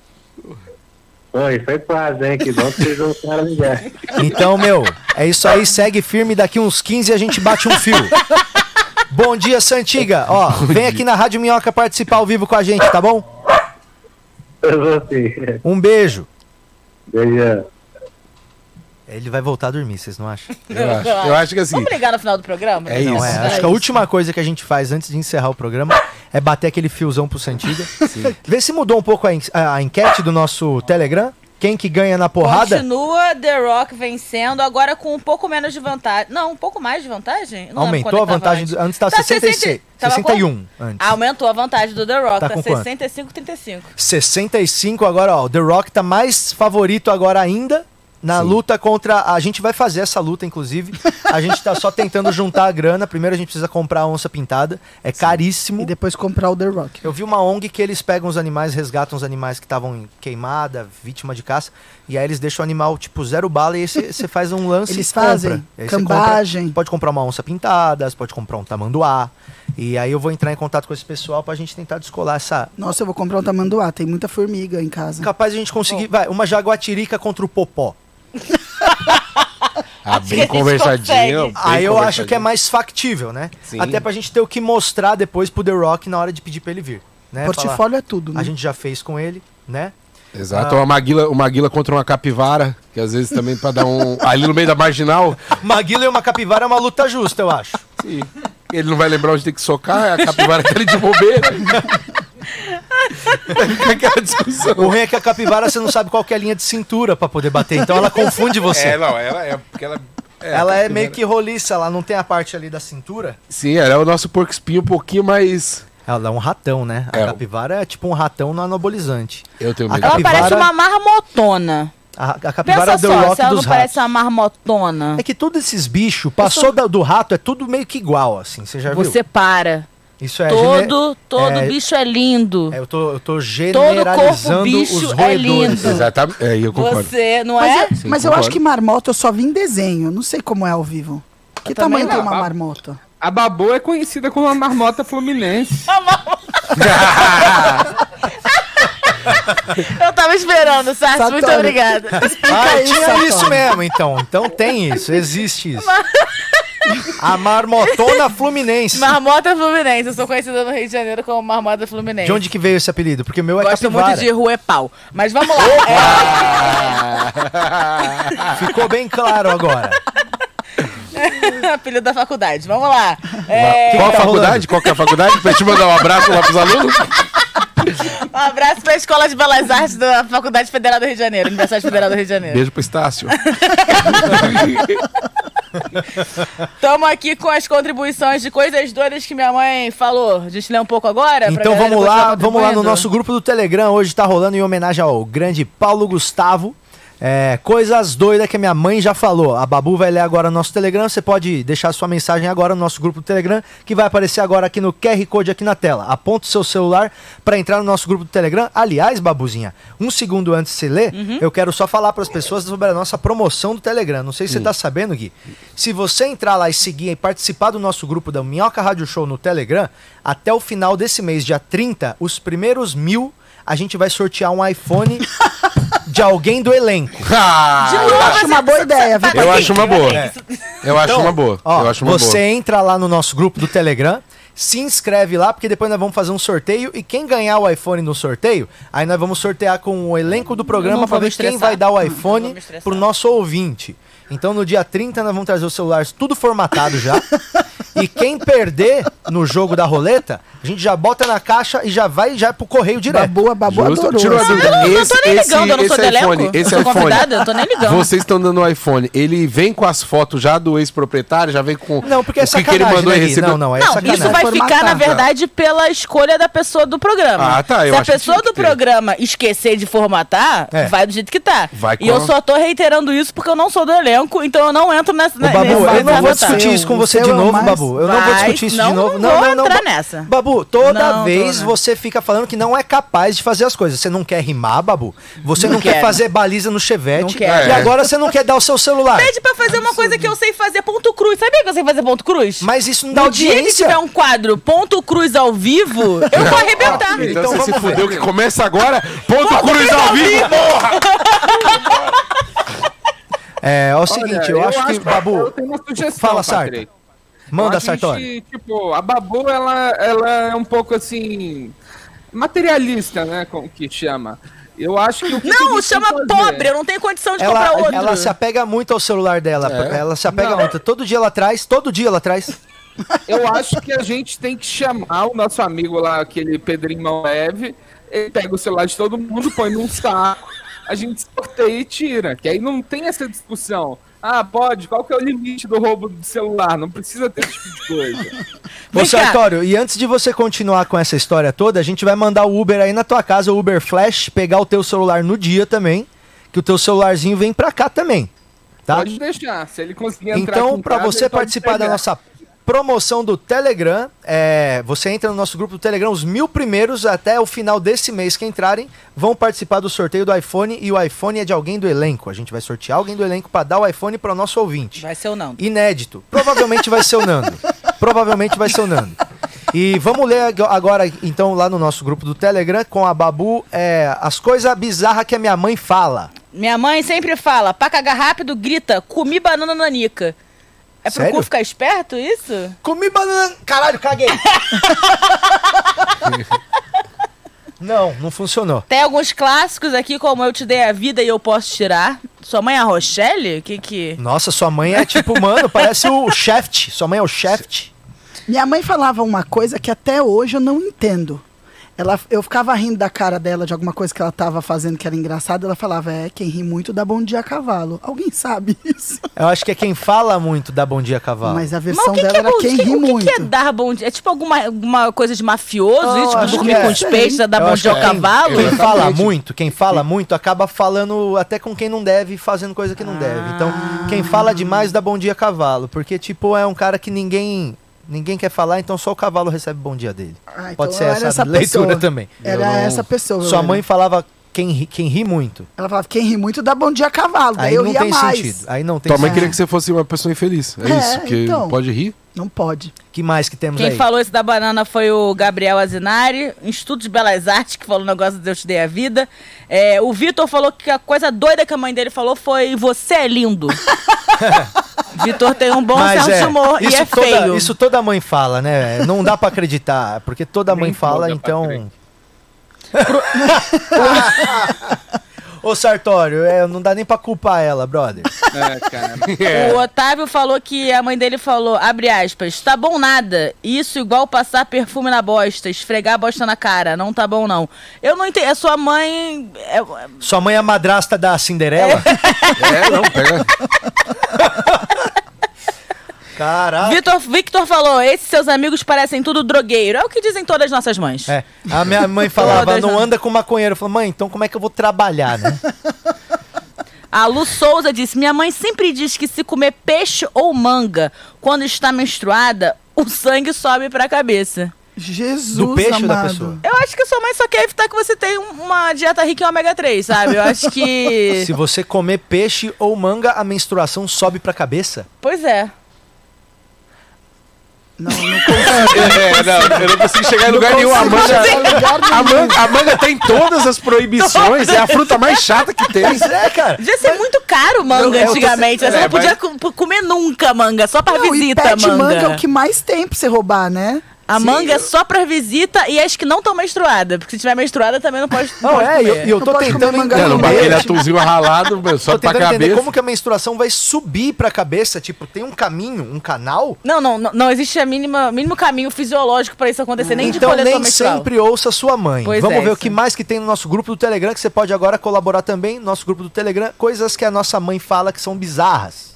Speaker 8: Foi, foi quase, hein? Que bom que vocês não ficaram ligar.
Speaker 2: Então, meu, é isso aí. Segue firme. Daqui uns 15 a gente bate um fio. Bom dia, Santiga. Ó, vem aqui na Rádio Minhoca participar ao vivo com a gente, tá bom?
Speaker 8: Eu vou assim.
Speaker 2: Um beijo.
Speaker 8: Beijão.
Speaker 2: Ele vai voltar a dormir, vocês não acham?
Speaker 5: Eu acho, eu acho que assim.
Speaker 3: Vamos ligar no final do programa?
Speaker 5: É
Speaker 2: Não,
Speaker 5: isso.
Speaker 2: é. Acho que a última coisa que a gente faz antes de encerrar o programa é bater aquele fiozão pro Santiga. Vê se mudou um pouco a, en- a enquete do nosso Telegram. Quem que ganha na porrada?
Speaker 3: Continua The Rock vencendo, agora com um pouco menos de vantagem. Não, um pouco mais de vantagem? Eu não lembro
Speaker 2: Aumentou a
Speaker 3: quanto é que tava
Speaker 2: vantagem. do- Antes estava
Speaker 3: Tá
Speaker 2: 66.
Speaker 3: 60 tava Ah,
Speaker 2: 61 antes.
Speaker 3: Aumentou a vantagem do The Rock,
Speaker 2: Tá
Speaker 3: tá,
Speaker 2: com quanto?
Speaker 3: 65, 35.
Speaker 2: 65 agora, ó. O The Rock tá mais favorito agora ainda na luta contra. A gente vai fazer essa luta, inclusive. A gente tá só tentando juntar a grana. Primeiro a gente precisa comprar a onça pintada. É caríssimo.
Speaker 6: E depois comprar o The Rock.
Speaker 2: Eu vi uma ONG que eles pegam os animais, resgatam os animais que estavam em queimada, vítima de caça, e aí eles deixam o animal, tipo, zero bala, e aí você faz um lance
Speaker 6: Eles
Speaker 2: e compra.
Speaker 6: fazem
Speaker 2: E aí cê compra-
Speaker 6: cambagem.
Speaker 2: pode comprar uma onça pintada, você pode comprar um tamanduá, e aí eu vou entrar em contato com esse pessoal pra gente tentar descolar essa...
Speaker 6: Nossa, eu vou comprar um tamanduá. Tem muita formiga em casa.
Speaker 2: Capaz de a gente conseguir, vai, uma jaguatirica contra o popó.
Speaker 5: Ah,
Speaker 3: Acho que a
Speaker 5: bem
Speaker 3: gente
Speaker 5: conversadinho.
Speaker 3: consegue.
Speaker 5: bem
Speaker 2: Aí eu acho que é
Speaker 5: conversadinho.
Speaker 2: mais factível, né?
Speaker 5: Sim.
Speaker 2: Até pra gente ter o que mostrar depois pro The Rock na hora de pedir pra ele vir, né? Falar,
Speaker 6: Portfólio é tudo, né?
Speaker 2: a gente já fez com ele, né?
Speaker 5: Exato, uma, maguila, uma maguila contra uma capivara, que às vezes também pra dar um. ali no meio da marginal,
Speaker 2: Maguila e uma capivara é uma luta justa, eu acho.
Speaker 5: sim. ele não vai lembrar onde tem que socar, a capivara tá ali de bobeira. Aquela discussão.
Speaker 2: O ruim é que a capivara você não sabe qual que é a linha de cintura pra poder bater, então ela confunde você.
Speaker 5: É, não, ela é. Porque ela é,
Speaker 2: ela é
Speaker 5: capivara.
Speaker 2: meio que roliça, ela não tem a parte ali da cintura.
Speaker 5: Sim, ela é o nosso porco espinho um pouquinho mais.
Speaker 2: Ela é um ratão, né? A
Speaker 5: É.
Speaker 2: capivara é tipo um ratão no anabolizante.
Speaker 5: Eu tenho
Speaker 2: A
Speaker 5: medo.
Speaker 3: Ela
Speaker 2: capivara-
Speaker 3: parece uma marmotona.
Speaker 2: A, a capivara
Speaker 3: Pensa
Speaker 2: deu
Speaker 3: só,
Speaker 2: rock
Speaker 3: se ela não
Speaker 2: dos ratos.
Speaker 3: parece uma marmotona.
Speaker 2: É que todos esses bichos, passou da- do rato, é tudo meio que igual, assim, você já
Speaker 3: Você
Speaker 2: viu?
Speaker 3: para.
Speaker 2: Isso é gene-
Speaker 3: todo todo
Speaker 2: é-
Speaker 3: bicho é lindo.
Speaker 2: é, eu, tô, eu tô
Speaker 3: corpo
Speaker 2: generalizando
Speaker 3: bicho
Speaker 2: os
Speaker 3: é
Speaker 2: roedores.
Speaker 3: lindo.
Speaker 5: Exatamente. É, eu concordo.
Speaker 3: Você, não
Speaker 6: Mas,
Speaker 3: é?
Speaker 6: eu,
Speaker 5: Sim,
Speaker 6: mas eu
Speaker 5: concordo.
Speaker 6: acho que marmota eu só vi em desenho. Não sei como é ao vivo. Que tamanho tem uma marmota?
Speaker 4: A Babu é conhecida como a marmota fluminense.
Speaker 3: Eu tava esperando, Sartre. Muito
Speaker 6: Satori.
Speaker 3: obrigada.
Speaker 2: Ah, tinha
Speaker 6: Satana.
Speaker 2: isso mesmo, então. Então tem isso, existe isso. A marmotona fluminense.
Speaker 3: Marmota Fluminense. Eu sou conhecida no Rio de Janeiro como Marmota Fluminense.
Speaker 2: De onde que veio esse apelido? Porque o meu é
Speaker 3: Gosto
Speaker 2: capivara.
Speaker 3: muito de rua é pau. Mas vamos lá.
Speaker 2: Ficou bem claro agora.
Speaker 3: É apelido da faculdade. Vamos lá. É,
Speaker 5: Qual a
Speaker 2: tá
Speaker 5: faculdade?
Speaker 2: rolando?
Speaker 5: Qual que é a faculdade? Pra te mandar um abraço lá pros alunos?
Speaker 3: um abraço pra Escola de Belas Artes da Faculdade Federal do Rio de Janeiro. Universidade Federal do Rio de Janeiro.
Speaker 5: Beijo pro Estácio.
Speaker 3: Estamos aqui com as contribuições de coisas doidas que minha mãe falou. A gente lê um pouco agora? pra
Speaker 2: Então
Speaker 3: galera
Speaker 2: vamos
Speaker 3: continuar né?
Speaker 2: lá, vamos lá no
Speaker 3: contribuindo?
Speaker 2: nosso grupo do Telegram. Hoje tá rolando em homenagem ao grande Paulo Gustavo. É, coisas doidas que a minha mãe já falou. A Babu vai ler agora no nosso Telegram. Você pode deixar sua mensagem agora no nosso grupo do Telegram, que vai aparecer agora aqui no QR Code aqui na tela. Aponta o seu celular para entrar no nosso grupo do Telegram. Aliás, Babuzinha, um segundo antes de você ler, eu quero só falar para as pessoas sobre a nossa promoção do Telegram. Não sei se você tá sabendo, Gui. Se você entrar lá e seguir e participar do nosso grupo da Minhoca Rádio Show no Telegram, até o final desse mês, dia 30, os primeiros mil, a gente vai sortear um iPhone de alguém do elenco.
Speaker 5: Ah,
Speaker 6: eu acho uma boa
Speaker 3: tá
Speaker 6: ideia, viu?
Speaker 5: Eu acho uma boa. Eu acho
Speaker 2: Então,
Speaker 5: uma boa.
Speaker 2: Ó,
Speaker 5: Eu acho uma
Speaker 2: você é
Speaker 5: boa.
Speaker 2: entra lá no nosso grupo do Telegram, se inscreve lá, porque depois nós vamos fazer um sorteio e quem ganhar o iPhone no sorteio, aí nós vamos sortear com o elenco do
Speaker 3: Eu
Speaker 2: programa
Speaker 3: não
Speaker 2: pra
Speaker 3: vou me
Speaker 2: ver quem
Speaker 3: estressar.
Speaker 2: vai dar o
Speaker 3: Eu não vou
Speaker 2: iPhone
Speaker 3: me estressar.
Speaker 2: pro nosso ouvinte. Então no dia 30 nós vamos trazer os celulares tudo formatado já. E quem perder no jogo da roleta, a gente já bota na caixa e já vai já pro correio direto.
Speaker 6: Babu, babu
Speaker 5: Justo,
Speaker 6: adorou. assim.
Speaker 5: tirou a
Speaker 6: essa.
Speaker 5: dúvida.
Speaker 3: Eu não
Speaker 5: Esse-
Speaker 3: tô nem
Speaker 5: esse-
Speaker 3: ligando, eu não sou
Speaker 5: esse
Speaker 3: deleco.
Speaker 5: iPhone, esse
Speaker 3: eu sou
Speaker 5: iPhone.
Speaker 3: convidada, eu tô nem ligando.
Speaker 5: Vocês estão dando o iPhone, ele vem com as fotos já do ex-proprietário, já vem com
Speaker 2: Não, porque é
Speaker 5: o que, que ele
Speaker 2: sacanagem,
Speaker 5: mandou
Speaker 2: né,
Speaker 5: e
Speaker 2: Gui?
Speaker 5: recebeu.
Speaker 2: Não, não, é
Speaker 3: não,
Speaker 2: sacanagem.
Speaker 3: isso vai
Speaker 6: Formatar,
Speaker 3: ficar, na
Speaker 6: tá.
Speaker 3: verdade, pela escolha da pessoa do programa.
Speaker 5: Ah, tá, eu
Speaker 3: Se a
Speaker 5: acho que
Speaker 3: pessoa
Speaker 5: tinha que
Speaker 3: do
Speaker 5: ter.
Speaker 3: programa esquecer de formatar,
Speaker 2: É.
Speaker 3: vai do jeito que tá.
Speaker 5: Vai
Speaker 3: e eu
Speaker 5: com-
Speaker 3: só tô reiterando isso porque eu não sou do elenco, então eu não entro nessa.
Speaker 2: Ô, Babu,
Speaker 3: nesse-
Speaker 2: eu não
Speaker 3: nessa
Speaker 2: vou
Speaker 3: votação.
Speaker 2: discutir isso com
Speaker 6: O
Speaker 2: você
Speaker 6: seu
Speaker 2: de
Speaker 6: é o
Speaker 2: novo,
Speaker 6: mais-
Speaker 2: Babu. Eu não vou
Speaker 3: Vai,
Speaker 2: discutir isso de
Speaker 3: não
Speaker 2: novo.
Speaker 3: vou
Speaker 2: Não, não,
Speaker 3: entrar
Speaker 2: não.
Speaker 3: nessa.
Speaker 2: Babu, toda
Speaker 3: Não,
Speaker 2: vez
Speaker 3: tô, né?
Speaker 2: você fica falando que não é capaz de fazer as coisas. Você não quer rimar, Babu. Você não,
Speaker 3: Não
Speaker 2: quer
Speaker 3: quero.
Speaker 2: fazer baliza no chevette.
Speaker 3: Não quero.
Speaker 2: E agora você não quer dar o seu celular.
Speaker 3: Pede pra fazer uma coisa que eu sei fazer, ponto cruz. Sabia que eu sei fazer ponto cruz?
Speaker 2: Mas isso não dá
Speaker 3: no dia que
Speaker 2: audiência.
Speaker 3: tiver um quadro ponto cruz ao vivo, eu vou arrebentar.
Speaker 5: Então,
Speaker 2: Então
Speaker 5: você se
Speaker 2: vamos ver.
Speaker 5: fudeu que começa agora, ponto cruz ao vivo, porra!
Speaker 2: É, é o seguinte, eu, acho, que, Babu,
Speaker 4: eu tenho uma sugestão,
Speaker 2: fala, Sarta.
Speaker 4: Patrick.
Speaker 2: manda,
Speaker 4: Eu acho
Speaker 2: Sartori.
Speaker 4: que, tipo, a Babu, ela, ela é um pouco assim. materialista, né? Como que chama. Eu acho que. Então, O que
Speaker 3: Não,
Speaker 4: eles têm
Speaker 3: chama
Speaker 4: que fazer-
Speaker 3: pobre, eu não tenho condição de
Speaker 2: Ela,
Speaker 3: comprar outro.
Speaker 2: ela se apega muito ao celular dela. Ela se apega
Speaker 4: É? Não.
Speaker 2: muito. Todo dia ela traz, todo dia ela traz.
Speaker 4: Eu acho que a gente tem que chamar o nosso amigo lá, aquele Pedrinho Mão Leve. Ele pega o celular de todo mundo, põe num saco. A gente sorteia e tira. Que aí não tem essa discussão. Ah, pode, qual que é o limite do roubo do celular? Não precisa ter esse tipo de coisa.
Speaker 2: Ô,
Speaker 3: Vem cá.
Speaker 2: Sartório, e antes de você continuar com essa história toda, a gente vai mandar o Uber aí na tua casa, o Uber Flash, pegar o teu celular no dia também, que o teu celularzinho vem pra cá também, tá?
Speaker 4: Pode deixar. Se ele conseguir entrar aqui
Speaker 2: Então,
Speaker 4: em
Speaker 2: pra
Speaker 4: casa,
Speaker 2: você
Speaker 4: ele pode
Speaker 2: participar da
Speaker 4: pegar.
Speaker 2: nossa promoção do Telegram, é, você entra no nosso grupo do Telegram, os mil primeiros até o final desse mês que entrarem vão participar do sorteio do iPhone e o iPhone é de alguém do elenco. A gente vai sortear alguém do elenco pra dar o iPhone para nosso ouvinte.
Speaker 3: Vai ser ou não.
Speaker 2: Inédito. Provavelmente vai ser o Nando. Provavelmente vai ser o Nando. E vamos ler ag- agora, então, lá no nosso grupo do Telegram, com a Babu, é, as coisas bizarras que a minha mãe fala.
Speaker 3: Minha mãe sempre fala, pra cagar rápido, grita, comi banana nanica. É pro
Speaker 2: Sério?
Speaker 3: cu ficar esperto isso?
Speaker 2: Comi banana. Caralho, caguei. não, não funcionou.
Speaker 3: Tem alguns clássicos aqui, como Eu Te Dei a Vida e Eu Posso Tirar. Sua mãe é a Rochelle? Que que...
Speaker 2: Nossa, sua mãe é tipo, mano, parece o Shaft. Sua mãe é o Shaft.
Speaker 6: Minha mãe falava uma coisa que até hoje eu não entendo. Ela, eu ficava rindo da cara dela de alguma coisa que ela tava fazendo que era engraçada. Ela falava, é, quem ri muito dá bom dia a cavalo. Alguém sabe isso?
Speaker 2: Eu acho que é quem fala muito da Bom Dia Cavalo.
Speaker 6: Mas a
Speaker 3: Mas o
Speaker 6: versão
Speaker 3: que,
Speaker 6: dela
Speaker 3: que é
Speaker 6: era
Speaker 3: bom
Speaker 6: quem
Speaker 3: que-
Speaker 6: ri
Speaker 3: o que,
Speaker 6: muito.
Speaker 3: que é dar bom dia? É tipo alguma, alguma coisa de mafioso,
Speaker 2: Eu
Speaker 3: isso?
Speaker 2: acho
Speaker 3: Tipo, dormir
Speaker 2: que é.
Speaker 3: com os peixes, dar
Speaker 2: Eu
Speaker 3: bom
Speaker 2: acho
Speaker 3: dia ao
Speaker 2: que é.
Speaker 3: cavalo?
Speaker 2: Quem fala muito, quem fala muito, acaba falando até com quem não deve, e fazendo coisa que não deve. Então, quem fala demais dá bom dia cavalo, porque tipo é um cara que ninguém ninguém quer falar, então só o cavalo recebe bom dia dele.
Speaker 6: Ah, então
Speaker 2: Pode ser
Speaker 6: eu era
Speaker 2: essa, leitura
Speaker 6: pessoa. É,
Speaker 2: também.
Speaker 6: Era essa pessoa. eu
Speaker 2: Sua
Speaker 6: era.
Speaker 2: mãe falava quem ri, quem ri muito.
Speaker 6: Ela falava, quem ri muito dá bom dia a cavalo. Daí
Speaker 2: Aí
Speaker 6: eu
Speaker 2: não
Speaker 6: ria
Speaker 2: tem
Speaker 6: mais.
Speaker 2: sentido. Aí não tem.
Speaker 5: Tua mãe
Speaker 2: sentido.
Speaker 5: queria que você fosse uma pessoa infeliz, é,
Speaker 6: É,
Speaker 5: isso, porque
Speaker 6: então.
Speaker 5: pode rir.
Speaker 6: Não pode.
Speaker 2: Que mais que temos
Speaker 3: Quem
Speaker 2: é aí?
Speaker 3: falou isso da banana foi o Gabriel Azinari, Instituto de Belas Artes, que falou o negócio de Eu Te Dei a Vida. É, o Vitor falou que a coisa doida que a mãe dele falou foi Você é lindo. Vitor tem um bom
Speaker 2: Mas
Speaker 3: senso
Speaker 2: é,
Speaker 3: de humor e
Speaker 2: isso
Speaker 3: é
Speaker 2: toda,
Speaker 3: feio.
Speaker 2: Isso toda mãe fala, né? Não dá pra acreditar, porque toda mãe
Speaker 4: Nem
Speaker 2: fala,
Speaker 4: toda,
Speaker 2: então.
Speaker 4: Patrick.
Speaker 2: Ô Sartório, é, não dá nem pra culpar ela, brother.
Speaker 4: É, cara.
Speaker 3: O Otávio falou que a mãe dele falou, abre aspas, tá bom nada. Isso igual passar perfume na bosta, esfregar a bosta na cara, não tá bom não. Eu não entendo, a sua mãe... é-
Speaker 2: Sua mãe é a madrasta da Cinderela?
Speaker 5: É, não, pega.
Speaker 2: Caralho.
Speaker 3: Vitor, Victor falou, esses seus amigos parecem tudo drogueiro. É o que dizem todas as nossas mães.
Speaker 2: É, a minha mãe falava,
Speaker 3: Todas,
Speaker 2: não
Speaker 3: né?
Speaker 2: anda com maconheiro. Eu falava, mãe, então como é que eu vou trabalhar, né?
Speaker 3: A Lu Souza disse: Minha mãe sempre diz que se comer peixe ou manga quando está menstruada, o sangue sobe pra cabeça.
Speaker 6: Jesus
Speaker 2: Do peixe da
Speaker 6: amado.
Speaker 2: pessoa.
Speaker 3: Eu acho que a sua mãe só quer evitar que você tenha um- uma dieta rica em ômega 3, sabe? Eu acho que.
Speaker 2: Se você comer peixe ou manga, a menstruação sobe pra cabeça?
Speaker 3: Pois é.
Speaker 6: Não, não
Speaker 5: É, não, eu não consigo chegar em lugar nenhum. A manga, a, manga, a manga tem todas as proibições, é a fruta mais chata que tem.
Speaker 2: Pois é, cara.
Speaker 3: Devia ser muito caro manga
Speaker 2: eu tô-
Speaker 3: antigamente. né? Você
Speaker 5: é,
Speaker 3: não podia co- comer nunca manga, só pra
Speaker 6: Não, e
Speaker 3: visita
Speaker 6: pet manga.
Speaker 3: manga.
Speaker 6: é o que mais tem pra você roubar, né?
Speaker 3: A
Speaker 5: Sim,
Speaker 3: manga é
Speaker 5: eu-
Speaker 3: só pra visita e as que não estão menstruada. Porque se tiver menstruada também não pode.
Speaker 2: Não,
Speaker 3: pode
Speaker 2: é, e eu,
Speaker 3: comer.
Speaker 2: e eu tô
Speaker 6: Não pode comer
Speaker 2: tentando
Speaker 6: manga
Speaker 2: entender.
Speaker 5: É, não bate aquele
Speaker 2: tipo,
Speaker 5: atumzinho ralado, meu,
Speaker 2: Tô
Speaker 5: sobe pra
Speaker 2: tentando entender
Speaker 5: cabeça.
Speaker 2: como que a menstruação vai subir pra cabeça. Tipo, tem um caminho, um canal?
Speaker 3: Não, não, não, não existe a mínima, mínimo caminho fisiológico pra isso acontecer, nem de
Speaker 2: então
Speaker 3: coletor
Speaker 2: nem
Speaker 3: menstrual.
Speaker 2: sempre ouça sua mãe.
Speaker 3: Pois
Speaker 2: Vamos
Speaker 3: é,
Speaker 2: ver o
Speaker 3: isso.
Speaker 2: que mais que tem no nosso grupo do Telegram, que você pode agora colaborar também. Nosso grupo do Telegram, coisas que a nossa mãe fala que são bizarras.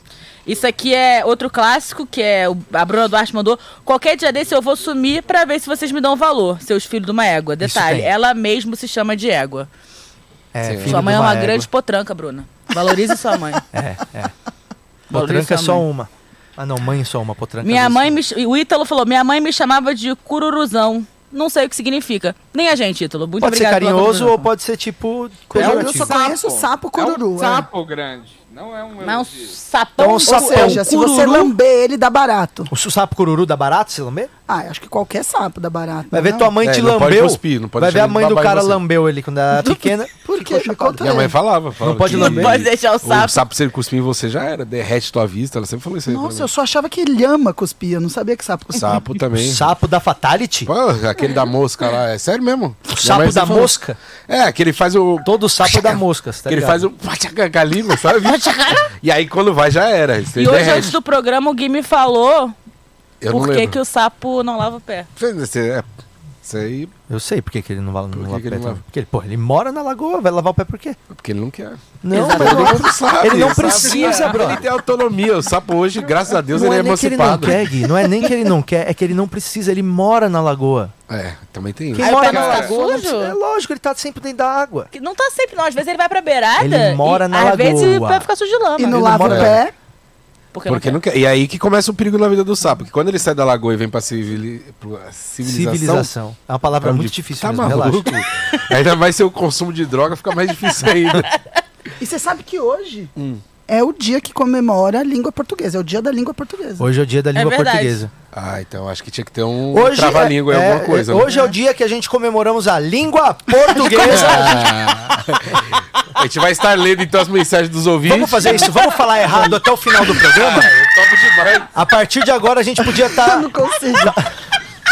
Speaker 3: Isso aqui é outro clássico, que é. o- A Bruna Duarte mandou. Qualquer dia desse eu vou sumir pra ver se vocês me dão valor, seus filhos de uma égua. Detalhe,
Speaker 2: tem.
Speaker 3: ela mesmo se chama de égua.
Speaker 2: É, filho
Speaker 3: sua
Speaker 2: de
Speaker 3: mãe é uma
Speaker 2: égua.
Speaker 3: grande potranca, Bruna. Valorize sua mãe.
Speaker 2: É, é.
Speaker 3: Valorize
Speaker 2: Potranca é
Speaker 3: sua
Speaker 2: só
Speaker 3: mãe.
Speaker 2: uma. Ah, não, mãe é só uma, potranca.
Speaker 3: Minha
Speaker 2: duas.
Speaker 3: mãe me, ch- O Ítalo falou: minha mãe me chamava de cururuzão. Não sei o que significa. Nem a gente, Ítalo. Muito
Speaker 2: Pode ser
Speaker 3: obrigado pela
Speaker 2: carinhoso ou
Speaker 3: contribuição.
Speaker 2: pode ser tipo.
Speaker 6: Cururu,
Speaker 2: pejorativo.
Speaker 6: eu é só conheço sapo cururu,
Speaker 4: um É um
Speaker 6: é.
Speaker 4: sapo grande. Não é um.
Speaker 3: Mas é um
Speaker 4: elogio.
Speaker 3: sapão.
Speaker 2: Então, um
Speaker 6: Ou
Speaker 2: sapão.
Speaker 6: seja, se você
Speaker 3: cururu-
Speaker 6: lamber ele, dá barato.
Speaker 2: O sapo cururu dá barato, se lamber?
Speaker 6: Ah, acho que qualquer sapo dá barato.
Speaker 2: Vai
Speaker 6: não
Speaker 2: ver
Speaker 6: não?
Speaker 2: tua mãe
Speaker 5: É,
Speaker 2: te
Speaker 5: não pode
Speaker 2: lambeu.
Speaker 5: cuspir, não pode
Speaker 2: vai ver
Speaker 5: chegar
Speaker 2: a mãe do
Speaker 5: babar em
Speaker 2: cara
Speaker 5: você.
Speaker 2: lambeu ele quando era pequena.
Speaker 6: Por quê? Me
Speaker 2: é.
Speaker 6: conta
Speaker 5: Minha mãe
Speaker 6: aí.
Speaker 5: falava. falava
Speaker 2: pode
Speaker 5: que
Speaker 2: lamber.
Speaker 3: Pode deixar o sapo.
Speaker 5: O sapo, se ele cuspir em você, já era. Derrete tua vista. Ela sempre falou isso aí. pra
Speaker 6: Nossa,
Speaker 5: mim.
Speaker 6: eu só achava que lhama cuspia, eu não sabia que sapo cuspia.
Speaker 5: Sapo
Speaker 2: O
Speaker 5: também.
Speaker 2: sapo da fatality?
Speaker 5: Pô, aquele da mosca lá. É sério mesmo.
Speaker 2: O sapo da mosca?
Speaker 5: É, aquele faz o...
Speaker 2: Todo sapo é da mosca, tá
Speaker 5: que ele
Speaker 2: ligado?
Speaker 5: faz o... Galinha, sabe? e aí, quando vai, já era. Isso
Speaker 3: E
Speaker 5: aí
Speaker 3: hoje,
Speaker 5: derrete.
Speaker 3: antes do programa, o Gui me falou
Speaker 5: Eu não
Speaker 3: por que,
Speaker 5: lembro.
Speaker 3: que o sapo não lava o pé.
Speaker 5: Isso aí é- isso aí...
Speaker 2: Eu sei por que que ele não vai não
Speaker 5: que
Speaker 2: lava o
Speaker 5: que
Speaker 2: pé.
Speaker 5: ele não
Speaker 2: também.
Speaker 5: lava?
Speaker 2: Porque ele, porra, ele mora na lagoa, vai lavar o pé por quê?
Speaker 5: Porque ele não é quer.
Speaker 2: Não,
Speaker 5: Mas todo mundo sabe,
Speaker 2: ele não
Speaker 5: sabe?
Speaker 2: precisa, bro.
Speaker 5: Ele tem autonomia. O sapo hoje, graças a Deus,
Speaker 2: não
Speaker 5: ele é,
Speaker 2: é nem que ele não
Speaker 5: emancipado.
Speaker 2: quer, Gui. Não é nem que ele não quer, é que ele não precisa, ele mora na lagoa.
Speaker 5: É, também tem isso.
Speaker 2: Quem
Speaker 3: Aí o
Speaker 2: mora
Speaker 3: pé não
Speaker 2: na
Speaker 3: tá
Speaker 2: lagoa. não
Speaker 3: sujo?
Speaker 2: precisa- É lógico, ele tá sempre dentro da água.
Speaker 3: Que Não tá sempre, não. Às vezes ele vai pra beirada.
Speaker 2: Ele mora
Speaker 3: e,
Speaker 2: na
Speaker 3: Às vezes
Speaker 2: lagoa.
Speaker 3: o pé fica sujo de lama.
Speaker 6: E não
Speaker 2: Ele
Speaker 6: lava o
Speaker 2: mora-
Speaker 6: pé.
Speaker 3: Porque,
Speaker 5: Porque
Speaker 3: não
Speaker 5: não quer. E aí que começa o perigo na vida do sapo. Que quando ele sai da lagoa e vem pra civili... pra civilização.
Speaker 2: Civilização. É uma palavra
Speaker 5: Cara,
Speaker 2: muito
Speaker 5: de-
Speaker 2: difícil,
Speaker 5: Tá
Speaker 2: mesmo, relaxa.
Speaker 5: maluco? Ainda mais se o consumo de droga fica mais difícil ainda.
Speaker 6: E você sabe que hoje
Speaker 5: Hum.
Speaker 6: é o dia que comemora a língua portuguesa, é o dia da língua portuguesa.
Speaker 2: Hoje é o dia da língua
Speaker 3: verdade.
Speaker 2: portuguesa.
Speaker 5: Ah, então acho que tinha que ter um
Speaker 2: Hoje
Speaker 5: trava-língua
Speaker 2: é,
Speaker 5: em alguma coisa.
Speaker 2: é,
Speaker 5: né?
Speaker 2: hoje é o dia que a gente comemoramos a língua portuguesa.
Speaker 5: A gente vai estar lendo então as mensagens dos ouvintes.
Speaker 2: vamos fazer isso, vamos falar errado até o final do
Speaker 5: Ah,
Speaker 2: programa?
Speaker 5: eu topo demais.
Speaker 2: A partir de agora a gente podia tá-
Speaker 6: Eu
Speaker 2: estar.
Speaker 6: não consigo.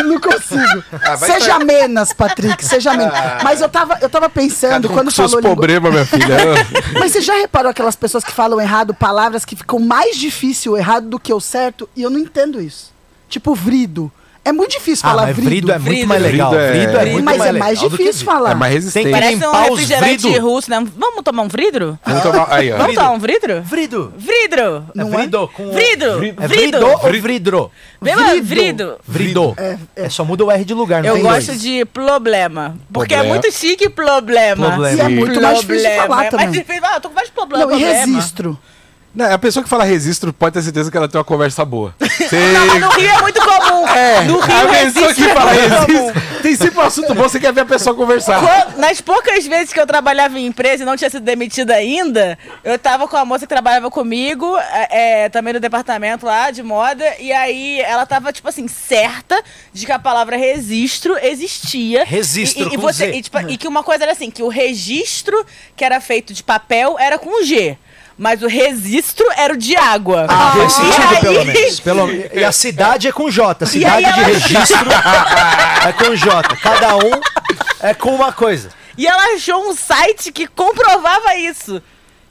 Speaker 6: Eu não consigo.
Speaker 5: Ah, vai Ah.
Speaker 6: seja menos, Patrick, seja menos. Mas eu tava, eu tava pensando,
Speaker 5: Cada um com
Speaker 6: quando
Speaker 5: seus
Speaker 6: falou língua...
Speaker 5: problemas, minha filha. né?
Speaker 6: Mas você já reparou aquelas pessoas que falam errado palavras que ficam mais difícil o errado do que o certo? E eu não entendo isso. Tipo, vrido. É muito difícil
Speaker 2: Ah,
Speaker 6: falar
Speaker 2: mas
Speaker 6: vrido.
Speaker 2: vrido é muito
Speaker 3: Vrido.
Speaker 2: mais legal.
Speaker 5: Vrido é-
Speaker 2: Vrido é muito mais
Speaker 6: Mas é mais
Speaker 2: legal do que
Speaker 6: difícil
Speaker 2: vrido.
Speaker 5: É
Speaker 6: falar.
Speaker 5: mais
Speaker 2: Tem
Speaker 5: resistente.
Speaker 2: que
Speaker 3: Parece um
Speaker 2: limpar os
Speaker 3: refrigerante
Speaker 2: vidro.
Speaker 3: russo, né? Vamos tomar um vidro?
Speaker 5: Vamos tomar. Então, Aí, ó.
Speaker 3: Vamos tomar um vidro?
Speaker 2: Vrido.
Speaker 3: Vidro!
Speaker 2: É
Speaker 6: Não é?
Speaker 2: vrido com...
Speaker 3: Vidro!
Speaker 2: É vrido
Speaker 3: Vidro!
Speaker 2: ou vidro?
Speaker 3: Vem lá,
Speaker 6: Vrido.
Speaker 3: Vrido!
Speaker 2: Vrido. É, só muda o R de lugar, não
Speaker 3: Eu
Speaker 2: tem
Speaker 3: gosto
Speaker 2: dois.
Speaker 3: de problema. Porque é
Speaker 5: Problema.
Speaker 3: muito chique problema.
Speaker 2: Problema.
Speaker 6: E é muito mais difícil de falar
Speaker 3: é mais
Speaker 6: também.
Speaker 3: difícil. Ah, eu tô com vários problemas.
Speaker 6: Não, e
Speaker 3: problema.
Speaker 6: registro.
Speaker 5: Não, a pessoa que fala registro pode ter certeza que ela tem uma conversa boa. Você-
Speaker 3: Não, mas no Rio é muito comum. No Rio
Speaker 5: a pessoa
Speaker 3: resiste
Speaker 5: que
Speaker 3: é
Speaker 5: fala
Speaker 3: muito comum.
Speaker 5: registro tem sempre um assunto bom, você quer ver a pessoa conversar.
Speaker 3: Quando- nas poucas vezes que eu trabalhava em empresa e não tinha sido demitida ainda, eu tava com a moça que trabalhava comigo, é, é, também no departamento lá de moda, e aí ela tava, tipo assim, certa de que a palavra registro existia.
Speaker 2: Registro,
Speaker 3: E, e,
Speaker 2: com
Speaker 3: e
Speaker 2: Uhum.
Speaker 3: você-
Speaker 2: Z.
Speaker 3: e, tipo, e que uma coisa era assim, que o registro que era feito de papel era com G. Mas o registro era o de água.
Speaker 2: Ah, faz
Speaker 3: E
Speaker 2: sentido,
Speaker 3: aí-
Speaker 2: pelo menos. Pelo- E a cidade é com J. Cidade
Speaker 3: E aí
Speaker 2: de
Speaker 3: ela-
Speaker 2: registro é com J. Cada um é com uma coisa.
Speaker 3: E ela achou um site que comprovava isso.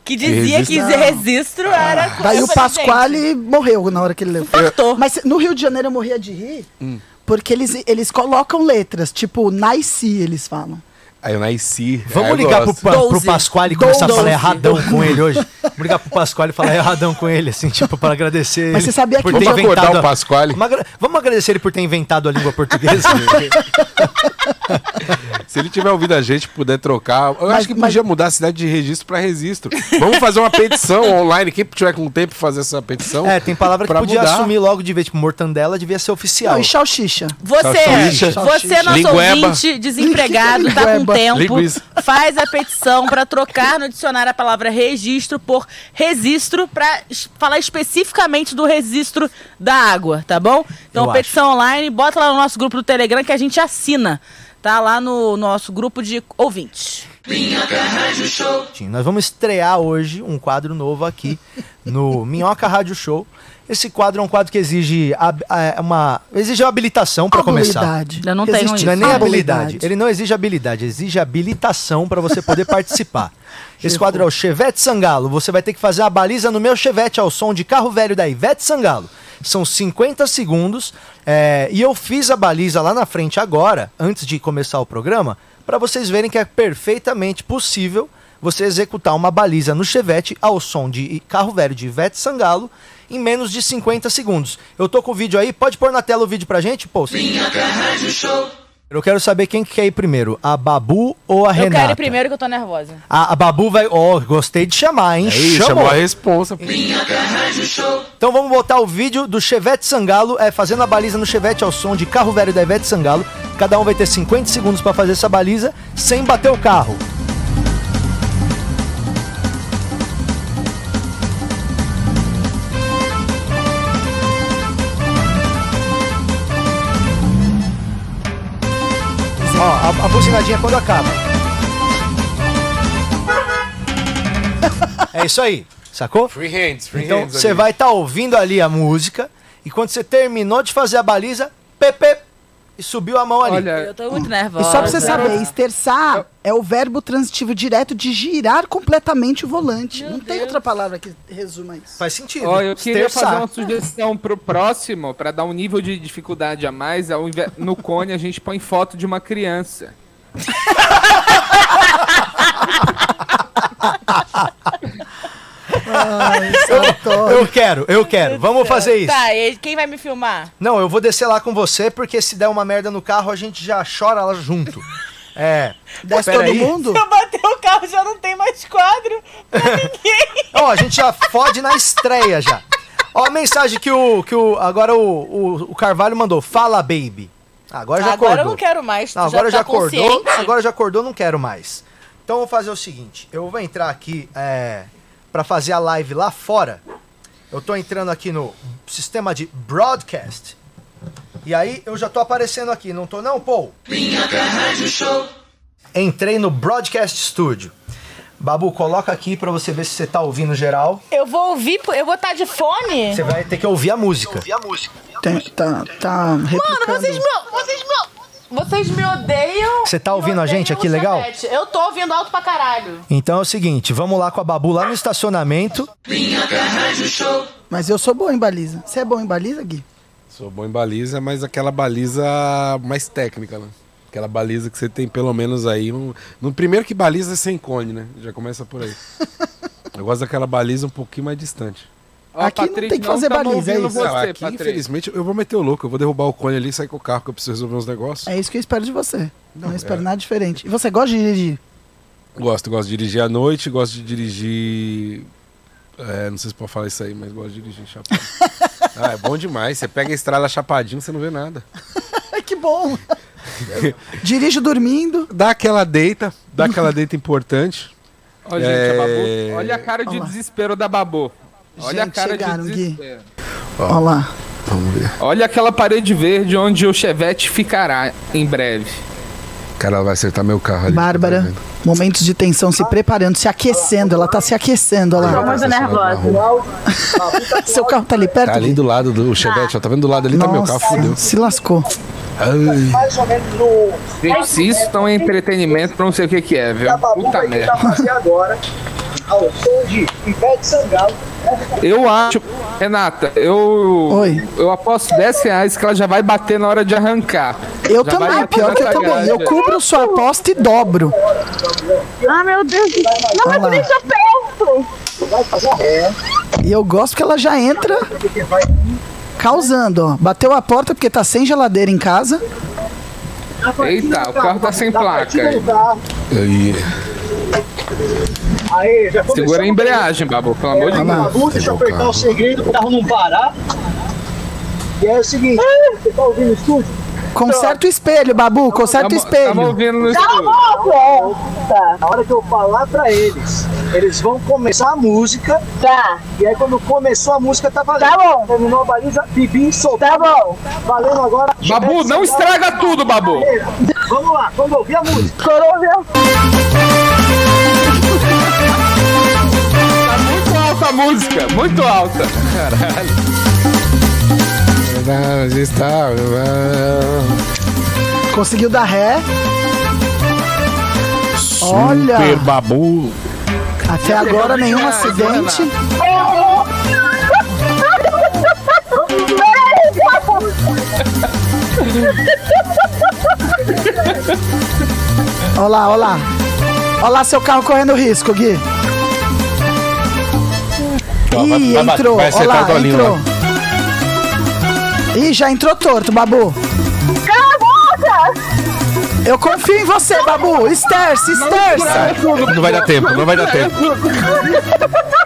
Speaker 3: Que dizia
Speaker 5: Registro.
Speaker 3: que esse registro era.
Speaker 6: Ah. Daí
Speaker 3: Eu falei,
Speaker 6: o
Speaker 3: gente,
Speaker 6: Pasquale morreu na hora que ele leu.
Speaker 3: Infartou.
Speaker 6: Mas no Rio de Janeiro eu morria de rir,
Speaker 2: Hum.
Speaker 6: porque eles, eles colocam letras, tipo, nice, eles falam.
Speaker 5: Aí eu nasci.
Speaker 2: Vamos
Speaker 5: aí É, eu
Speaker 2: ligar pro,
Speaker 5: gosto.
Speaker 2: pa, pro
Speaker 3: Doze.
Speaker 2: Pasquale e começar a
Speaker 3: Doze.
Speaker 2: falar erradão com ele hoje. Vamos ligar pro Pasquale e falar erradão com ele, assim, tipo, para agradecer
Speaker 6: Mas
Speaker 2: ele
Speaker 6: você sabia que-
Speaker 2: por ter
Speaker 5: Vamos acordar
Speaker 2: inventado...
Speaker 5: o
Speaker 2: a-
Speaker 5: Pasquale.
Speaker 2: Uma agra- Vamos agradecer ele por ter inventado a língua portuguesa.
Speaker 5: Se ele tiver ouvido a gente, puder trocar. Eu
Speaker 6: Mas-
Speaker 5: acho que podia mudar a cidade de registro pra registro. Vamos fazer uma petição online. Quem tiver com tempo fazer essa petição.
Speaker 2: é, tem palavra que
Speaker 5: pra
Speaker 2: podia
Speaker 5: mudar.
Speaker 2: assumir logo de vez, tipo, mortandela devia ser oficial.
Speaker 6: Não, e xalxixa.
Speaker 3: Você, é,
Speaker 5: Salsicha.
Speaker 3: você nosso
Speaker 5: Lingueba.
Speaker 3: ouvinte, desempregado, tá com
Speaker 6: Lingueba.
Speaker 3: tempo,
Speaker 5: Linguiça.
Speaker 3: faz a petição pra trocar no dicionário a palavra registro por registro pra es- falar especificamente do registro da água, tá bom? Então,
Speaker 2: Eu
Speaker 3: petição online, bota lá no nosso grupo do Telegram que a gente assina. Tá lá no nosso grupo de ouvintes.
Speaker 2: Sim, Nós vamos estrear hoje um quadro novo aqui no Minhoca Rádio Show. Esse quadro é um quadro que exige hab- é, uma exige uma habilitação para começar.
Speaker 6: Habilidade.
Speaker 3: Eu não tenho
Speaker 6: Existe.
Speaker 3: isso.
Speaker 2: Não é nem
Speaker 6: Habilidade.
Speaker 2: habilidade. Ele não exige habilidade, exige habilitação para você poder participar. Esse quadro é o Chevette Sangalo. Você vai ter que fazer a baliza no meu Chevette ao som de carro velho da Ivete Sangalo. São 50 segundos é, e eu fiz a baliza lá na frente agora, antes de começar o programa, para vocês verem que é perfeitamente possível você executar uma baliza no Chevette ao som de carro velho de Ivete Sangalo em menos de 50 segundos. Eu tô com o vídeo aí, pode pôr na tela o vídeo pra gente, pô? Eu quero saber quem que quer ir primeiro, a Babu ou a
Speaker 3: Eu
Speaker 2: Renata?
Speaker 3: quero ir primeiro que eu tô nervosa.
Speaker 2: A, a Babu vai. Ó, gostei de chamar, hein?
Speaker 5: É isso,
Speaker 2: Chamou.
Speaker 5: chamou a responsa. pô.
Speaker 2: Então vamos botar o vídeo do Chevette Sangalo, é, fazendo a baliza no Chevette ao som de carro velho da Ivete Sangalo. Cada um vai ter 50 segundos pra fazer essa baliza sem bater o carro. Ó, a, a buzinadinha quando acaba. É isso aí, sacou?
Speaker 5: Free hands, free
Speaker 2: Então
Speaker 5: hands.
Speaker 2: você
Speaker 5: ali.
Speaker 2: vai estar ouvindo ali a música e quando você terminou de fazer a baliza, pepe e subiu a mão ali.
Speaker 4: Olha,
Speaker 3: Eu tô muito
Speaker 6: E
Speaker 3: nervosa.
Speaker 6: só pra você saber, esterçar é o verbo transitivo direto de girar completamente o volante. não tem outra palavra que resuma isso.
Speaker 2: Faz sentido.
Speaker 4: ó, eu queria
Speaker 2: Esterçar.
Speaker 4: fazer uma sugestão pro próximo, pra dar um nível de dificuldade a mais. Ao inve- No cone a gente põe foto de uma criança.
Speaker 6: um
Speaker 2: Eu quero, eu quero. Vamos fazer isso.
Speaker 3: Tá, e quem vai me filmar?
Speaker 2: Não, eu vou descer lá com você porque se der uma merda no carro, a gente já chora lá junto. É.
Speaker 6: Desce
Speaker 2: Pera
Speaker 6: todo
Speaker 2: aí.
Speaker 6: mundo?
Speaker 3: Se eu bater o carro, já não tem mais quadro pra ninguém.
Speaker 2: Ó, a gente já fode na estreia já. Ó, a mensagem que o. Que o agora o, o, o Carvalho mandou. Fala, baby. Agora já
Speaker 3: Agora eu
Speaker 2: acordou.
Speaker 3: não quero mais. tu
Speaker 2: Não, agora já,
Speaker 3: tá
Speaker 2: acordou,
Speaker 3: consciente.
Speaker 2: agora já acordou, não quero mais. Então eu vou fazer o seguinte, eu vou entrar aqui é, para fazer a live lá fora. Eu tô entrando aqui no sistema de broadcast. E aí eu já tô aparecendo aqui, não tô não, Paul? Entrei no broadcast studio. Babu, coloca aqui pra você ver se você tá ouvindo geral.
Speaker 3: Eu vou ouvir, pô, eu vou estar de fone?
Speaker 2: Você vai ter que ouvir a música.
Speaker 6: Tem- tá, tá
Speaker 3: Mano,
Speaker 6: replicando.
Speaker 3: vocês me, vocês me, vocês me odeiam.
Speaker 2: Você tá ouvindo
Speaker 3: Me
Speaker 2: a gente aqui,
Speaker 3: odeiam no
Speaker 2: legal?
Speaker 3: chat. Eu tô ouvindo alto pra caralho.
Speaker 2: Então é o seguinte, vamos lá com a Babu lá no estacionamento.
Speaker 6: Mas eu sou bom em baliza. Você é bom em baliza, Gui?
Speaker 5: Sou bom em baliza, mas aquela baliza mais técnica, né? Aquela baliza que você tem pelo menos aí. Um... No primeiro que baliza é sem cone, né? Já começa por aí. Eu gosto daquela baliza um pouquinho mais distante.
Speaker 4: Ó,
Speaker 6: Aqui não tem que fazer
Speaker 4: tamo
Speaker 6: baliza, é
Speaker 4: ouvindo
Speaker 6: isso.
Speaker 4: Você,
Speaker 5: Não, aqui,
Speaker 4: Patrick.
Speaker 5: infelizmente, eu vou meter o louco. Eu vou derrubar o cone ali e sair com o carro que eu preciso resolver uns negócios.
Speaker 6: É isso que eu espero de você. Não,
Speaker 5: Não,
Speaker 6: espero
Speaker 5: é.
Speaker 6: nada diferente. E você gosta de dirigir?
Speaker 5: Gosto, gosto de dirigir à noite, gosto de dirigir. É, não sei se pode falar isso aí, mas gosto de dirigir chapado. ah, é bom demais. Você pega a estrada chapadinho, você não vê nada.
Speaker 6: Ai, que bom! Dirijo dormindo.
Speaker 5: Dá aquela deita, dá aquela deita importante.
Speaker 4: Ó, gente, a Babu- olha a cara de
Speaker 6: Olha é, lá.
Speaker 4: desespero da Babu. Olha
Speaker 6: Gente,
Speaker 4: a cara
Speaker 6: chegaram,
Speaker 4: de
Speaker 6: Gui.
Speaker 4: desespero.
Speaker 6: Olha lá.
Speaker 5: Vamos ver.
Speaker 4: Olha aquela parede verde onde o Chevette ficará em breve.
Speaker 5: Cara, ela vai acertar meu carro ali.
Speaker 6: Bárbara,
Speaker 5: tá vendo?
Speaker 6: momentos de tensão, se preparando, se aquecendo. Ela tá se aquecendo, olha
Speaker 9: Tô
Speaker 6: lá.
Speaker 9: muito
Speaker 5: Tá estacionado na
Speaker 9: nervosa.
Speaker 6: Seu carro tá ali perto?
Speaker 5: Tá ali
Speaker 6: Gui?
Speaker 5: do lado do Chevette, ó. Tá vendo do lado ali? Tá meu carro, fudeu.
Speaker 6: se lascou.
Speaker 5: Ai,
Speaker 4: Gente, se isso não é entretenimento, eu não sei o que que é,
Speaker 2: Tá
Speaker 4: viu? Puta merda.
Speaker 2: fazer agora ao som de Ivete Sangalo.
Speaker 4: Eu acho... Renata, eu...
Speaker 6: Oi.
Speaker 4: Eu aposto 10 reais que ela já vai bater na hora de arrancar.
Speaker 6: Eu
Speaker 4: Já vai
Speaker 6: também,
Speaker 4: bater
Speaker 6: pior
Speaker 4: na
Speaker 6: que eu
Speaker 4: sua
Speaker 6: também. Eu
Speaker 4: garagem.
Speaker 6: cubro sua aposta e dobro.
Speaker 9: Ah, meu Deus. do- Não,
Speaker 6: Olha
Speaker 9: mas
Speaker 6: lá.
Speaker 9: tu deixou perto.
Speaker 6: E eu gosto que ela já entra causando, ó. Bateu a porta porque tá sem geladeira em casa.
Speaker 4: Eita, o carro tá sem placa.
Speaker 5: ai.
Speaker 7: Aê, já começou.
Speaker 4: Segura a embreagem, Babu, pelo amor de
Speaker 6: Olha
Speaker 4: Deus.
Speaker 6: lá.
Speaker 7: Babu, deixa eu apertar o segredo pro carro não parar. E é o seguinte, você tá ouvindo o estúdio?
Speaker 6: Conserta o espelho, Babu,
Speaker 4: Tá
Speaker 6: conserta o
Speaker 4: Tamo
Speaker 6: espelho.
Speaker 4: ouvindo no estúdio.
Speaker 7: Tá. Na hora que eu falar pra eles, eles vão começar a música.
Speaker 9: Tá,
Speaker 7: E aí quando começou a música, tá valendo.
Speaker 9: Tá bom.
Speaker 7: Terminou a baliza, bibi, soltou.
Speaker 9: tá bom.
Speaker 7: Valendo agora.
Speaker 4: Babu, não estraga tudo, Babu.
Speaker 7: Vamos lá, vamos ouvir a música.
Speaker 9: Coronel.
Speaker 4: Tá a música, muito alta.
Speaker 6: Conseguiu dar ré. Olha,
Speaker 5: Super babu.
Speaker 6: até
Speaker 4: Tá
Speaker 6: agora nenhum
Speaker 4: Obrigado,
Speaker 6: acidente. Olha lá, olha lá. Olha lá seu carro correndo risco, Gui.
Speaker 5: Ó, vai-
Speaker 6: Ih,
Speaker 5: vai bater,
Speaker 6: entrou.
Speaker 5: vai
Speaker 6: Olha
Speaker 5: acertar o
Speaker 6: lá,
Speaker 5: dolinho
Speaker 6: entrou. Ih, já entrou torto, Babu.
Speaker 9: Cala a boca!
Speaker 6: Eu confio em você, Babu. Esterça, esterça.
Speaker 5: Não vai dar tempo, não vai dar tempo.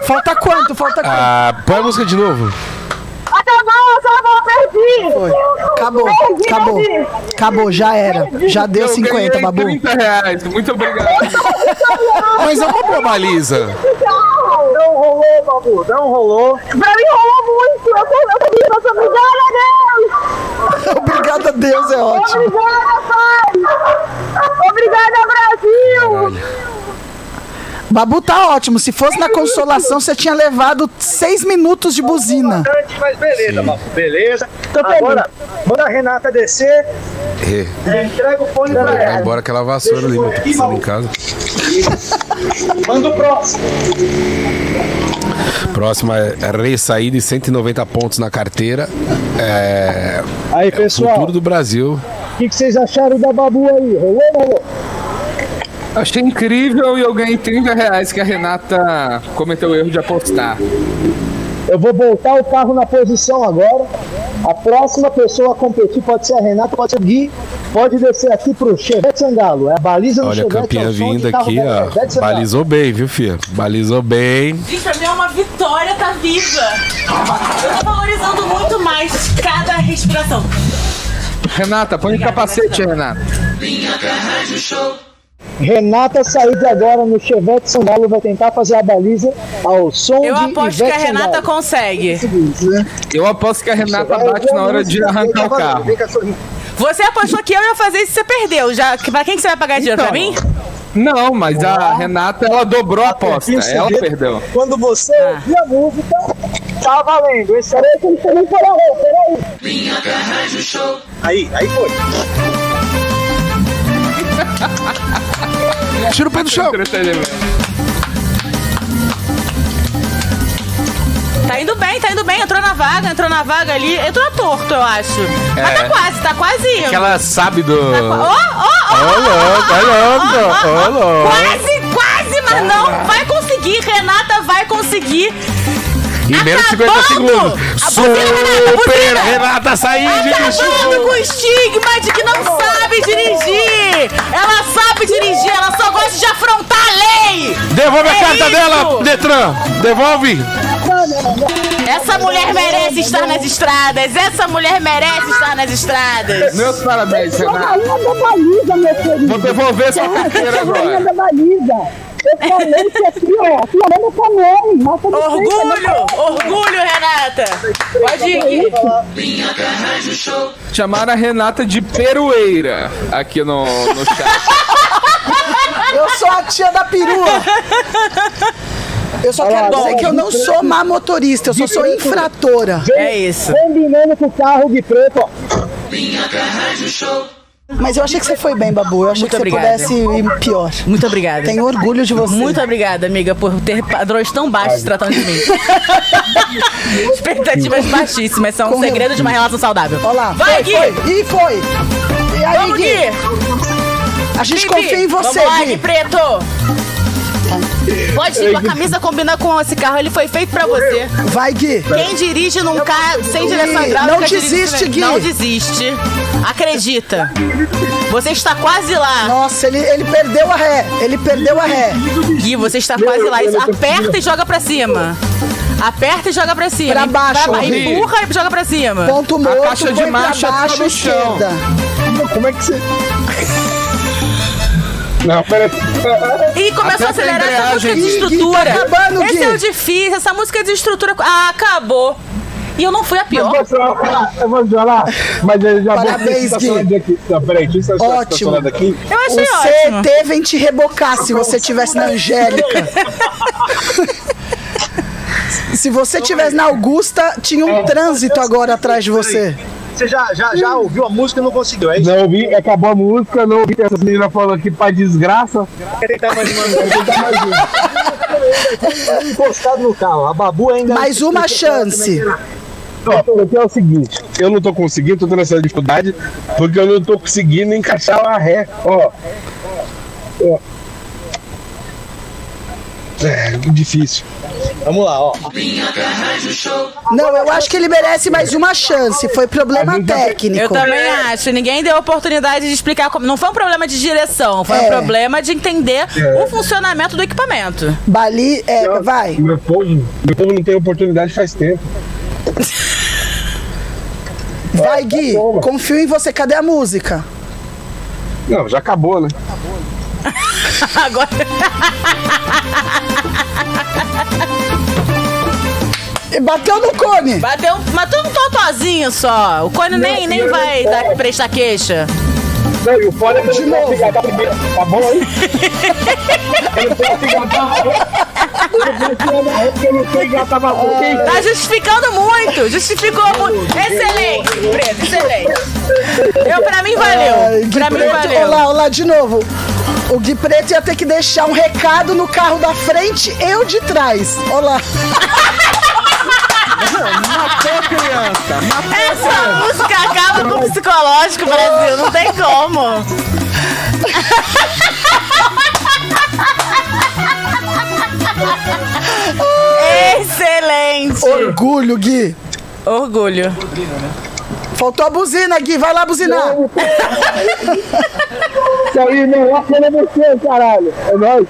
Speaker 6: Falta quanto? Falta quanto?
Speaker 5: Ah, põe a música de novo.
Speaker 9: Acabou, acabou, perdi!
Speaker 6: Foi. Acabou,
Speaker 9: Perdi,
Speaker 6: acabou.
Speaker 9: perdi.
Speaker 6: Acabou, já era. Já deu
Speaker 4: Eu
Speaker 6: 50,
Speaker 4: ganhei
Speaker 6: Babu.
Speaker 4: 30 reais, muito obrigado.
Speaker 5: Mas é uma probaliza.
Speaker 7: Não rolou, Babu, não rolou.
Speaker 9: Pra mim rolou muito! Eu tô, eu tô me eu tô me dando a Deus!
Speaker 6: Obrigado a Deus, é ótimo.
Speaker 9: Obrigada, pai! Obrigada, Brasil!
Speaker 6: Babu tá ótimo. Se fosse na consolação, você tinha levado seis minutos de buzina.
Speaker 7: Mas beleza, Babu, beleza. Agora, manda a Renata descer
Speaker 5: É,
Speaker 7: e entrega o fone pra
Speaker 5: vai
Speaker 7: ela.
Speaker 5: embora aquela vassoura ali, meu. Tô precisando em casa.
Speaker 7: Manda o próximo.
Speaker 5: Próxima é ressaída e 190 pontos na carteira. É.
Speaker 7: Aí,
Speaker 5: é o
Speaker 7: pessoal,
Speaker 5: futuro do Brasil.
Speaker 7: o que, que vocês acharam da Babu aí? Rolou ou não rolou?
Speaker 4: Achei incrível e eu ganhei 30 reais que a Renata cometeu o erro de apostar.
Speaker 7: Eu vou voltar o carro na posição agora. A próxima pessoa a competir pode ser a Renata, pode ser o Gui. Pode descer aqui pro Chevette Sangalo. É a baliza do
Speaker 5: Olha a
Speaker 7: Chevette. é
Speaker 5: campeã
Speaker 7: o som de
Speaker 5: vindo
Speaker 7: carro É,
Speaker 5: aqui,
Speaker 7: da Chevette
Speaker 5: ó.
Speaker 7: Sangalo.
Speaker 5: Balizou bem, viu, filho? Balizou bem.
Speaker 10: Gente, pra mim é uma vitória tá viva. Eu tô valorizando muito mais cada respiração.
Speaker 4: Renata, põe o capacete, Renata.
Speaker 7: Renata Saíde agora no Chevette Sangalo vai tentar fazer a baliza ao som
Speaker 3: Eu
Speaker 7: de
Speaker 3: aposto que
Speaker 7: Ivete
Speaker 3: a Renata
Speaker 7: Sangalo. É
Speaker 3: consegue.
Speaker 7: né?
Speaker 4: Eu aposto que a Renata bate Tá na hora de arrancar o carro.
Speaker 3: Você apostou que eu ia fazer isso e você perdeu. Já, que- pra quem que você vai pagar dinheiro? Pra
Speaker 2: Então,
Speaker 3: mim?
Speaker 4: Não, mas a Renata, ela dobrou a aposta.
Speaker 7: Isso,
Speaker 4: Ela
Speaker 7: Gui.
Speaker 4: perdeu.
Speaker 7: Quando você
Speaker 3: Ah.
Speaker 7: ouvir a música, tá valendo. Esse aí tem que ser um peraí, peraí. Aí, aí foi.
Speaker 5: Tira o pé do chão.
Speaker 3: Tá indo bem, tá indo bem. Entrou na vaga, entrou na vaga ali. Entrou torto, eu acho. Mas
Speaker 5: É.
Speaker 3: tá quase, tá quase indo.
Speaker 5: Ela sabe
Speaker 3: Ó,
Speaker 5: do. Ô,
Speaker 3: ó, ó,
Speaker 5: Tá louco, ô, louco, Tá ô, louco.
Speaker 3: Quase, quase, mas não vai conseguir. Renata vai conseguir.
Speaker 5: Em menos de 50
Speaker 3: Acabando!
Speaker 5: segundos.
Speaker 3: A buzina, Renata, a
Speaker 5: Super
Speaker 3: buzina!
Speaker 5: Renata Said do
Speaker 3: Acabando tá com o estigma de que não sabe dirigir. Ela sabe dirigir, ela só gosta de afrontar a lei.
Speaker 5: Devolve a
Speaker 3: É
Speaker 5: carta
Speaker 3: isso!
Speaker 5: dela, Detran. Devolve.
Speaker 3: Essa mulher merece estar nas estradas. Essa mulher merece estar nas estradas.
Speaker 4: Meus parabéns, Renata.
Speaker 9: Rainha da baliza, meu querido!
Speaker 4: Vou devolver sua carteira
Speaker 9: Rainha
Speaker 4: agora.
Speaker 9: da baliza! Eu falei que aqui, ó, aqui é meu tamanho, mata no
Speaker 3: Orgulho, orgulho, Renata. Pode ir. Gui.
Speaker 4: Chamaram a Renata de perueira aqui no, no chat.
Speaker 6: Eu sou a tia da perua. Eu só quero dizer que eu não sou má motorista, eu só sou infratora.
Speaker 3: É isso.
Speaker 7: Combinando com o carro de preto, ó.
Speaker 6: Mas eu achei que você foi bem, Babu. Eu achei
Speaker 3: Muito
Speaker 6: que você
Speaker 3: obrigada.
Speaker 6: pudesse ir pior.
Speaker 3: Muito obrigada.
Speaker 6: Tenho orgulho de você.
Speaker 3: Muito obrigada, amiga, por ter padrões tão baixos tratando de mim. Expectativas baixíssimas são o
Speaker 6: Correu.
Speaker 3: segredo de uma relação saudável.
Speaker 6: Olha lá.
Speaker 3: Vai,
Speaker 6: foi,
Speaker 3: Gui!
Speaker 6: foi. Ih, foi. E aí,
Speaker 3: Vamos,
Speaker 6: Gui?
Speaker 3: Gui!
Speaker 6: A gente
Speaker 3: Bibi,
Speaker 6: confia em você,
Speaker 3: Vamos lá, Gui
Speaker 6: Gui.
Speaker 3: Preto! Pode ir, tua camisa combina com esse carro, ele foi feito pra você.
Speaker 6: Vai, Gui.
Speaker 3: Quem dirige num carro sem direção
Speaker 6: Gui,
Speaker 3: hidráulica...
Speaker 6: não
Speaker 3: dirige
Speaker 6: desiste,
Speaker 3: também.
Speaker 6: Gui.
Speaker 3: Não desiste. Acredita. Você está quase lá.
Speaker 6: Nossa, ele, ele perdeu a ré. Ele perdeu a ré.
Speaker 3: Gui, você está quase lá. Isso, Aperta e joga pra cima. Aperta e joga pra cima.
Speaker 6: Pra baixo,
Speaker 3: ba-
Speaker 6: Gui.
Speaker 3: Empurra e joga pra cima.
Speaker 6: Ponto morto,
Speaker 4: caixa de
Speaker 6: foi pra
Speaker 4: marcha tá
Speaker 6: baixo,
Speaker 4: no chão.
Speaker 6: esquerda.
Speaker 7: Como é que você.
Speaker 5: Não, peraí.
Speaker 3: E começou a
Speaker 4: Aperta a
Speaker 3: acelerar essa música
Speaker 4: embreagem, Gui.
Speaker 3: desestrutura.
Speaker 6: Gui, tá acabando,
Speaker 3: Esse
Speaker 6: Gui.
Speaker 3: é o difícil, essa música desestrutura. Ah, acabou. E eu não fui a pior.
Speaker 7: Eu vou falar, eu vou falar, mas eu já
Speaker 6: Parabéns,
Speaker 7: vou estacionar
Speaker 6: Gui.
Speaker 7: aqui. Não, peraí, deixa eu estacionar-
Speaker 6: Ótimo.
Speaker 7: estacionar daqui.
Speaker 3: Eu achei
Speaker 6: Você é
Speaker 3: ótimo.
Speaker 6: teve em te rebocar se você tivesse na Angélica. Se você tivesse na Augusta, tinha
Speaker 11: É,
Speaker 6: um trânsito agora atrás de você. Hum.
Speaker 11: Você já, já, já ouviu a música e não conseguiu, é isso?
Speaker 7: Não ouvi, acabou a música, não ouvi essas meninas falando que pra desgraça.
Speaker 11: Quer tentar tá mais uma? Quer tentar mais uma? Eu Encostado no carro, a Babu ainda...
Speaker 6: Mais uma chance.
Speaker 7: Ó, O que é o seguinte, eu não tô conseguindo, tô tendo essa dificuldade, porque eu não tô conseguindo encaixar a ré. Ó. Ó. É, difícil.
Speaker 11: Vamos lá, ó.
Speaker 6: Não, eu acho que ele merece mais uma chance. Foi problema técnico.
Speaker 3: Eu também acho. Ninguém deu oportunidade de explicar como. Não foi um problema de direção, foi um
Speaker 6: É.
Speaker 3: problema de entender
Speaker 7: É.
Speaker 3: o funcionamento do equipamento.
Speaker 6: Bali, é, vai.
Speaker 7: Meu povo, meu povo não tem oportunidade faz tempo.
Speaker 6: Vai, Gui.
Speaker 7: tá
Speaker 6: Confio em você. Cadê a música?
Speaker 7: Não, já acabou, né?
Speaker 3: Agora.
Speaker 6: Bateu no cone.
Speaker 3: Bateu, matou um totozinho só. O cone nem, nem vai dar, prestar queixa.
Speaker 7: Não, e o foda é que eu não posso engatar primeiro. Tá bom aí? Eu não posso engatar. Eu não posso engatar porque eu não sei engatar pra você.
Speaker 3: Tá justificando muito. Justificou muito. Excelente, preto, excelente. Eu, pra mim,
Speaker 6: Ai,
Speaker 3: valeu.
Speaker 6: Gui
Speaker 3: Pra mim,
Speaker 6: Preto,
Speaker 3: valeu.
Speaker 6: Olá, olá, de novo. O Gui Preto ia ter que deixar um recado no carro da frente, eu de trás. Olá.
Speaker 3: Essa música acaba com o psicológico, Brasil. Não tem como. Excelente!
Speaker 6: Orgulho, Gui.
Speaker 3: Orgulho.
Speaker 6: Faltou a buzina, Gui. Vai lá buzinar.
Speaker 7: Isso aí, meu, lá é você, caralho. É nóis.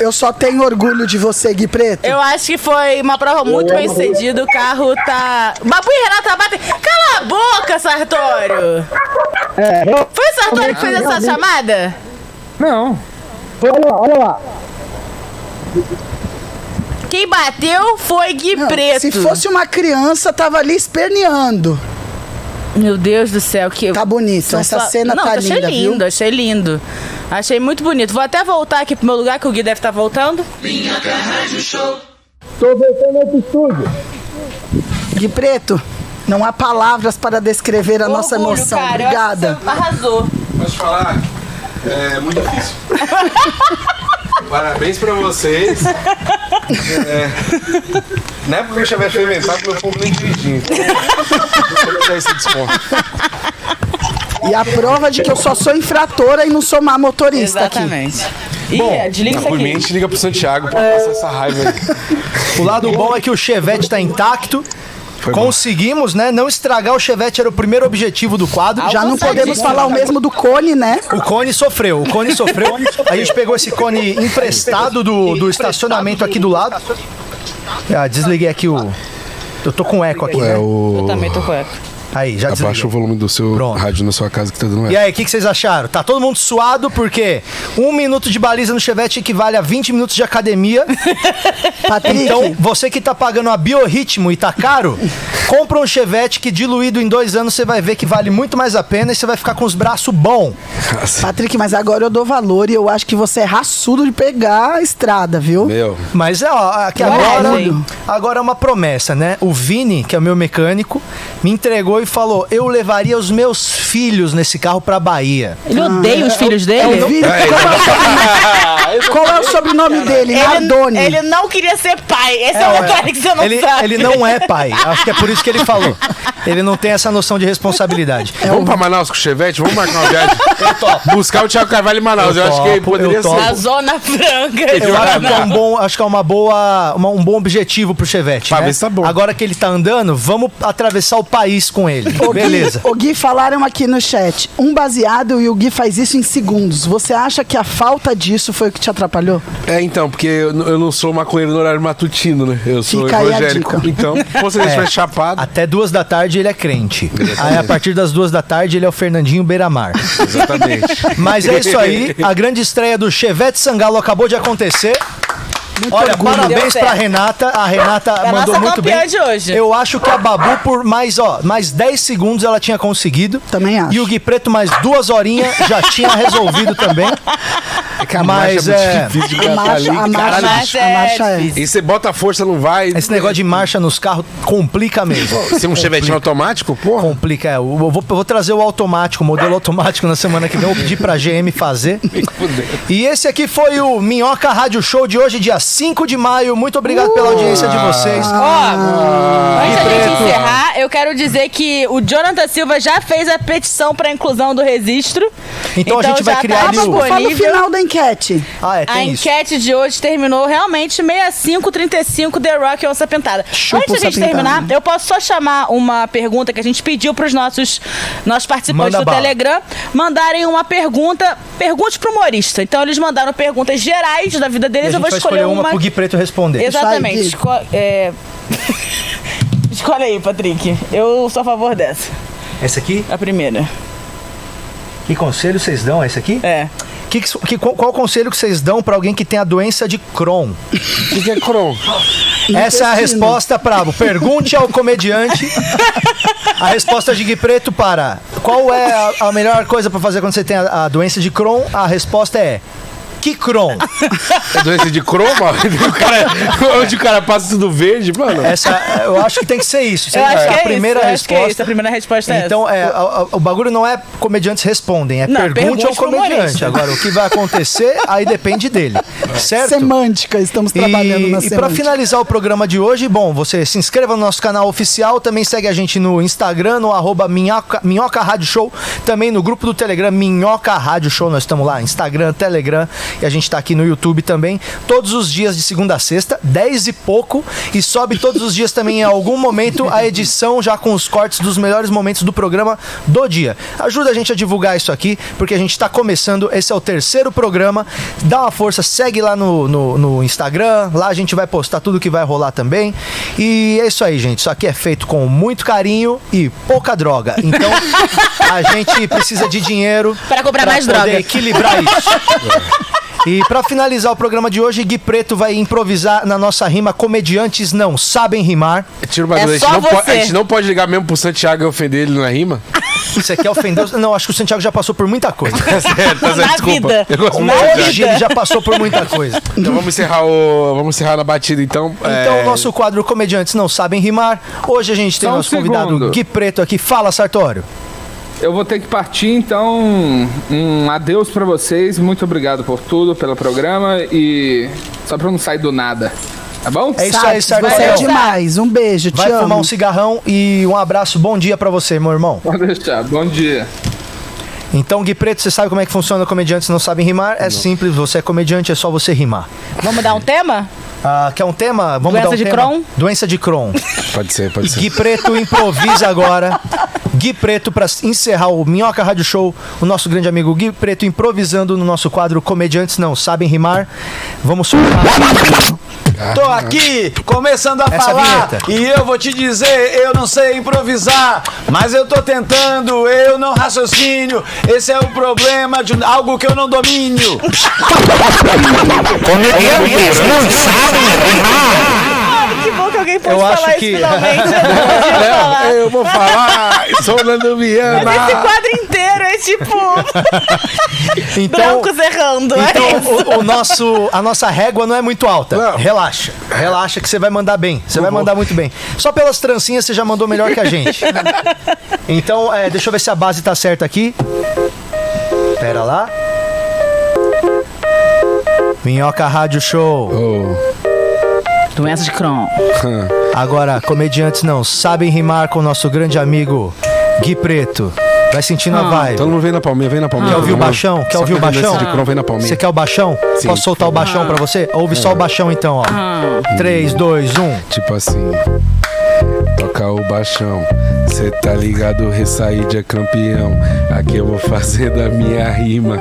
Speaker 6: Eu só tenho orgulho de você, Gui Preto.
Speaker 3: Eu acho que foi uma prova muito bem sucedida. O carro tá. Babu e Renata batem. Cala a boca, Sartório!
Speaker 6: É,
Speaker 3: Foi o Sartório que fez essa chamada?
Speaker 4: Não.
Speaker 7: Olha lá, olha lá.
Speaker 3: Quem bateu foi Gui
Speaker 6: Não,
Speaker 3: Preto.
Speaker 6: Se fosse uma criança, tava ali esperneando.
Speaker 3: Meu Deus do céu, que.
Speaker 6: Tá bonito.
Speaker 3: São
Speaker 6: Essa
Speaker 3: só-
Speaker 6: cena
Speaker 3: Não,
Speaker 6: tá
Speaker 3: eu achei
Speaker 6: linda, viu?
Speaker 3: lindo, achei lindo. Achei muito bonito. Vou até voltar aqui pro meu lugar, que o Gui deve estar voltando.
Speaker 7: Tô voltando ao estúdio.
Speaker 6: Gui Preto, não há palavras para descrever a nossa
Speaker 3: Orgulho,
Speaker 6: emoção.
Speaker 3: cara, eu acho que
Speaker 6: Obrigada.
Speaker 3: você Arrasou.
Speaker 5: Posso falar? É muito difícil. Parabéns pra vocês. É, na época que o Chevette foi inventado, meu povo nem dirigindo. Eu vou dar esse desconto.
Speaker 6: E a prova de que eu só sou infratora e não sou má motorista aqui.
Speaker 3: Exatamente. Ih, desliga isso
Speaker 5: Por mim, a
Speaker 3: aqui.
Speaker 5: gente liga pro Santiago pra passar essa raiva aí.
Speaker 2: O lado bom é que o Chevette tá intacto. Conseguimos, né? Não estragar o Chevette era o primeiro objetivo do quadro.
Speaker 6: Já não podemos falar o mesmo do Cone, né?
Speaker 2: O Cone sofreu, o Cone sofreu. A gente pegou esse cone emprestado do, do estacionamento aqui do lado. Ah, desliguei aqui o. Eu tô com eco aqui, né?
Speaker 5: É, o...
Speaker 3: Eu também tô com eco.
Speaker 2: Aí, já
Speaker 5: Abaixa o
Speaker 2: desliguei.
Speaker 5: volume do seu
Speaker 2: Pronto.
Speaker 5: rádio na sua casa que tá dando
Speaker 2: E
Speaker 5: eco.
Speaker 2: aí, o que, que vocês acharam? Tá todo mundo suado porque um minuto de baliza no Chevette equivale a 20 minutos de academia.
Speaker 6: Patrick,
Speaker 2: Então, você que tá pagando a biorritmo e tá caro, compra um Chevette que diluído em dois anos você vai ver que vale muito mais a pena e você vai ficar com os braços bom.
Speaker 6: Patrick, mas agora eu dou valor e eu acho que você é raçudo de pegar a estrada, viu?
Speaker 5: Meu,
Speaker 2: Mas é, ó, aqui agora, agora é uma promessa, né? O Vini, que é o meu mecânico, me entregou e falou: eu levaria os meus filhos nesse carro pra Bahia.
Speaker 3: Ele odeia os filhos
Speaker 6: É o
Speaker 3: dele?
Speaker 6: Vini- Qual é o sobrenome dele? Nardoni.
Speaker 3: ele não queria ser pai. Esse é, o detalhe que você não
Speaker 2: ele,
Speaker 3: sabe.
Speaker 2: ele não é pai. Acho que é por isso que ele falou. Ele não tem essa noção de responsabilidade.
Speaker 5: vamos pra Manaus com o Chevette? Vamos marcar uma viagem? Buscar o Thiago Carvalho em Manaus. Eu,
Speaker 2: Eu
Speaker 5: acho que
Speaker 2: topo,
Speaker 5: poderia
Speaker 2: eu
Speaker 5: ser.
Speaker 2: topo.
Speaker 3: Na Zona Franca.
Speaker 2: Eu acho que é um bom, acho que é uma boa, uma- um bom objetivo pro Chevette.
Speaker 5: Pra
Speaker 2: né?
Speaker 5: ver se tá bom.
Speaker 2: Agora que ele tá andando, vamos atravessar o país com ele.
Speaker 6: O Gui-
Speaker 2: Beleza.
Speaker 6: o Gui falaram aqui no chat. Um baseado e o Gui faz isso em segundos. Você acha que a falta disso foi o que te atrapalhou?
Speaker 5: É, então, porque eu, n- eu não sou maconheiro no horário matutino, né? Eu sou
Speaker 6: Fica aí a
Speaker 5: evangélico.
Speaker 6: dica.
Speaker 5: Então, você
Speaker 2: É.
Speaker 5: é. vai chapado.
Speaker 2: Até duas da tarde ele é crente. Aí a partir das duas da tarde ele é o Fernandinho Beiramar.
Speaker 5: Exatamente.
Speaker 2: Mas é isso aí. A grande estreia do Chevette Sangalo acabou de acontecer. Olha,
Speaker 6: orgulho. Deu
Speaker 2: parabéns
Speaker 6: certo.
Speaker 2: pra Renata. A Renata
Speaker 6: É a
Speaker 2: mandou
Speaker 6: nossa
Speaker 2: muito
Speaker 6: campeã
Speaker 2: bem.
Speaker 6: de hoje.
Speaker 2: Eu acho que a Babu, por mais, ó, mais 10 segundos ela tinha conseguido. Também acho. E o Gui Preto, mais duas horinhas, já tinha resolvido também.
Speaker 5: a
Speaker 2: Mas
Speaker 5: marcha é
Speaker 2: é.
Speaker 5: muito difícil de A marcha- aguentar ali, a marcha- caralho, a bicho. marcha é difícil. E você bota a força, não vai.
Speaker 2: Esse negócio de marcha nos carros complica mesmo.
Speaker 5: Pô, se é um Chevetinho automático, porra.
Speaker 2: Complica, é. Eu vou, eu vou trazer o automático, o modelo automático na semana que vem. Eu vou pedir pra GM fazer. E esse aqui foi o Minhoca Rádio Show de hoje, dia 5 de maio. Muito obrigado pela audiência de vocês.
Speaker 3: Ah. Antes da gente encerrar, eu quero dizer que o Jonathan Silva já fez a petição pra inclusão do registro.
Speaker 2: Então a gente vai
Speaker 3: já
Speaker 2: criar
Speaker 3: tá
Speaker 2: ali o-
Speaker 3: disponível.
Speaker 2: Fala o final
Speaker 6: da enquete.
Speaker 2: Ah, é,
Speaker 3: A
Speaker 2: tem isso.
Speaker 3: enquete de hoje terminou realmente 6535 The Rock e Onça Pintada.
Speaker 6: Chupa
Speaker 3: Antes da
Speaker 6: Onça
Speaker 3: gente terminar,
Speaker 2: né?
Speaker 6: Pintada.
Speaker 3: eu posso só chamar uma pergunta que a gente pediu pros nossos, nossos participantes do
Speaker 6: Manda bala.
Speaker 3: Telegram mandarem uma pergunta, pergunte pro humorista. Então eles mandaram perguntas gerais da vida
Speaker 2: E a
Speaker 3: deles, eu
Speaker 2: gente
Speaker 3: vou
Speaker 2: vai
Speaker 3: escolher
Speaker 2: escolher
Speaker 3: uma.
Speaker 2: uma pro Gui Preto responder.
Speaker 3: Exatamente.
Speaker 2: Isso aí, Gui.
Speaker 3: Esco- é... Escolhe aí, Patrick. Eu sou a favor dessa.
Speaker 2: Essa aqui?
Speaker 3: A primeira.
Speaker 2: Que conselho vocês dão? Esse aqui?
Speaker 3: É.
Speaker 2: Que, que- que- qual, qual conselho que vocês dão pra alguém que tem a doença de Crohn? O
Speaker 5: que, é Crohn?
Speaker 2: Essa é a
Speaker 5: Intestino.
Speaker 2: resposta para pergunte ao comediante. A resposta é de Gui Preto para qual é a, a melhor coisa pra fazer quando você tem a, a doença de Crohn? A resposta é que Crohn.
Speaker 5: É doença de croma? O cara- onde o cara passa tudo verde, mano.
Speaker 2: Essa, eu acho que tem que ser isso.
Speaker 3: Eu acho que
Speaker 2: a
Speaker 3: é
Speaker 2: primeira
Speaker 3: isso, eu acho que
Speaker 2: resposta.
Speaker 3: é isso, a primeira resposta é
Speaker 2: Então,
Speaker 3: essa.
Speaker 2: é, a- a- o bagulho não é comediantes respondem, é
Speaker 3: Não,
Speaker 2: pergunte
Speaker 3: pergunte
Speaker 2: ao
Speaker 3: pro
Speaker 2: comediante.
Speaker 3: humorista.
Speaker 2: Agora, o que vai acontecer, aí depende dele. Certo?
Speaker 6: Semântica, estamos trabalhando
Speaker 2: e,
Speaker 6: na
Speaker 2: E pra
Speaker 6: semântica.
Speaker 2: finalizar o programa de hoje, bom, você se inscreva no nosso canal oficial, também segue a gente no Instagram, no arroba Minhoca, Minhoca Rádio Show, também no grupo do Telegram Minhoca Rádio Show, nós estamos lá, Instagram, Telegram, e a gente tá aqui no YouTube também, todos os dias de segunda a sexta, 10 e pouco, e sobe todos os dias também em algum momento a edição já com os cortes dos melhores momentos do programa do dia. Ajuda a gente a divulgar isso aqui, porque a gente tá começando, esse é o terceiro programa, dá uma força, segue lá no, no, no Instagram, lá a gente vai postar tudo que vai rolar também, e é isso aí, gente, isso aqui é feito com muito carinho e pouca droga, então a gente precisa de dinheiro
Speaker 3: Pra comprar mais
Speaker 2: poder
Speaker 3: droga.
Speaker 2: equilibrar isso. E pra finalizar o programa de hoje, Gui Preto vai improvisar na nossa rima Comediantes não sabem rimar.
Speaker 5: Tira uma dúvida, a, gente não pode, a gente não pode ligar mesmo pro Santiago e ofender ele na rima?
Speaker 2: Você quer ofender? os- Não, acho é que o Santiago já passou por muita coisa.
Speaker 5: Tá certo, tá certo,
Speaker 2: Na
Speaker 5: desculpa.
Speaker 2: vida.
Speaker 5: Eu gosto
Speaker 2: Na
Speaker 5: muito do
Speaker 2: vida.
Speaker 5: Santiago.
Speaker 2: Ele já passou por muita coisa.
Speaker 5: Então vamos encerrar, o, vamos encerrar na batida, então.
Speaker 4: É.
Speaker 2: Então, o nosso quadro Comediantes Não Sabem Rimar. Hoje a gente tem
Speaker 4: Só um
Speaker 2: nosso convidado
Speaker 4: segundo.
Speaker 2: Gui Preto aqui. Fala, Sartório.
Speaker 4: Eu vou ter que partir, então um adeus pra vocês. Muito obrigado por tudo, pelo programa e só pra eu não sair do nada, tá bom?
Speaker 2: É isso aí,
Speaker 6: Sartes,
Speaker 2: Sartório.
Speaker 6: você é demais. Um beijo, te
Speaker 2: Vai
Speaker 6: amo.
Speaker 2: fumar um cigarrão e um abraço. Bom dia pra você, meu irmão.
Speaker 4: Pode deixar. Bom dia.
Speaker 2: Então, Gui Preto, você sabe como é que funciona comediantes não sabem rimar? É simples, você é comediante, é só você rimar.
Speaker 3: Vamos dar um tema?
Speaker 2: Ah, quer um tema? Vamos
Speaker 3: Doença
Speaker 2: dar um
Speaker 3: de
Speaker 2: tema?
Speaker 3: Crohn?
Speaker 2: Doença de Crohn.
Speaker 5: Pode ser, pode ser.
Speaker 2: Gui Preto improvisa agora. Gui Preto, pra encerrar o Minhoca Rádio Show, o nosso grande amigo Gui Preto improvisando no nosso quadro Comediantes Não Sabem Rimar. Vamos soltar.
Speaker 12: Tô aqui começando a
Speaker 2: Essa
Speaker 12: falar
Speaker 2: vinheta.
Speaker 12: e eu vou te dizer, eu não sei improvisar, mas eu tô tentando, eu não raciocínio. Esse é o problema de algo que eu não domino.
Speaker 2: é
Speaker 3: Que bom que alguém pode
Speaker 5: Eu
Speaker 3: falar
Speaker 5: acho
Speaker 3: isso
Speaker 5: que-
Speaker 3: finalmente.
Speaker 5: Não, É, eu vou falar, sou Nando Viana.
Speaker 3: Mas esse quadro inteiro é tipo.
Speaker 12: Então,
Speaker 5: Então,
Speaker 3: brancos errando. é isso.
Speaker 2: Então, o, o nosso, a nossa régua não é muito alta. Relaxa. Relaxa que você vai mandar bem. Você vai mandar muito bem. Só pelas trancinhas você já mandou melhor que a gente. Então, é, deixa eu ver se a base tá certa aqui. Pera lá. Minhoca Rádio Show.
Speaker 5: Oh,
Speaker 3: Doença de Crohn.
Speaker 2: Agora, comediantes não sabem rimar com o nosso grande amigo Gui Preto. Vai sentindo a
Speaker 5: Ah.
Speaker 2: vibe.
Speaker 5: Todo mundo vem na palminha, vem na palminha.
Speaker 2: Quer ouvir o
Speaker 5: Todo mundo.
Speaker 2: baixão? Quer
Speaker 5: Só
Speaker 2: ouvir o
Speaker 5: quem tem
Speaker 2: baixão?
Speaker 5: doença de Crohn vem na palminha.
Speaker 2: Você quer o baixão?
Speaker 5: Sim.
Speaker 2: Posso soltar o baixão pra
Speaker 3: Ah.
Speaker 2: você? Ouve só o baixão então, ó. 3, 2, 1.
Speaker 5: Tipo assim. tocar o baixão. Cê tá ligado, Ressaíde é campeão. Aqui eu vou fazer da minha rima.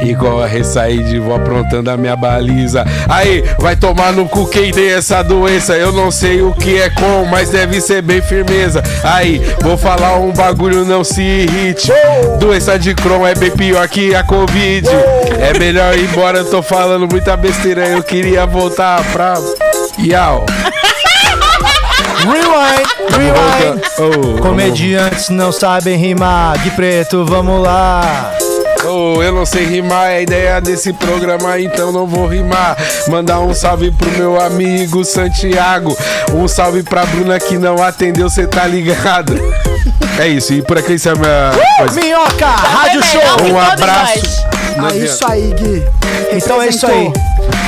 Speaker 5: Igual a Ressaíde, vou aprontando a minha baliza. Aí, vai tomar no cu quem tem essa doença. Eu não sei o que é com, mas deve ser bem firmeza. Aí, vou falar um bagulho, não se irrite. Doença de Crohn é bem pior que a Covid. É melhor ir embora, eu tô falando muita besteira. Eu queria voltar pra. Yau.
Speaker 2: Rewind, rewind.
Speaker 5: Oh,
Speaker 2: Comediantes não sabem rimar. Gui Preto, vamos lá.
Speaker 5: Oh, eu não sei rimar, é a ideia desse programa, então não vou rimar. Mandar um salve pro meu amigo Santiago. Um salve pra Bruna que não atendeu, cê tá ligado? É isso, e por aqui isso é a minha.
Speaker 2: Uh, minhoca, Rádio Show.
Speaker 5: Um abraço. Não
Speaker 6: É
Speaker 5: adianta.
Speaker 6: isso aí, Gui.
Speaker 2: Então é isso aí.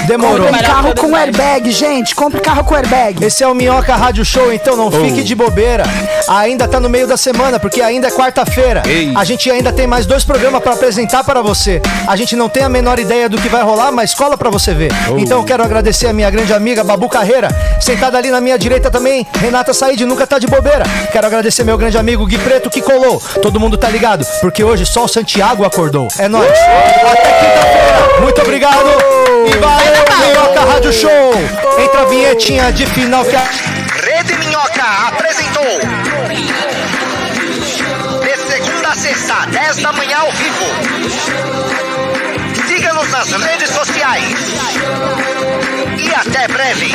Speaker 2: Demorou.
Speaker 6: Demorou. Compre carro com airbag, gente. Compre carro com airbag.
Speaker 2: Esse é o Minhoca Rádio Show, então não fique de bobeira. Ainda tá no meio da semana, porque ainda é quarta-feira.
Speaker 5: Ei.
Speaker 2: A gente ainda tem mais dois programas pra apresentar pra você. A gente não tem a menor ideia do que vai rolar, mas cola pra você ver. Então eu quero agradecer a minha grande amiga Babu Carreira, sentada ali na minha direita também, Renata Said, nunca tá de bobeira. Quero agradecer meu grande amigo Gui Preto que colou. Todo mundo tá ligado, porque hoje só o Santiago acordou. É nóis. Até quinta-feira. Muito obrigado. E valeu, Minhoca Rádio Show. Entra a vinhetinha de final que é a...
Speaker 1: Rede Minhoca apresentou. De segunda a sexta, 10 da manhã ao vivo. Siga-nos nas redes sociais. E até breve.